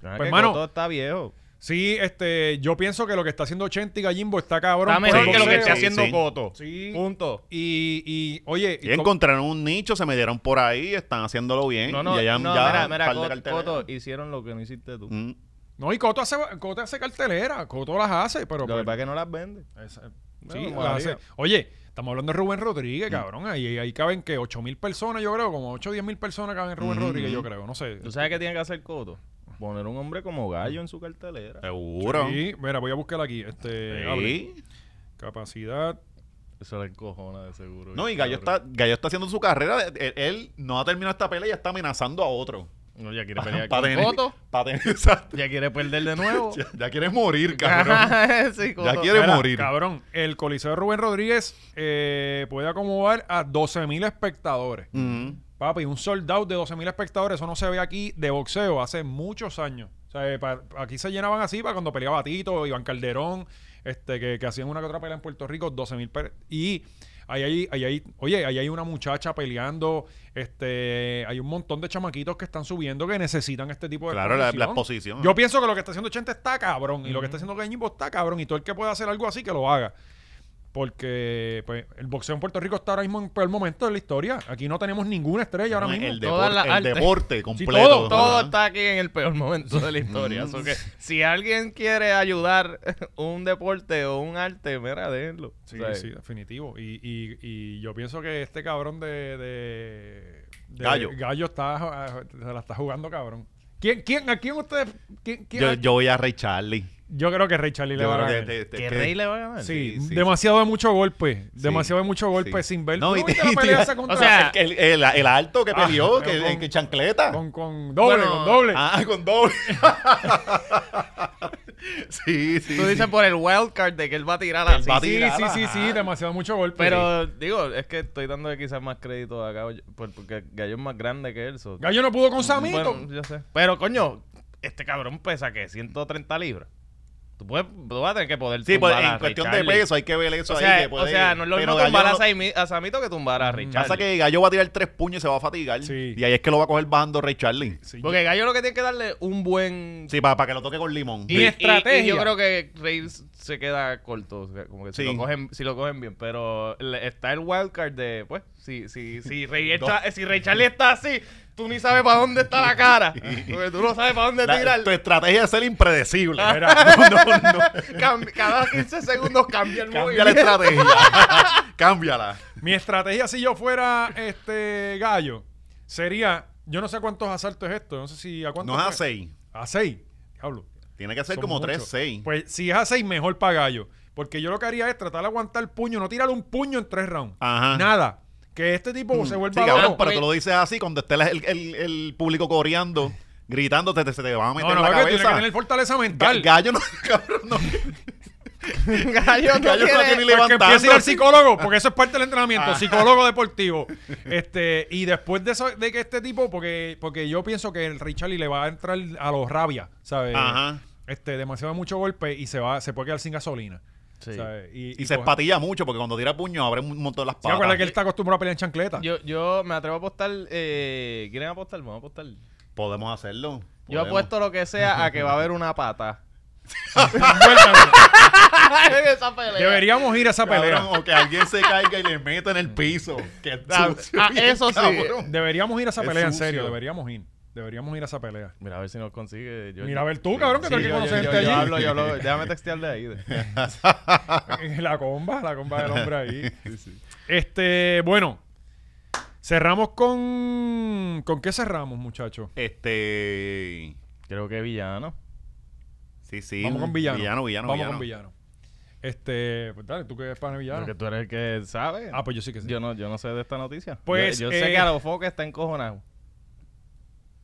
[SPEAKER 2] Pues,
[SPEAKER 1] Pues, mano,
[SPEAKER 2] hermano. Todo está viejo.
[SPEAKER 1] Sí, este, yo pienso que lo que está haciendo Chente y Gallimbo está cabrón.
[SPEAKER 2] Está
[SPEAKER 1] por
[SPEAKER 2] mejor
[SPEAKER 1] el
[SPEAKER 2] que lo que
[SPEAKER 1] boxeo.
[SPEAKER 2] está haciendo
[SPEAKER 3] sí.
[SPEAKER 2] Coto.
[SPEAKER 1] Sí.
[SPEAKER 2] Punto.
[SPEAKER 1] Y, y, oye,
[SPEAKER 3] Y
[SPEAKER 1] y como-
[SPEAKER 3] encontraron un nicho, se metieron por ahí, están haciéndolo bien.
[SPEAKER 2] No, no,
[SPEAKER 3] y allá
[SPEAKER 2] no,
[SPEAKER 3] ya
[SPEAKER 2] mira,
[SPEAKER 3] un
[SPEAKER 2] mira,
[SPEAKER 3] par de
[SPEAKER 2] Coto,
[SPEAKER 3] carteles.
[SPEAKER 2] Coto, hicieron lo que no hiciste tú.
[SPEAKER 3] Mm.
[SPEAKER 1] No, y Coto hace, Coto hace cartelera, Coto las hace, pero... pues,
[SPEAKER 2] Lo que
[SPEAKER 1] pero-
[SPEAKER 2] pasa es que no las vende.
[SPEAKER 1] Esa-
[SPEAKER 2] Bueno,
[SPEAKER 1] sí,
[SPEAKER 2] como
[SPEAKER 1] las
[SPEAKER 2] la liga.
[SPEAKER 1] pues, hace. Oye, estamos hablando de Rubén Rodríguez, cabrón. Ahí, ahí caben que 8 mil personas, yo creo, como 8 o 10 mil personas caben en Rubén
[SPEAKER 3] Ujú,
[SPEAKER 1] Rodríguez, yo
[SPEAKER 3] ujú.
[SPEAKER 1] creo, no sé.
[SPEAKER 2] ¿Tú sabes qué tiene que hacer Coto? Poner un hombre como gallo en su cartelera.
[SPEAKER 3] Seguro. Sí.
[SPEAKER 1] Sí, mira, voy a buscar aquí. Este, hable. Capacidad.
[SPEAKER 2] Eso le encojona de seguro.
[SPEAKER 3] No, y Gallo
[SPEAKER 2] Cabrón.
[SPEAKER 3] está, Gallo está haciendo su carrera. Él, él no ha terminado esta pelea y ya está amenazando a otro.
[SPEAKER 2] No, ya quiere pelear
[SPEAKER 3] Pa'
[SPEAKER 2] con
[SPEAKER 3] tener-
[SPEAKER 2] Coto.
[SPEAKER 3] pa' tener- exacto.
[SPEAKER 2] Ya quiere perder de nuevo.
[SPEAKER 3] Ya, ya quieres morir, cabrón.
[SPEAKER 2] Sí, Coto.
[SPEAKER 3] ya quieres
[SPEAKER 1] Mira,
[SPEAKER 3] morir.
[SPEAKER 1] Cabrón, el Coliseo de Rubén Rodríguez eh, puede acomodar a 12 mil espectadores.
[SPEAKER 3] Mm.
[SPEAKER 1] Papi, un sold out de 12.000 espectadores, eso no se ve aquí de boxeo hace muchos años. O sea, eh, pa- aquí se llenaban así para cuando peleaba Tito, Iván Calderón, este, que, que hacían una que otra pelea en Puerto Rico, 12.000 per- y ahí hay, ahí hay, oye, ahí hay una muchacha peleando, este, hay un montón de chamaquitos que están subiendo que necesitan este
[SPEAKER 2] Pues,
[SPEAKER 1] tipo de
[SPEAKER 3] Claro, la, la exposición.
[SPEAKER 1] Yo pienso que lo que está haciendo Chente está cabrón, y lo que está haciendo Gañimbo está cabrón, y todo el que pueda hacer algo así que lo haga. Porque pues, el boxeo en Puerto Rico está ahora mismo en el peor momento de la historia. Aquí no tenemos ninguna estrella ahora
[SPEAKER 3] No,
[SPEAKER 1] mismo.
[SPEAKER 3] el,
[SPEAKER 2] Todas
[SPEAKER 3] depor-
[SPEAKER 2] las
[SPEAKER 3] el
[SPEAKER 2] artes.
[SPEAKER 3] deporte
[SPEAKER 1] Sí,
[SPEAKER 3] completo. Mm.
[SPEAKER 1] todo,
[SPEAKER 2] Todo
[SPEAKER 3] Ajá.
[SPEAKER 2] está aquí en el peor momento de la historia. so que si alguien quiere ayudar un deporte o un arte, mira, déjenlo.
[SPEAKER 1] Sí,
[SPEAKER 2] O sea,
[SPEAKER 1] sí, definitivo. Y, y- y yo pienso que este cabrón de, de- de-
[SPEAKER 3] Gallo.
[SPEAKER 1] Gallo está, ah, se la está jugando cabrón. ¿Quién, quién, ¿A quién ustedes? quién- quién-
[SPEAKER 3] Yo,
[SPEAKER 1] a-
[SPEAKER 3] yo voy a Rey Charlie.
[SPEAKER 1] yo creo que Ray Charlie le
[SPEAKER 3] Yo
[SPEAKER 1] va a
[SPEAKER 3] creo que
[SPEAKER 1] ganar.
[SPEAKER 3] te- te-
[SPEAKER 2] ¿Que
[SPEAKER 3] que-
[SPEAKER 2] Rey le va a ganar?
[SPEAKER 1] Sí,
[SPEAKER 3] sí, sí,
[SPEAKER 1] demasiado de mucho golpe. Demasiado de mucho golpe
[SPEAKER 3] sí.
[SPEAKER 1] sin ver.
[SPEAKER 3] No,
[SPEAKER 1] ¿Tú
[SPEAKER 3] y
[SPEAKER 1] viste
[SPEAKER 3] te-
[SPEAKER 1] la
[SPEAKER 3] y
[SPEAKER 1] pelea
[SPEAKER 3] te-
[SPEAKER 1] esa contra-
[SPEAKER 3] o
[SPEAKER 4] sea,
[SPEAKER 3] El, el- el alto que
[SPEAKER 1] Ah,
[SPEAKER 3] peleó,
[SPEAKER 1] pero
[SPEAKER 3] que,
[SPEAKER 1] con-
[SPEAKER 3] que chancleta.
[SPEAKER 1] con, con doble,
[SPEAKER 2] Bueno,
[SPEAKER 1] con doble.
[SPEAKER 3] Ah, con doble. sí, sí.
[SPEAKER 2] Tú dices
[SPEAKER 3] sí.
[SPEAKER 2] por el wildcard de que él va a tirar
[SPEAKER 3] Él
[SPEAKER 2] así.
[SPEAKER 3] va a
[SPEAKER 1] sí,
[SPEAKER 3] tirada,
[SPEAKER 1] sí, sí, sí,
[SPEAKER 3] ajá.
[SPEAKER 1] demasiado mucho golpe.
[SPEAKER 2] Pero digo, es que estoy dándole quizás más crédito a Gallo, por- porque Gallo es más grande que él. so-
[SPEAKER 1] Gallo no pudo con Samito.
[SPEAKER 2] Bueno, yo sé. Pero coño, este cabrón pesa que 130 libras. Tú, puedes, tú vas a tener que poder
[SPEAKER 3] Sí, pues,
[SPEAKER 2] tumbar a
[SPEAKER 3] en
[SPEAKER 2] Ray
[SPEAKER 3] cuestión de
[SPEAKER 2] Charlie.
[SPEAKER 3] peso hay que ver eso
[SPEAKER 2] O
[SPEAKER 3] ahí.
[SPEAKER 2] sea,
[SPEAKER 3] que puede-
[SPEAKER 2] o sea, no es lo
[SPEAKER 3] pero
[SPEAKER 2] mismo
[SPEAKER 3] Gallo
[SPEAKER 2] tumbar a,
[SPEAKER 3] no-
[SPEAKER 2] Saimi- a Samito que tumbar a Ray
[SPEAKER 3] Pasa
[SPEAKER 2] Charlie.
[SPEAKER 3] que Gallo va a tirar tres puños y se va a fatigar.
[SPEAKER 1] Sí.
[SPEAKER 3] Y ahí es que lo va a coger bajando Rey Charlie.
[SPEAKER 1] Sí,
[SPEAKER 2] Porque Gallo lo que tiene que darle un buen...
[SPEAKER 3] Sí, para, para que lo toque con limón.
[SPEAKER 1] Y- estrategia.
[SPEAKER 2] yo creo que Rey se queda corto, o sea, como que si,
[SPEAKER 3] Sí.
[SPEAKER 2] lo cogen, si lo cogen bien, pero le- está el wildcard de, pues, si, si, si, Rey está, si Ray Charlie está así, tú ni sabes para dónde está la cara, porque tú no sabes para dónde
[SPEAKER 3] La-
[SPEAKER 2] tirar.
[SPEAKER 3] tu estrategia es ser impredecible.
[SPEAKER 1] Ah, Mira,
[SPEAKER 2] Cam- Cada 15 segundos cambia el
[SPEAKER 3] Cambia la
[SPEAKER 2] movimiento.
[SPEAKER 3] estrategia. Cámbiala.
[SPEAKER 1] mi estrategia si yo fuera este gallo sería, yo no sé cuántos asaltos es esto, no sé si a cuántos.
[SPEAKER 3] No es a
[SPEAKER 1] fue.
[SPEAKER 3] seis.
[SPEAKER 1] A seis, diablo.
[SPEAKER 3] Tiene que ser
[SPEAKER 1] son
[SPEAKER 3] como
[SPEAKER 1] muchos.
[SPEAKER 3] tres, seis.
[SPEAKER 1] Pues si es a seis, mejor para gallo. Porque yo lo que haría es tratar de aguantar el puño, no tirar un puño en tres rounds.
[SPEAKER 3] Ajá. Mm.
[SPEAKER 1] Nada. Que este tipo se
[SPEAKER 3] Sí,
[SPEAKER 1] vuelva
[SPEAKER 3] cabrón,
[SPEAKER 1] loco.
[SPEAKER 3] pero
[SPEAKER 2] porque-
[SPEAKER 3] tú lo dices así cuando esté la- el, el- el público coreando, gritándote, te, se te van a meter
[SPEAKER 1] No, no,
[SPEAKER 3] en la
[SPEAKER 1] porque tiene que
[SPEAKER 3] cabeza.
[SPEAKER 1] tener fortaleza
[SPEAKER 3] Ga-
[SPEAKER 1] mental.
[SPEAKER 3] gallo no, cabrón, no.
[SPEAKER 2] Gallo no
[SPEAKER 3] Gallo no
[SPEAKER 2] tiene-
[SPEAKER 3] tiene ni
[SPEAKER 1] Porque
[SPEAKER 3] levantando.
[SPEAKER 1] empieza a ir al psicólogo, porque eso es parte del entrenamiento,
[SPEAKER 3] Ah.
[SPEAKER 1] psicólogo deportivo. Este, y después de eso, de que este tipo, porque, porque yo pienso que el Richard Lee le va a entrar a los rabia, ¿sabes?
[SPEAKER 3] Ajá.
[SPEAKER 1] Este, demasiado mucho golpe y se va, se puede quedar sin gasolina.
[SPEAKER 2] Sí.
[SPEAKER 1] ¿sabes? Y,
[SPEAKER 3] Y se
[SPEAKER 1] coge-
[SPEAKER 3] espatilla mucho porque cuando tira puño abre un montón las
[SPEAKER 1] ¿Se
[SPEAKER 3] patas.
[SPEAKER 1] acuerda que él está acostumbrado a pelear en chancleta?
[SPEAKER 2] Yo, yo me atrevo a apostar. Eh, ¿Quieren apostar? Vamos a apostar.
[SPEAKER 3] Podemos hacerlo.
[SPEAKER 2] Yo
[SPEAKER 3] podemos.
[SPEAKER 2] apuesto lo que sea a que va a haber una pata. En esa pelea.
[SPEAKER 1] Deberíamos ir a esa pelea.
[SPEAKER 3] Cabrón, o que alguien se caiga y le meta en el piso. Que es
[SPEAKER 2] Ah,
[SPEAKER 3] sucio,
[SPEAKER 2] ah,
[SPEAKER 3] bien
[SPEAKER 2] eso sí.
[SPEAKER 3] cabrón.
[SPEAKER 1] Deberíamos ir a esa
[SPEAKER 3] Es
[SPEAKER 1] pelea, en
[SPEAKER 3] sucio.
[SPEAKER 1] serio, deberíamos ir. Deberíamos ir a esa pelea.
[SPEAKER 2] Mira a ver si nos consigue. Yo-
[SPEAKER 1] Mira a ver tú, cabrón, que tú eres que
[SPEAKER 2] yo-
[SPEAKER 1] conoces
[SPEAKER 2] yo-
[SPEAKER 1] gente
[SPEAKER 2] yo- Yo
[SPEAKER 1] allí.
[SPEAKER 2] hablo, yo hablo. Déjame textearle ahí. de-
[SPEAKER 1] la comba, la comba del hombre ahí. Este, bueno. Cerramos con. ¿Con qué cerramos, muchachos?
[SPEAKER 3] Este.
[SPEAKER 2] Creo que villano.
[SPEAKER 3] Sí, sí.
[SPEAKER 1] Vamos con villano.
[SPEAKER 3] Villano, villano.
[SPEAKER 1] Vamos con villano. Este, pues dale, tú que eres pana de villano.
[SPEAKER 2] Porque tú eres el que sabe.
[SPEAKER 1] Ah, pues yo sí que sí.
[SPEAKER 2] Yo no, yo no sé de esta noticia.
[SPEAKER 1] Pues,
[SPEAKER 2] Yo, yo
[SPEAKER 1] eh,
[SPEAKER 2] sé que Alofoque está encojonado.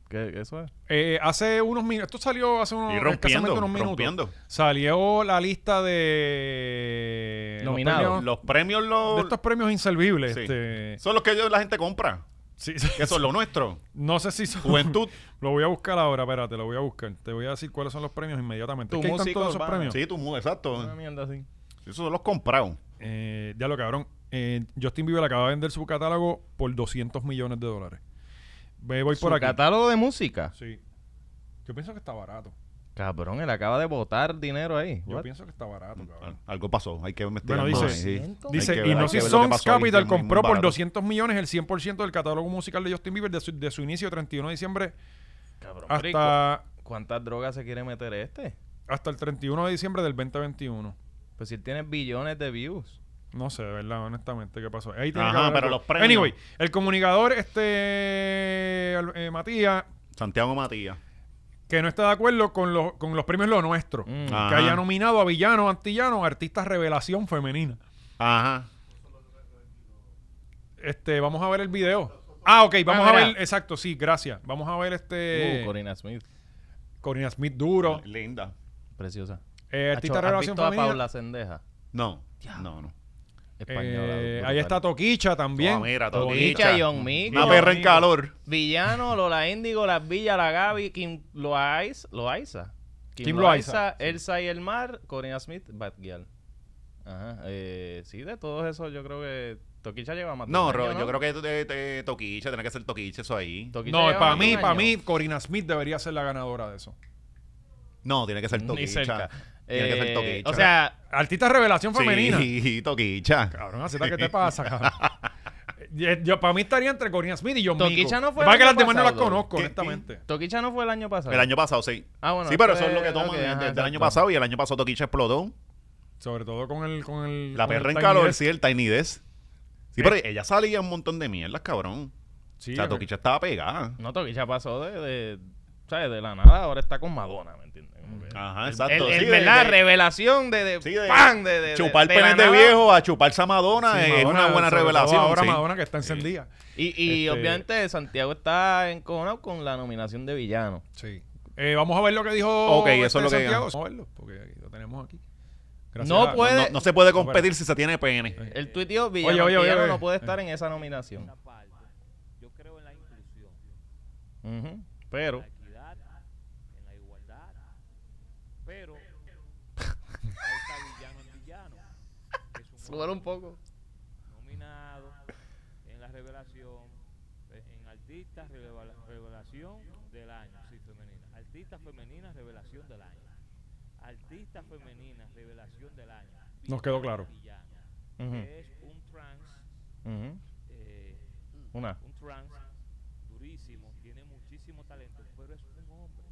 [SPEAKER 2] ¿Qué, eso es?
[SPEAKER 1] Eh, hace unos minutos, esto salió hace unos,
[SPEAKER 3] Y rompiendo,
[SPEAKER 1] escasamente unos minutos.
[SPEAKER 3] rompiendo.
[SPEAKER 1] Salió la lista de los
[SPEAKER 2] Nominados.
[SPEAKER 1] premios-
[SPEAKER 3] Los premios los,
[SPEAKER 1] de estos premios inservibles.
[SPEAKER 3] Sí.
[SPEAKER 1] Este,
[SPEAKER 3] son los que yo- la gente compra.
[SPEAKER 1] sí,
[SPEAKER 3] Que son lo nuestro.
[SPEAKER 1] No sé si son-
[SPEAKER 3] Juventud.
[SPEAKER 1] Lo voy a buscar ahora, espérate, lo voy a buscar. Te voy a decir cuáles son los premios inmediatamente.
[SPEAKER 2] Tu
[SPEAKER 1] Es que hay
[SPEAKER 2] música
[SPEAKER 1] tantos de esos
[SPEAKER 2] urbana.
[SPEAKER 1] premios.
[SPEAKER 3] Sí, tú, mu-
[SPEAKER 2] Una
[SPEAKER 3] exacto.
[SPEAKER 2] mierda así.
[SPEAKER 3] Esos son los comprados.
[SPEAKER 1] Eh, ya lo cabrón. Eh, Justin Bieber acaba de vender su catálogo por 200 millones de dólares. Ve, voy
[SPEAKER 2] Su
[SPEAKER 1] por aquí.
[SPEAKER 2] catálogo de música.
[SPEAKER 1] Sí. Yo pienso que está barato.
[SPEAKER 2] Cabrón, él acaba de botar dinero ahí.
[SPEAKER 1] Yo
[SPEAKER 2] What?
[SPEAKER 1] pienso que está barato, cabrón.
[SPEAKER 3] Algo pasó. Hay que investigar.
[SPEAKER 1] Bueno, dice,
[SPEAKER 3] más, sí. Mm, ah. Hay
[SPEAKER 1] Dice,
[SPEAKER 3] que ver-
[SPEAKER 1] y
[SPEAKER 3] hay
[SPEAKER 1] no
[SPEAKER 3] que ver lo que
[SPEAKER 1] Sons
[SPEAKER 3] pasó ahí,
[SPEAKER 1] Capital
[SPEAKER 3] que es muy
[SPEAKER 1] compró por
[SPEAKER 3] barato.
[SPEAKER 1] 200 millones el 100% del catálogo musical de Justin Bieber de su, de su inicio 31 de diciembre
[SPEAKER 2] Cabrón, pero ¿y cu-
[SPEAKER 1] hasta,
[SPEAKER 2] ¿Cuántas drogas se quiere meter este?
[SPEAKER 1] hasta el 31 de diciembre del 2021.
[SPEAKER 2] Pues si él tiene billones de views.
[SPEAKER 1] No sé, de verdad, honestamente, ¿qué pasó? Ahí tiene que
[SPEAKER 3] Ajá,
[SPEAKER 1] haber
[SPEAKER 3] pero
[SPEAKER 1] algo.
[SPEAKER 3] los premios.
[SPEAKER 1] Anyway, el comunicador, este, al- eh, Matías,
[SPEAKER 3] Santiago Matías.
[SPEAKER 1] que no está de acuerdo con los, con los premios Lo Nuestro,
[SPEAKER 2] Mm.
[SPEAKER 1] que
[SPEAKER 3] Ajá.
[SPEAKER 1] haya nominado a Villano, Antillano, Artista Revelación Femenina.
[SPEAKER 3] Ajá.
[SPEAKER 1] Este, vamos a ver el video. Ah, ok, vamos
[SPEAKER 2] Ah,
[SPEAKER 1] a
[SPEAKER 2] mira.
[SPEAKER 1] ver, exacto, sí, gracias. Vamos a ver este...
[SPEAKER 2] Uh, Corina Smith.
[SPEAKER 1] Corina Smith duro.
[SPEAKER 3] Linda.
[SPEAKER 2] Preciosa.
[SPEAKER 1] Eh, artista
[SPEAKER 2] Hacho, ¿has
[SPEAKER 1] Revelación
[SPEAKER 2] visto a
[SPEAKER 1] Femenina.
[SPEAKER 2] Paula Sendeja?
[SPEAKER 3] No. No, no.
[SPEAKER 1] Eh,
[SPEAKER 2] Española. brutal.
[SPEAKER 1] ahí está Toquicha también.
[SPEAKER 3] Ah, mira, todo
[SPEAKER 2] Toquicha,
[SPEAKER 3] dicha.
[SPEAKER 2] John Mico.
[SPEAKER 3] Una perra en calor.
[SPEAKER 2] Villano, Lola Índigo, Las Villas, La Gaby, Kim Loaiza. Loaiza.
[SPEAKER 1] Kim
[SPEAKER 2] Elsa y el Mar, Corina Smith, Bad Girl. Ajá. Eh, sí, de todos esos yo creo que Toquicha lleva más de
[SPEAKER 3] No,
[SPEAKER 2] un
[SPEAKER 3] Ro-
[SPEAKER 2] año,
[SPEAKER 3] yo creo que te, te- toquiche, tiene que ser toquiche eso ahí.
[SPEAKER 2] Toquicha
[SPEAKER 1] No,
[SPEAKER 2] lleva
[SPEAKER 1] para
[SPEAKER 2] más de
[SPEAKER 1] mí,
[SPEAKER 2] un
[SPEAKER 1] para
[SPEAKER 2] año.
[SPEAKER 1] mí, Corina Smith debería ser la ganadora de eso.
[SPEAKER 3] No, tiene que ser
[SPEAKER 2] Ni
[SPEAKER 3] toquicha.
[SPEAKER 2] cerca.
[SPEAKER 3] Tiene que ser
[SPEAKER 2] Eh,
[SPEAKER 3] toquicha.
[SPEAKER 2] O sea,
[SPEAKER 1] Artista revelación femenina.
[SPEAKER 3] Sí, toquicha.
[SPEAKER 1] Cabrón, así ¿qué te pasa, cabrón? Yo, para mí estaría entre Corina Smith y John
[SPEAKER 2] Toquicha
[SPEAKER 1] Mico.
[SPEAKER 2] no fue
[SPEAKER 1] Lo que pasa es que
[SPEAKER 2] el
[SPEAKER 1] las
[SPEAKER 2] año
[SPEAKER 1] demás no las
[SPEAKER 2] pasado,
[SPEAKER 1] conozco,
[SPEAKER 3] ¿Qué-
[SPEAKER 1] honestamente.
[SPEAKER 2] Toquicha no fue el año pasado.
[SPEAKER 3] El año pasado, sí.
[SPEAKER 2] Ah, bueno,
[SPEAKER 3] sí, pero
[SPEAKER 2] esto
[SPEAKER 3] eso es lo que
[SPEAKER 2] es
[SPEAKER 3] toman
[SPEAKER 2] lo que-
[SPEAKER 3] desde
[SPEAKER 2] ajá,
[SPEAKER 3] el
[SPEAKER 2] exacto.
[SPEAKER 3] año pasado y el año pasado Toquicha explotó.
[SPEAKER 1] Sobre todo con el... Con el
[SPEAKER 3] La
[SPEAKER 1] con el
[SPEAKER 3] perra en
[SPEAKER 1] Tiny
[SPEAKER 3] calor,
[SPEAKER 1] Desk.
[SPEAKER 3] sí, el Tiny Desk. Sí, pero ella salía un montón de mierdas, cabrón.
[SPEAKER 1] Sí,
[SPEAKER 3] o sea,
[SPEAKER 1] ok.
[SPEAKER 2] Mm.
[SPEAKER 3] Toquicha estaba pegada.
[SPEAKER 2] No, Toquicha pasó de, de- ¿sabes? De la nada ahora está con Madonna, ¿me entiendes? Como que-
[SPEAKER 3] Ajá,
[SPEAKER 2] El,
[SPEAKER 3] exacto.
[SPEAKER 2] el-
[SPEAKER 3] Sí, de-
[SPEAKER 2] ¿verdad?
[SPEAKER 3] de-
[SPEAKER 2] revelación de, de,
[SPEAKER 3] sí, de-
[SPEAKER 2] ¡pam! de, de-
[SPEAKER 3] chupar
[SPEAKER 2] de la
[SPEAKER 3] penes de
[SPEAKER 2] nada.
[SPEAKER 3] viejo a chuparse a Madonna
[SPEAKER 1] Sí,
[SPEAKER 3] es
[SPEAKER 1] Madonna,
[SPEAKER 3] una
[SPEAKER 1] sobre
[SPEAKER 3] buena
[SPEAKER 1] todo
[SPEAKER 3] revelación.
[SPEAKER 1] Ahora
[SPEAKER 3] sí.
[SPEAKER 1] Madonna que está encendida.
[SPEAKER 2] Y, y
[SPEAKER 1] Este-
[SPEAKER 2] obviamente Santiago está encojonado con la nominación de villano.
[SPEAKER 1] Sí. Eh, vamos a ver lo que dijo este
[SPEAKER 3] Ok, eso es lo que-
[SPEAKER 1] Santiago. Vamos a verlo, porque aquí lo tenemos aquí.
[SPEAKER 2] No
[SPEAKER 1] a-
[SPEAKER 2] puede-
[SPEAKER 3] No, no se puede competir si se tiene pene.
[SPEAKER 2] El tuiteo villano,
[SPEAKER 1] oye, oye,
[SPEAKER 2] Villano
[SPEAKER 1] oye.
[SPEAKER 2] no puede estar en esa nominación.
[SPEAKER 4] esa parte. Yo creo en la inclusión,
[SPEAKER 2] Ujú,
[SPEAKER 4] en
[SPEAKER 2] Pero
[SPEAKER 4] la equidad, en la igualdad, pero ahí está villano en villano. que es un
[SPEAKER 2] sube un poco.
[SPEAKER 4] nominado en la revelación, eh, en artistas revela- revelación del año, sí, femenina. Artista femenina, revelación del año. Artista femenina, revelación del año.
[SPEAKER 1] Nos quedó claro.
[SPEAKER 4] Villano,
[SPEAKER 2] Ujú,
[SPEAKER 4] que es un trans,
[SPEAKER 2] ujú.
[SPEAKER 4] eh,
[SPEAKER 2] Una.
[SPEAKER 4] un trans durísimo, tiene muchísimo talento, pero es un hombre.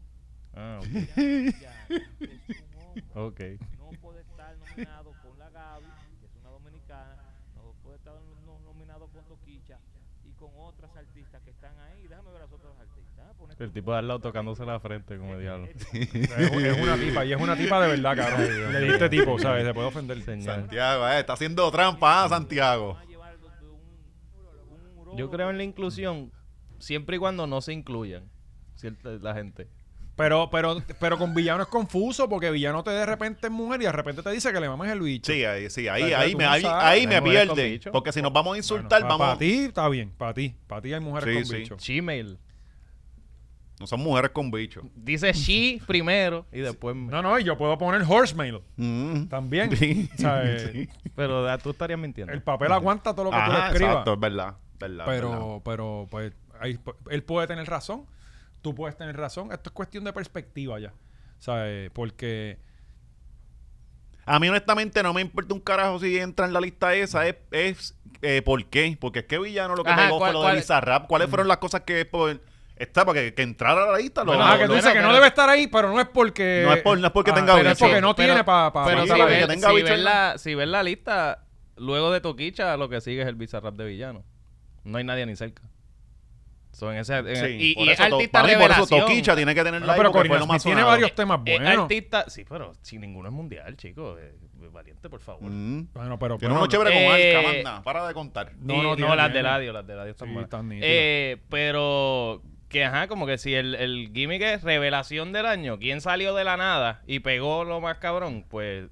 [SPEAKER 2] Ah,
[SPEAKER 4] Ya, ya, es un hombre.
[SPEAKER 2] ok.
[SPEAKER 4] No puede estar nominado con la Gaby, que es una dominicana, no puede estar no- nominado con Toquicha y con otras artistas que están ahí. Déjame ver a las otras artistas. déjame poner
[SPEAKER 2] El
[SPEAKER 4] este
[SPEAKER 2] tipo de al lado tocándose la frente como diablo.
[SPEAKER 1] Es, es una tipa, y es una tipa de verdad, cabrón. Le diste tipo, ¿sabes? Se puede ofender.
[SPEAKER 2] Señor.
[SPEAKER 3] Santiago, eh, está haciendo trampa, ah, Santiago.
[SPEAKER 4] va a llevar donde un- un urólogo.
[SPEAKER 2] Yo creo en la inclusión siempre y cuando no se incluyan cierta, la gente.
[SPEAKER 1] Pero, pero, pero con villano es confuso, porque villano te de repente es mujer y de repente te dice que le mames el bicho.
[SPEAKER 3] Sí, ahí, sí, ahí,
[SPEAKER 1] Pero
[SPEAKER 3] ahí
[SPEAKER 1] tú
[SPEAKER 3] me,
[SPEAKER 1] no
[SPEAKER 3] ahí,
[SPEAKER 1] sabes.
[SPEAKER 3] ahí
[SPEAKER 2] Hay
[SPEAKER 3] me
[SPEAKER 2] mujeres con
[SPEAKER 3] pierde.
[SPEAKER 2] bicho.
[SPEAKER 3] Porque si nos vamos a insultar,
[SPEAKER 1] Para
[SPEAKER 3] vamos.
[SPEAKER 1] ti está bien, para ti. Para ti hay mujeres
[SPEAKER 3] Sí,
[SPEAKER 1] con
[SPEAKER 3] sí.
[SPEAKER 1] bicho.
[SPEAKER 2] Gmail.
[SPEAKER 3] No son mujeres con bicho.
[SPEAKER 2] Dice she primero y después me.
[SPEAKER 1] No, no, y yo puedo poner horsemail
[SPEAKER 3] Mm.
[SPEAKER 1] también.
[SPEAKER 3] Sí.
[SPEAKER 1] ¿Sabes?
[SPEAKER 3] Sí.
[SPEAKER 2] Pero ah, tú estarías mintiendo.
[SPEAKER 1] El papel aguanta todo lo que tú le
[SPEAKER 3] Ajá,
[SPEAKER 1] escribas.
[SPEAKER 3] exacto, es verdad. verdad verdad.
[SPEAKER 1] Pero, pero, pues, ahí, pu- él puede tener razón, tú puedes tener razón. Esto es cuestión de perspectiva ya. ¿Sabes? Porque.
[SPEAKER 3] A mí, honestamente, no me importa un carajo si entra en la lista esa. Es, es eh, ¿por qué? Porque es que Villano lo que
[SPEAKER 2] Ajá,
[SPEAKER 3] pegó
[SPEAKER 2] ¿cuál-
[SPEAKER 3] fue lo de
[SPEAKER 2] cuál-
[SPEAKER 3] Bizarrap.
[SPEAKER 1] Mm.
[SPEAKER 3] ¿Cuáles fueron las cosas que por esta para que, que entrara a la lista? Lo,
[SPEAKER 2] Bueno,
[SPEAKER 1] ah, que
[SPEAKER 3] lo-
[SPEAKER 1] tú
[SPEAKER 3] lo-
[SPEAKER 2] bueno,
[SPEAKER 1] dices que
[SPEAKER 2] pero-
[SPEAKER 1] no debe estar ahí, pero no es porque. Ah,
[SPEAKER 3] No es por- no es porque tenga
[SPEAKER 1] Pero es
[SPEAKER 3] bicho.
[SPEAKER 1] porque no
[SPEAKER 2] Pero-
[SPEAKER 1] tiene para.
[SPEAKER 2] Pero
[SPEAKER 3] Sí,
[SPEAKER 2] si,
[SPEAKER 3] la
[SPEAKER 2] ves,
[SPEAKER 3] que tenga
[SPEAKER 2] si
[SPEAKER 3] bicho
[SPEAKER 2] ves
[SPEAKER 3] en
[SPEAKER 2] la, si ves la lista, luego de Toquicha, lo que sigue es el Bizarrap de Villano. No hay nadie ni cerca. Son ese, en-
[SPEAKER 3] Sí,
[SPEAKER 2] y
[SPEAKER 3] por
[SPEAKER 2] y es
[SPEAKER 3] eso to-
[SPEAKER 2] artista
[SPEAKER 3] para mí,
[SPEAKER 2] revelación.
[SPEAKER 3] Por eso Toquicha tiene que tener
[SPEAKER 1] No,
[SPEAKER 3] la
[SPEAKER 1] pero
[SPEAKER 3] porque fue
[SPEAKER 1] Corina
[SPEAKER 3] lo más
[SPEAKER 1] Smith tiene
[SPEAKER 3] sonado.
[SPEAKER 1] varios temas
[SPEAKER 2] Eh,
[SPEAKER 1] buenos.
[SPEAKER 2] artista, sí, pero si ninguno es mundial, chico. eh, valiente, por favor.
[SPEAKER 3] Mm.
[SPEAKER 1] Bueno, pero.
[SPEAKER 3] Tiene
[SPEAKER 1] pero-
[SPEAKER 3] uno chévere con
[SPEAKER 2] Eh,
[SPEAKER 3] Arca, manda. Para de contar.
[SPEAKER 1] No,
[SPEAKER 2] Sí,
[SPEAKER 1] no,
[SPEAKER 2] no,
[SPEAKER 1] tiene-
[SPEAKER 2] las de Ladio, las de Ladio están
[SPEAKER 1] Sí,
[SPEAKER 2] buenas.
[SPEAKER 1] están nítidas.
[SPEAKER 2] eh, pero que ajá, como que si el, el gimmick es revelación del año, quién salió de la nada y pegó lo más cabrón, pues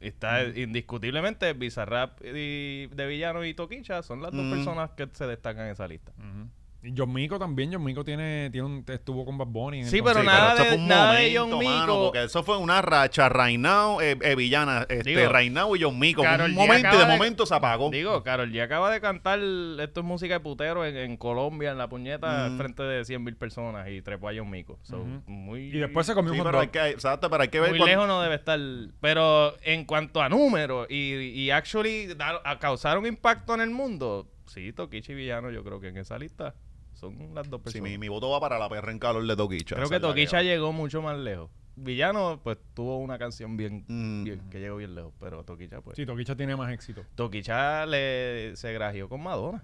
[SPEAKER 2] está
[SPEAKER 1] Mm.
[SPEAKER 2] indiscutiblemente Bizarrap y, de Villano y Toquicha son las dos
[SPEAKER 3] Mm.
[SPEAKER 2] personas que se destacan en esa lista.
[SPEAKER 1] Ujú. Y John Mico también. John Mico tiene, tiene un, estuvo con Bad Bunny.
[SPEAKER 2] Sí,
[SPEAKER 1] entonces-
[SPEAKER 2] pero nada
[SPEAKER 3] eso
[SPEAKER 2] de-
[SPEAKER 3] fue un
[SPEAKER 2] nada de John Mico.
[SPEAKER 3] porque eso fue una racha. Reinao, eh, eh, villana, este,
[SPEAKER 2] Digo,
[SPEAKER 3] Reinao y John Mico.
[SPEAKER 2] Karol
[SPEAKER 3] un
[SPEAKER 2] G
[SPEAKER 3] momento y
[SPEAKER 2] acaba
[SPEAKER 3] de
[SPEAKER 2] de-
[SPEAKER 3] momento se apagó.
[SPEAKER 2] Digo, Carol, ya acaba de cantar Esto es música de putero en, en Colombia, en la puñeta,
[SPEAKER 3] Mm.
[SPEAKER 2] frente de 100.000 mil personas y trepó a John Mico. So,
[SPEAKER 1] Ujú.
[SPEAKER 2] muy...
[SPEAKER 1] Y después se
[SPEAKER 3] Sí,
[SPEAKER 1] comió un hot
[SPEAKER 3] pero hay
[SPEAKER 1] dog.
[SPEAKER 3] que, exacto, pero hay que ver
[SPEAKER 2] Muy
[SPEAKER 3] cuán-
[SPEAKER 2] lejos no debe estar. Pero en cuanto a números y, y actually dar- a causar un impacto en el mundo, sí, Toquichi y Villano, yo creo que en esa lista son las dos
[SPEAKER 3] Sí,
[SPEAKER 2] personas.
[SPEAKER 3] mi, mi voto va para la perra en calor de Toquicha.
[SPEAKER 2] Pues creo
[SPEAKER 3] Esa
[SPEAKER 2] que
[SPEAKER 3] es la
[SPEAKER 2] Toquicha
[SPEAKER 3] va.
[SPEAKER 2] llegó mucho más lejos. Villano, pues tuvo una canción bien,
[SPEAKER 3] Mm.
[SPEAKER 2] bien- que llegó bien lejos, pero Toquicha, pues.
[SPEAKER 1] Sí, Toquicha tiene más éxito.
[SPEAKER 2] Toquicha le, se grajeó con Madonna.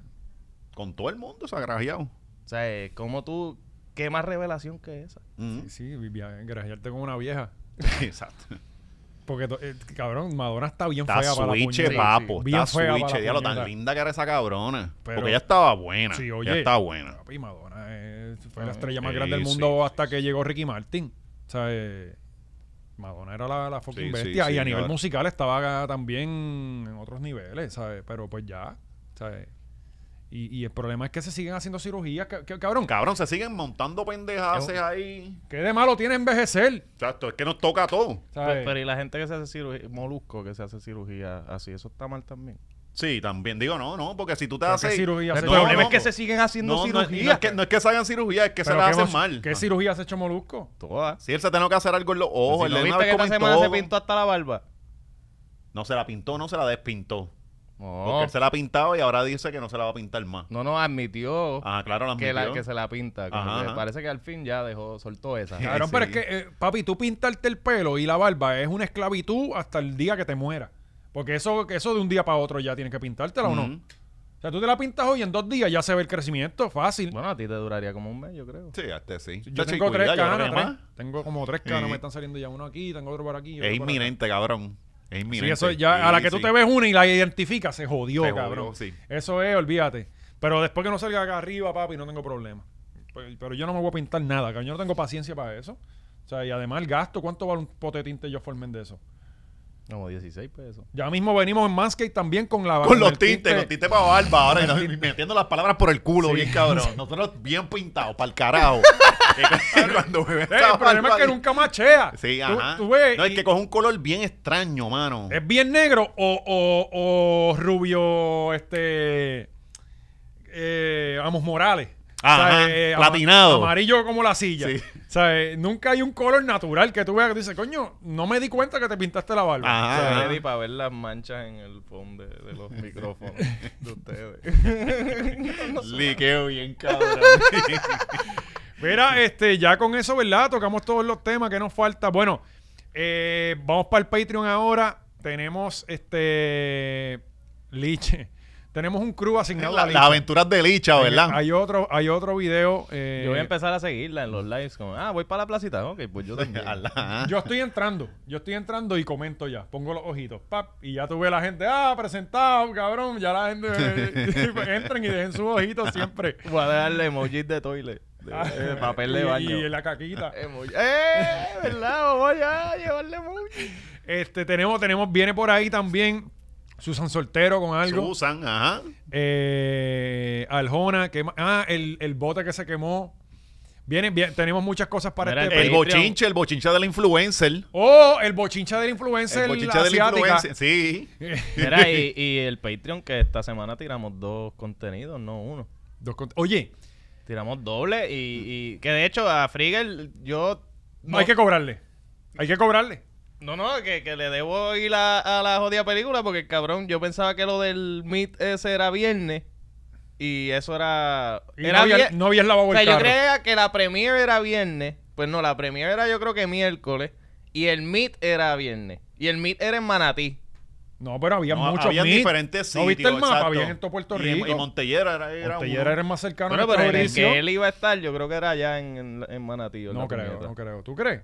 [SPEAKER 3] Con todo el mundo se ha grajeado.
[SPEAKER 2] O sea, eh, ¿cómo tú. ¿Qué más revelación que esa?
[SPEAKER 3] Mm.
[SPEAKER 1] Sí, sí, vivía- grajearte con una vieja.
[SPEAKER 3] exacto.
[SPEAKER 1] Porque, to- eh, cabrón, Madonna está bien
[SPEAKER 3] Está
[SPEAKER 1] fea para la
[SPEAKER 3] switche,
[SPEAKER 1] puñeta.
[SPEAKER 3] papo.
[SPEAKER 1] Bien
[SPEAKER 3] Está
[SPEAKER 1] fea para la
[SPEAKER 3] switche. Diablo, tan
[SPEAKER 1] puñeta.
[SPEAKER 3] linda que era esa cabrona.
[SPEAKER 1] Pero-
[SPEAKER 3] Porque ella estaba buena.
[SPEAKER 1] Sí,
[SPEAKER 3] Sí,
[SPEAKER 1] oye.
[SPEAKER 3] Ella estaba buena.
[SPEAKER 1] Papi, Madonna eh,
[SPEAKER 2] Ah,
[SPEAKER 1] fue la estrella más
[SPEAKER 3] sí,
[SPEAKER 1] grande del
[SPEAKER 3] sí,
[SPEAKER 1] mundo
[SPEAKER 3] sí,
[SPEAKER 1] hasta que llegó Ricky Martin. O sea, eh, Madonna era la, la fucking
[SPEAKER 3] Sí, sí,
[SPEAKER 1] bestia.
[SPEAKER 3] sí,
[SPEAKER 1] y a
[SPEAKER 3] claro.
[SPEAKER 1] nivel musical estaba también en otros niveles, ¿sabes? Pero pues ya, ¿sabes? Y, y el problema es que se siguen haciendo cirugías. ca- ca- cabrón,
[SPEAKER 3] Cabrón, se siguen montando pendejadas
[SPEAKER 2] Es-
[SPEAKER 3] ahí.
[SPEAKER 1] ¿qué de malo tiene envejecer?
[SPEAKER 3] Exacto, es que nos toca a todos.
[SPEAKER 1] ¿sabes?
[SPEAKER 2] Pero, pero y la gente que se hace cirugía, molusco que se hace cirugía así, eso está mal también.
[SPEAKER 3] Sí, también. Digo, no, no, porque si tú te
[SPEAKER 1] ¿Pero
[SPEAKER 3] haces.
[SPEAKER 1] qué cirugía
[SPEAKER 2] El
[SPEAKER 1] se-
[SPEAKER 3] No,
[SPEAKER 1] pero
[SPEAKER 2] problema
[SPEAKER 3] no,
[SPEAKER 2] es que
[SPEAKER 3] no.
[SPEAKER 2] se siguen haciendo
[SPEAKER 3] No, no,
[SPEAKER 2] cirugías.
[SPEAKER 3] no es que, no es que se hagan cirugías, es que se
[SPEAKER 1] ¿Pero
[SPEAKER 3] la
[SPEAKER 1] qué
[SPEAKER 3] hacen
[SPEAKER 1] hemos-
[SPEAKER 3] mal. Ah.
[SPEAKER 1] ¿Qué cirugía se ha hecho Molusco?
[SPEAKER 2] Todas.
[SPEAKER 3] Si él se tenía que hacer algo en los ojos, él
[SPEAKER 2] Pues si no
[SPEAKER 3] le
[SPEAKER 2] viste
[SPEAKER 3] daba
[SPEAKER 2] que esta
[SPEAKER 3] como en
[SPEAKER 2] semana se
[SPEAKER 3] todo.
[SPEAKER 2] pintó hasta la barba.
[SPEAKER 3] No se la pintó, no se la despintó.
[SPEAKER 1] Oh.
[SPEAKER 3] Porque
[SPEAKER 2] No,
[SPEAKER 3] él se la ha pintado y ahora dice que no se la va a pintar más.
[SPEAKER 2] no nos admitió
[SPEAKER 3] Ah, claro, la
[SPEAKER 2] que, la,
[SPEAKER 3] admitió.
[SPEAKER 2] que se la pinta. como
[SPEAKER 3] Ajá,
[SPEAKER 2] que
[SPEAKER 3] ajá.
[SPEAKER 2] Parece que al fin ya dejó, soltó esa.
[SPEAKER 3] Sí,
[SPEAKER 1] Cabrón, pero es
[SPEAKER 3] sí.
[SPEAKER 1] que, eh, papi, tú pintarte el pelo y la barba es una esclavitud hasta el día que te muera. Porque eso, que eso de un día para otro ya tienes que pintártela o no.
[SPEAKER 3] Ujú.
[SPEAKER 1] O sea, tú te la pintas hoy y en dos días ya se ve el crecimiento, fácil.
[SPEAKER 2] Bueno, a ti te duraría como un mes, yo creo.
[SPEAKER 3] Sí, este sí.
[SPEAKER 1] yo
[SPEAKER 3] Chacho,
[SPEAKER 1] tengo
[SPEAKER 3] y cuida,
[SPEAKER 1] tres
[SPEAKER 3] yo creo
[SPEAKER 1] canas,
[SPEAKER 3] que
[SPEAKER 1] tres-
[SPEAKER 3] más.
[SPEAKER 1] tengo como tres canas,
[SPEAKER 3] Sí.
[SPEAKER 1] me están saliendo ya uno aquí, tengo otro por aquí. otro
[SPEAKER 3] Es
[SPEAKER 1] por acá.
[SPEAKER 3] inminente, cabrón. Es
[SPEAKER 1] Sí,
[SPEAKER 3] inminente.
[SPEAKER 1] eso ya, a la que tú te ves una y la identificas, se jodió,
[SPEAKER 3] Se jodió,
[SPEAKER 1] cabrón.
[SPEAKER 3] sí.
[SPEAKER 1] Eso es, olvídate. Pero después que no salga acá arriba, papi, no tengo problema. Pero, pero yo no me voy a pintar nada, cabrón. Yo no tengo paciencia para eso. O sea, y además el gasto, ¿cuánto vale un pote de tinte yo formen de eso?
[SPEAKER 2] Como 16 pesos.
[SPEAKER 1] Ya mismo venimos en Manscaped también con la
[SPEAKER 3] Con los
[SPEAKER 1] el
[SPEAKER 3] tintes, los tintes para barba ahora y nos- metiendo las palabras por el culo, bien cabrón. Nosotros bien pintados, para el carajo. Que Cuando me ven
[SPEAKER 1] Eh,
[SPEAKER 3] esa
[SPEAKER 1] el problema es
[SPEAKER 3] barba
[SPEAKER 1] que
[SPEAKER 3] ahí-
[SPEAKER 1] nunca machea.
[SPEAKER 3] Sí,
[SPEAKER 1] Tú-
[SPEAKER 3] ajá.
[SPEAKER 1] tú ves
[SPEAKER 3] no, es
[SPEAKER 1] y-
[SPEAKER 3] que coge un color bien extraño, mano.
[SPEAKER 1] ¿Es bien negro o, o- o rubio, este, eh, Amos Morales? Eh,
[SPEAKER 3] Ajá,
[SPEAKER 1] ama-
[SPEAKER 3] platinado.
[SPEAKER 1] Amarillo como la silla.
[SPEAKER 3] Sí.
[SPEAKER 1] O sea, eh, nunca hay un color natural que tú veas que dices, coño, no me di cuenta que te pintaste la barba.
[SPEAKER 2] O sea,
[SPEAKER 3] Ah, Ajá.
[SPEAKER 2] ready para ver las manchas en el fondo de, de los micrófonos de ustedes.
[SPEAKER 3] Liqueo bien cabrón.
[SPEAKER 1] Mira, este, ya con eso, ¿verdad? Tocamos todos los temas que nos falta. Bueno, eh, vamos para el Patreon ahora. Tenemos, este, Liche. Tenemos un crew
[SPEAKER 3] La-
[SPEAKER 1] asignado a
[SPEAKER 3] las
[SPEAKER 1] Liche.
[SPEAKER 3] aventuras de Licha, ¿verdad?
[SPEAKER 1] Hay, hay otro, hay otro video. eh,
[SPEAKER 2] Yo voy a empezar a seguirla en los lives. Como, ah, voy para la placita. Ok, pues yo también.
[SPEAKER 3] Ajá.
[SPEAKER 1] Yo estoy entrando, yo estoy entrando y comento ya. Pongo los ojitos, pap, y ya tuve la gente, ah, presentado, cabrón. Ya la gente eh, entren y dejen sus ojitos siempre.
[SPEAKER 2] Voy a darle emojis de toilet. De, de papel de
[SPEAKER 1] Ah. Y-
[SPEAKER 2] baño.
[SPEAKER 1] Y, en la caquita.
[SPEAKER 2] Emoji- ¡Eh! ¿Verdad? Vamos ya a llevarle emojis.
[SPEAKER 1] Este, tenemos, tenemos, viene por ahí también Susan Soltero con algo.
[SPEAKER 3] Susan, ajá.
[SPEAKER 1] Eh, Aljona, que, ma- ah, el, el bote que se quemó. Viene, bien, tenemos muchas cosas para
[SPEAKER 2] Mira,
[SPEAKER 1] este
[SPEAKER 3] El
[SPEAKER 1] Patreon.
[SPEAKER 3] bochinche, el bochinche del influencer.
[SPEAKER 1] Oh, el bochincha del influencer
[SPEAKER 3] El bochinche del
[SPEAKER 1] asiática.
[SPEAKER 3] influencer. Sí.
[SPEAKER 2] Mira, y, y el Patreon que esta semana tiramos dos contenidos, no uno.
[SPEAKER 1] Dos cont- Oye,
[SPEAKER 2] Tiramos doble y, y- que de hecho a Frigel yo... No,
[SPEAKER 1] hay que cobrarle. Hay que cobrarle.
[SPEAKER 2] no, no, que, que le debo ir a, a la jodida película porque el cabrón, yo pensaba que lo del Meet ese era viernes y eso era...
[SPEAKER 1] Y
[SPEAKER 2] era
[SPEAKER 1] no, había,
[SPEAKER 2] vier-
[SPEAKER 1] no habías lavado
[SPEAKER 2] O
[SPEAKER 1] el
[SPEAKER 2] sea, yo
[SPEAKER 1] carro.
[SPEAKER 2] creía que la premiere era viernes. Pues no, la premiere era yo creo que miércoles. Y el meet era viernes. Y el meet era en Manatí.
[SPEAKER 1] No, pero había
[SPEAKER 3] No,
[SPEAKER 1] muchos
[SPEAKER 3] había
[SPEAKER 1] meet.
[SPEAKER 3] diferentes sitios.
[SPEAKER 1] ¿No viste el mapa?
[SPEAKER 3] exacto.
[SPEAKER 1] Había en todo Puerto
[SPEAKER 3] Y-
[SPEAKER 1] Rico.
[SPEAKER 3] Y, Montellera era, era
[SPEAKER 1] Montellera
[SPEAKER 3] uno.
[SPEAKER 1] era el más cercano
[SPEAKER 2] Bueno,
[SPEAKER 1] a nuestra
[SPEAKER 2] pero en el
[SPEAKER 1] jurisdicción.
[SPEAKER 2] que él iba a estar, yo creo que era allá en, en- en Manatí. ¿verdad,
[SPEAKER 1] No creo,
[SPEAKER 2] puñeta?
[SPEAKER 1] no creo. ¿Tú crees?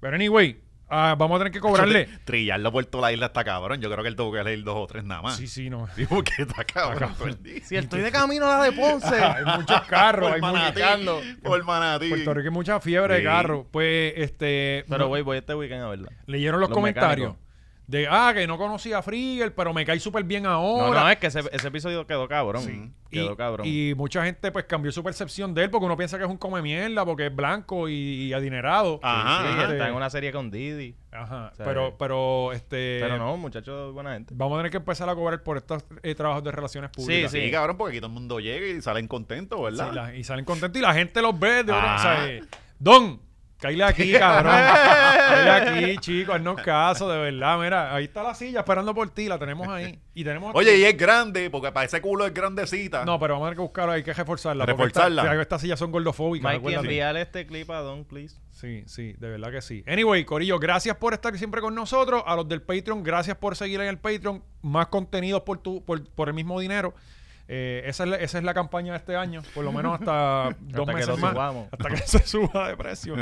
[SPEAKER 1] Pero anyway, ah, vamos a tener que cobrarle.
[SPEAKER 3] Trillarlo por toda la isla está cabrón. Yo creo que él tuvo que leer dos o tres nada más.
[SPEAKER 1] sí, sí, no.
[SPEAKER 3] Sí, porque está cabrón todo el día.
[SPEAKER 2] Si estoy de camino a la de Ponce.
[SPEAKER 1] hay muchos carros,
[SPEAKER 3] por
[SPEAKER 1] hay muchos
[SPEAKER 3] Manatí.
[SPEAKER 1] carros.
[SPEAKER 3] Por Manatí.
[SPEAKER 1] Puerto Rico hay mucha fiebre de
[SPEAKER 3] Sí.
[SPEAKER 1] carros. Pues, este...
[SPEAKER 2] pero
[SPEAKER 1] no-
[SPEAKER 2] voy, voy este weekend a verla.
[SPEAKER 1] Leyeron los,
[SPEAKER 2] los
[SPEAKER 1] comentarios.
[SPEAKER 2] mecánicos.
[SPEAKER 1] De, ah, que no conocía a Frigel, pero me cae súper bien ahora.
[SPEAKER 2] No, no, es que ese, ese episodio quedó cabrón.
[SPEAKER 3] Sí.
[SPEAKER 2] Quedó cabrón.
[SPEAKER 1] y mucha gente pues cambió su percepción de él porque uno piensa que es un come mierda porque es blanco y, y adinerado.
[SPEAKER 3] Ajá,
[SPEAKER 2] Sí,
[SPEAKER 1] este-
[SPEAKER 3] ajá.
[SPEAKER 2] está en una serie con Didi.
[SPEAKER 1] Ajá,
[SPEAKER 2] O sea, eh.
[SPEAKER 1] pero, pero, este,
[SPEAKER 2] Pero no, muchachos, buena gente.
[SPEAKER 1] vamos a tener que empezar a cobrar por estos eh, trabajos de relaciones públicas.
[SPEAKER 3] Sí,
[SPEAKER 2] Sí.
[SPEAKER 3] cabrón, porque aquí todo el mundo llega y salen contentos, ¿verdad?
[SPEAKER 1] Sí, la- y salen contentos y la gente los ve. de una- o sea,
[SPEAKER 3] Ah.
[SPEAKER 1] eh, Don, caile aquí, cabrón. caile aquí, chicos, haznos caso, de verdad. Mira, ahí está la silla esperando por ti, la tenemos ahí. Y tenemos
[SPEAKER 3] Oye, y es grande, porque para ese culo es grandecita.
[SPEAKER 1] No, pero vamos a tener que buscarla, hay que reforzarla. porque
[SPEAKER 3] Reforzarla.
[SPEAKER 1] esta- Estas sillas son gordofóbicas,
[SPEAKER 2] Mikey,
[SPEAKER 1] acuérdate.
[SPEAKER 2] envíale este clip a Don, please.
[SPEAKER 1] Sí, sí, de verdad que sí. Anyway, Corillo, gracias por estar siempre con nosotros. A los del Patreon, gracias por seguir en el Patreon. Más contenidos por, tu, por, por el mismo dinero. Eh, esa, es la, esa es la campaña de este año, por lo menos hasta dos
[SPEAKER 2] Hasta que
[SPEAKER 1] meses
[SPEAKER 2] lo
[SPEAKER 1] más.
[SPEAKER 2] subamos.
[SPEAKER 1] Hasta que se suba de precio.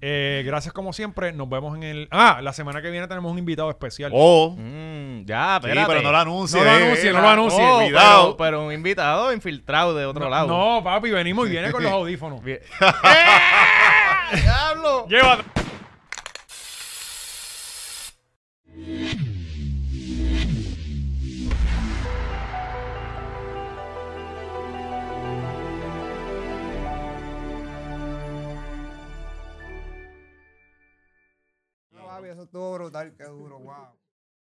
[SPEAKER 1] Eh, gracias como siempre. Nos vemos en el... Ah, la semana que viene tenemos un invitado especial.
[SPEAKER 3] Oh,
[SPEAKER 2] Mm, ya,
[SPEAKER 3] sí,
[SPEAKER 2] espérate.
[SPEAKER 3] pero no lo anuncie.
[SPEAKER 1] No lo
[SPEAKER 3] eh,
[SPEAKER 1] anuncie,
[SPEAKER 3] eh,
[SPEAKER 1] no lo anuncie.
[SPEAKER 2] Oh,
[SPEAKER 3] Cuidado.
[SPEAKER 2] Pero, pero un invitado infiltrado de otro lado.
[SPEAKER 1] No, papi, venimos y viene con los audífonos.
[SPEAKER 2] Bien. ¡Eh! ¡Diablo!
[SPEAKER 1] Llévate.
[SPEAKER 5] Eso estuvo brutal, qué duro, wow.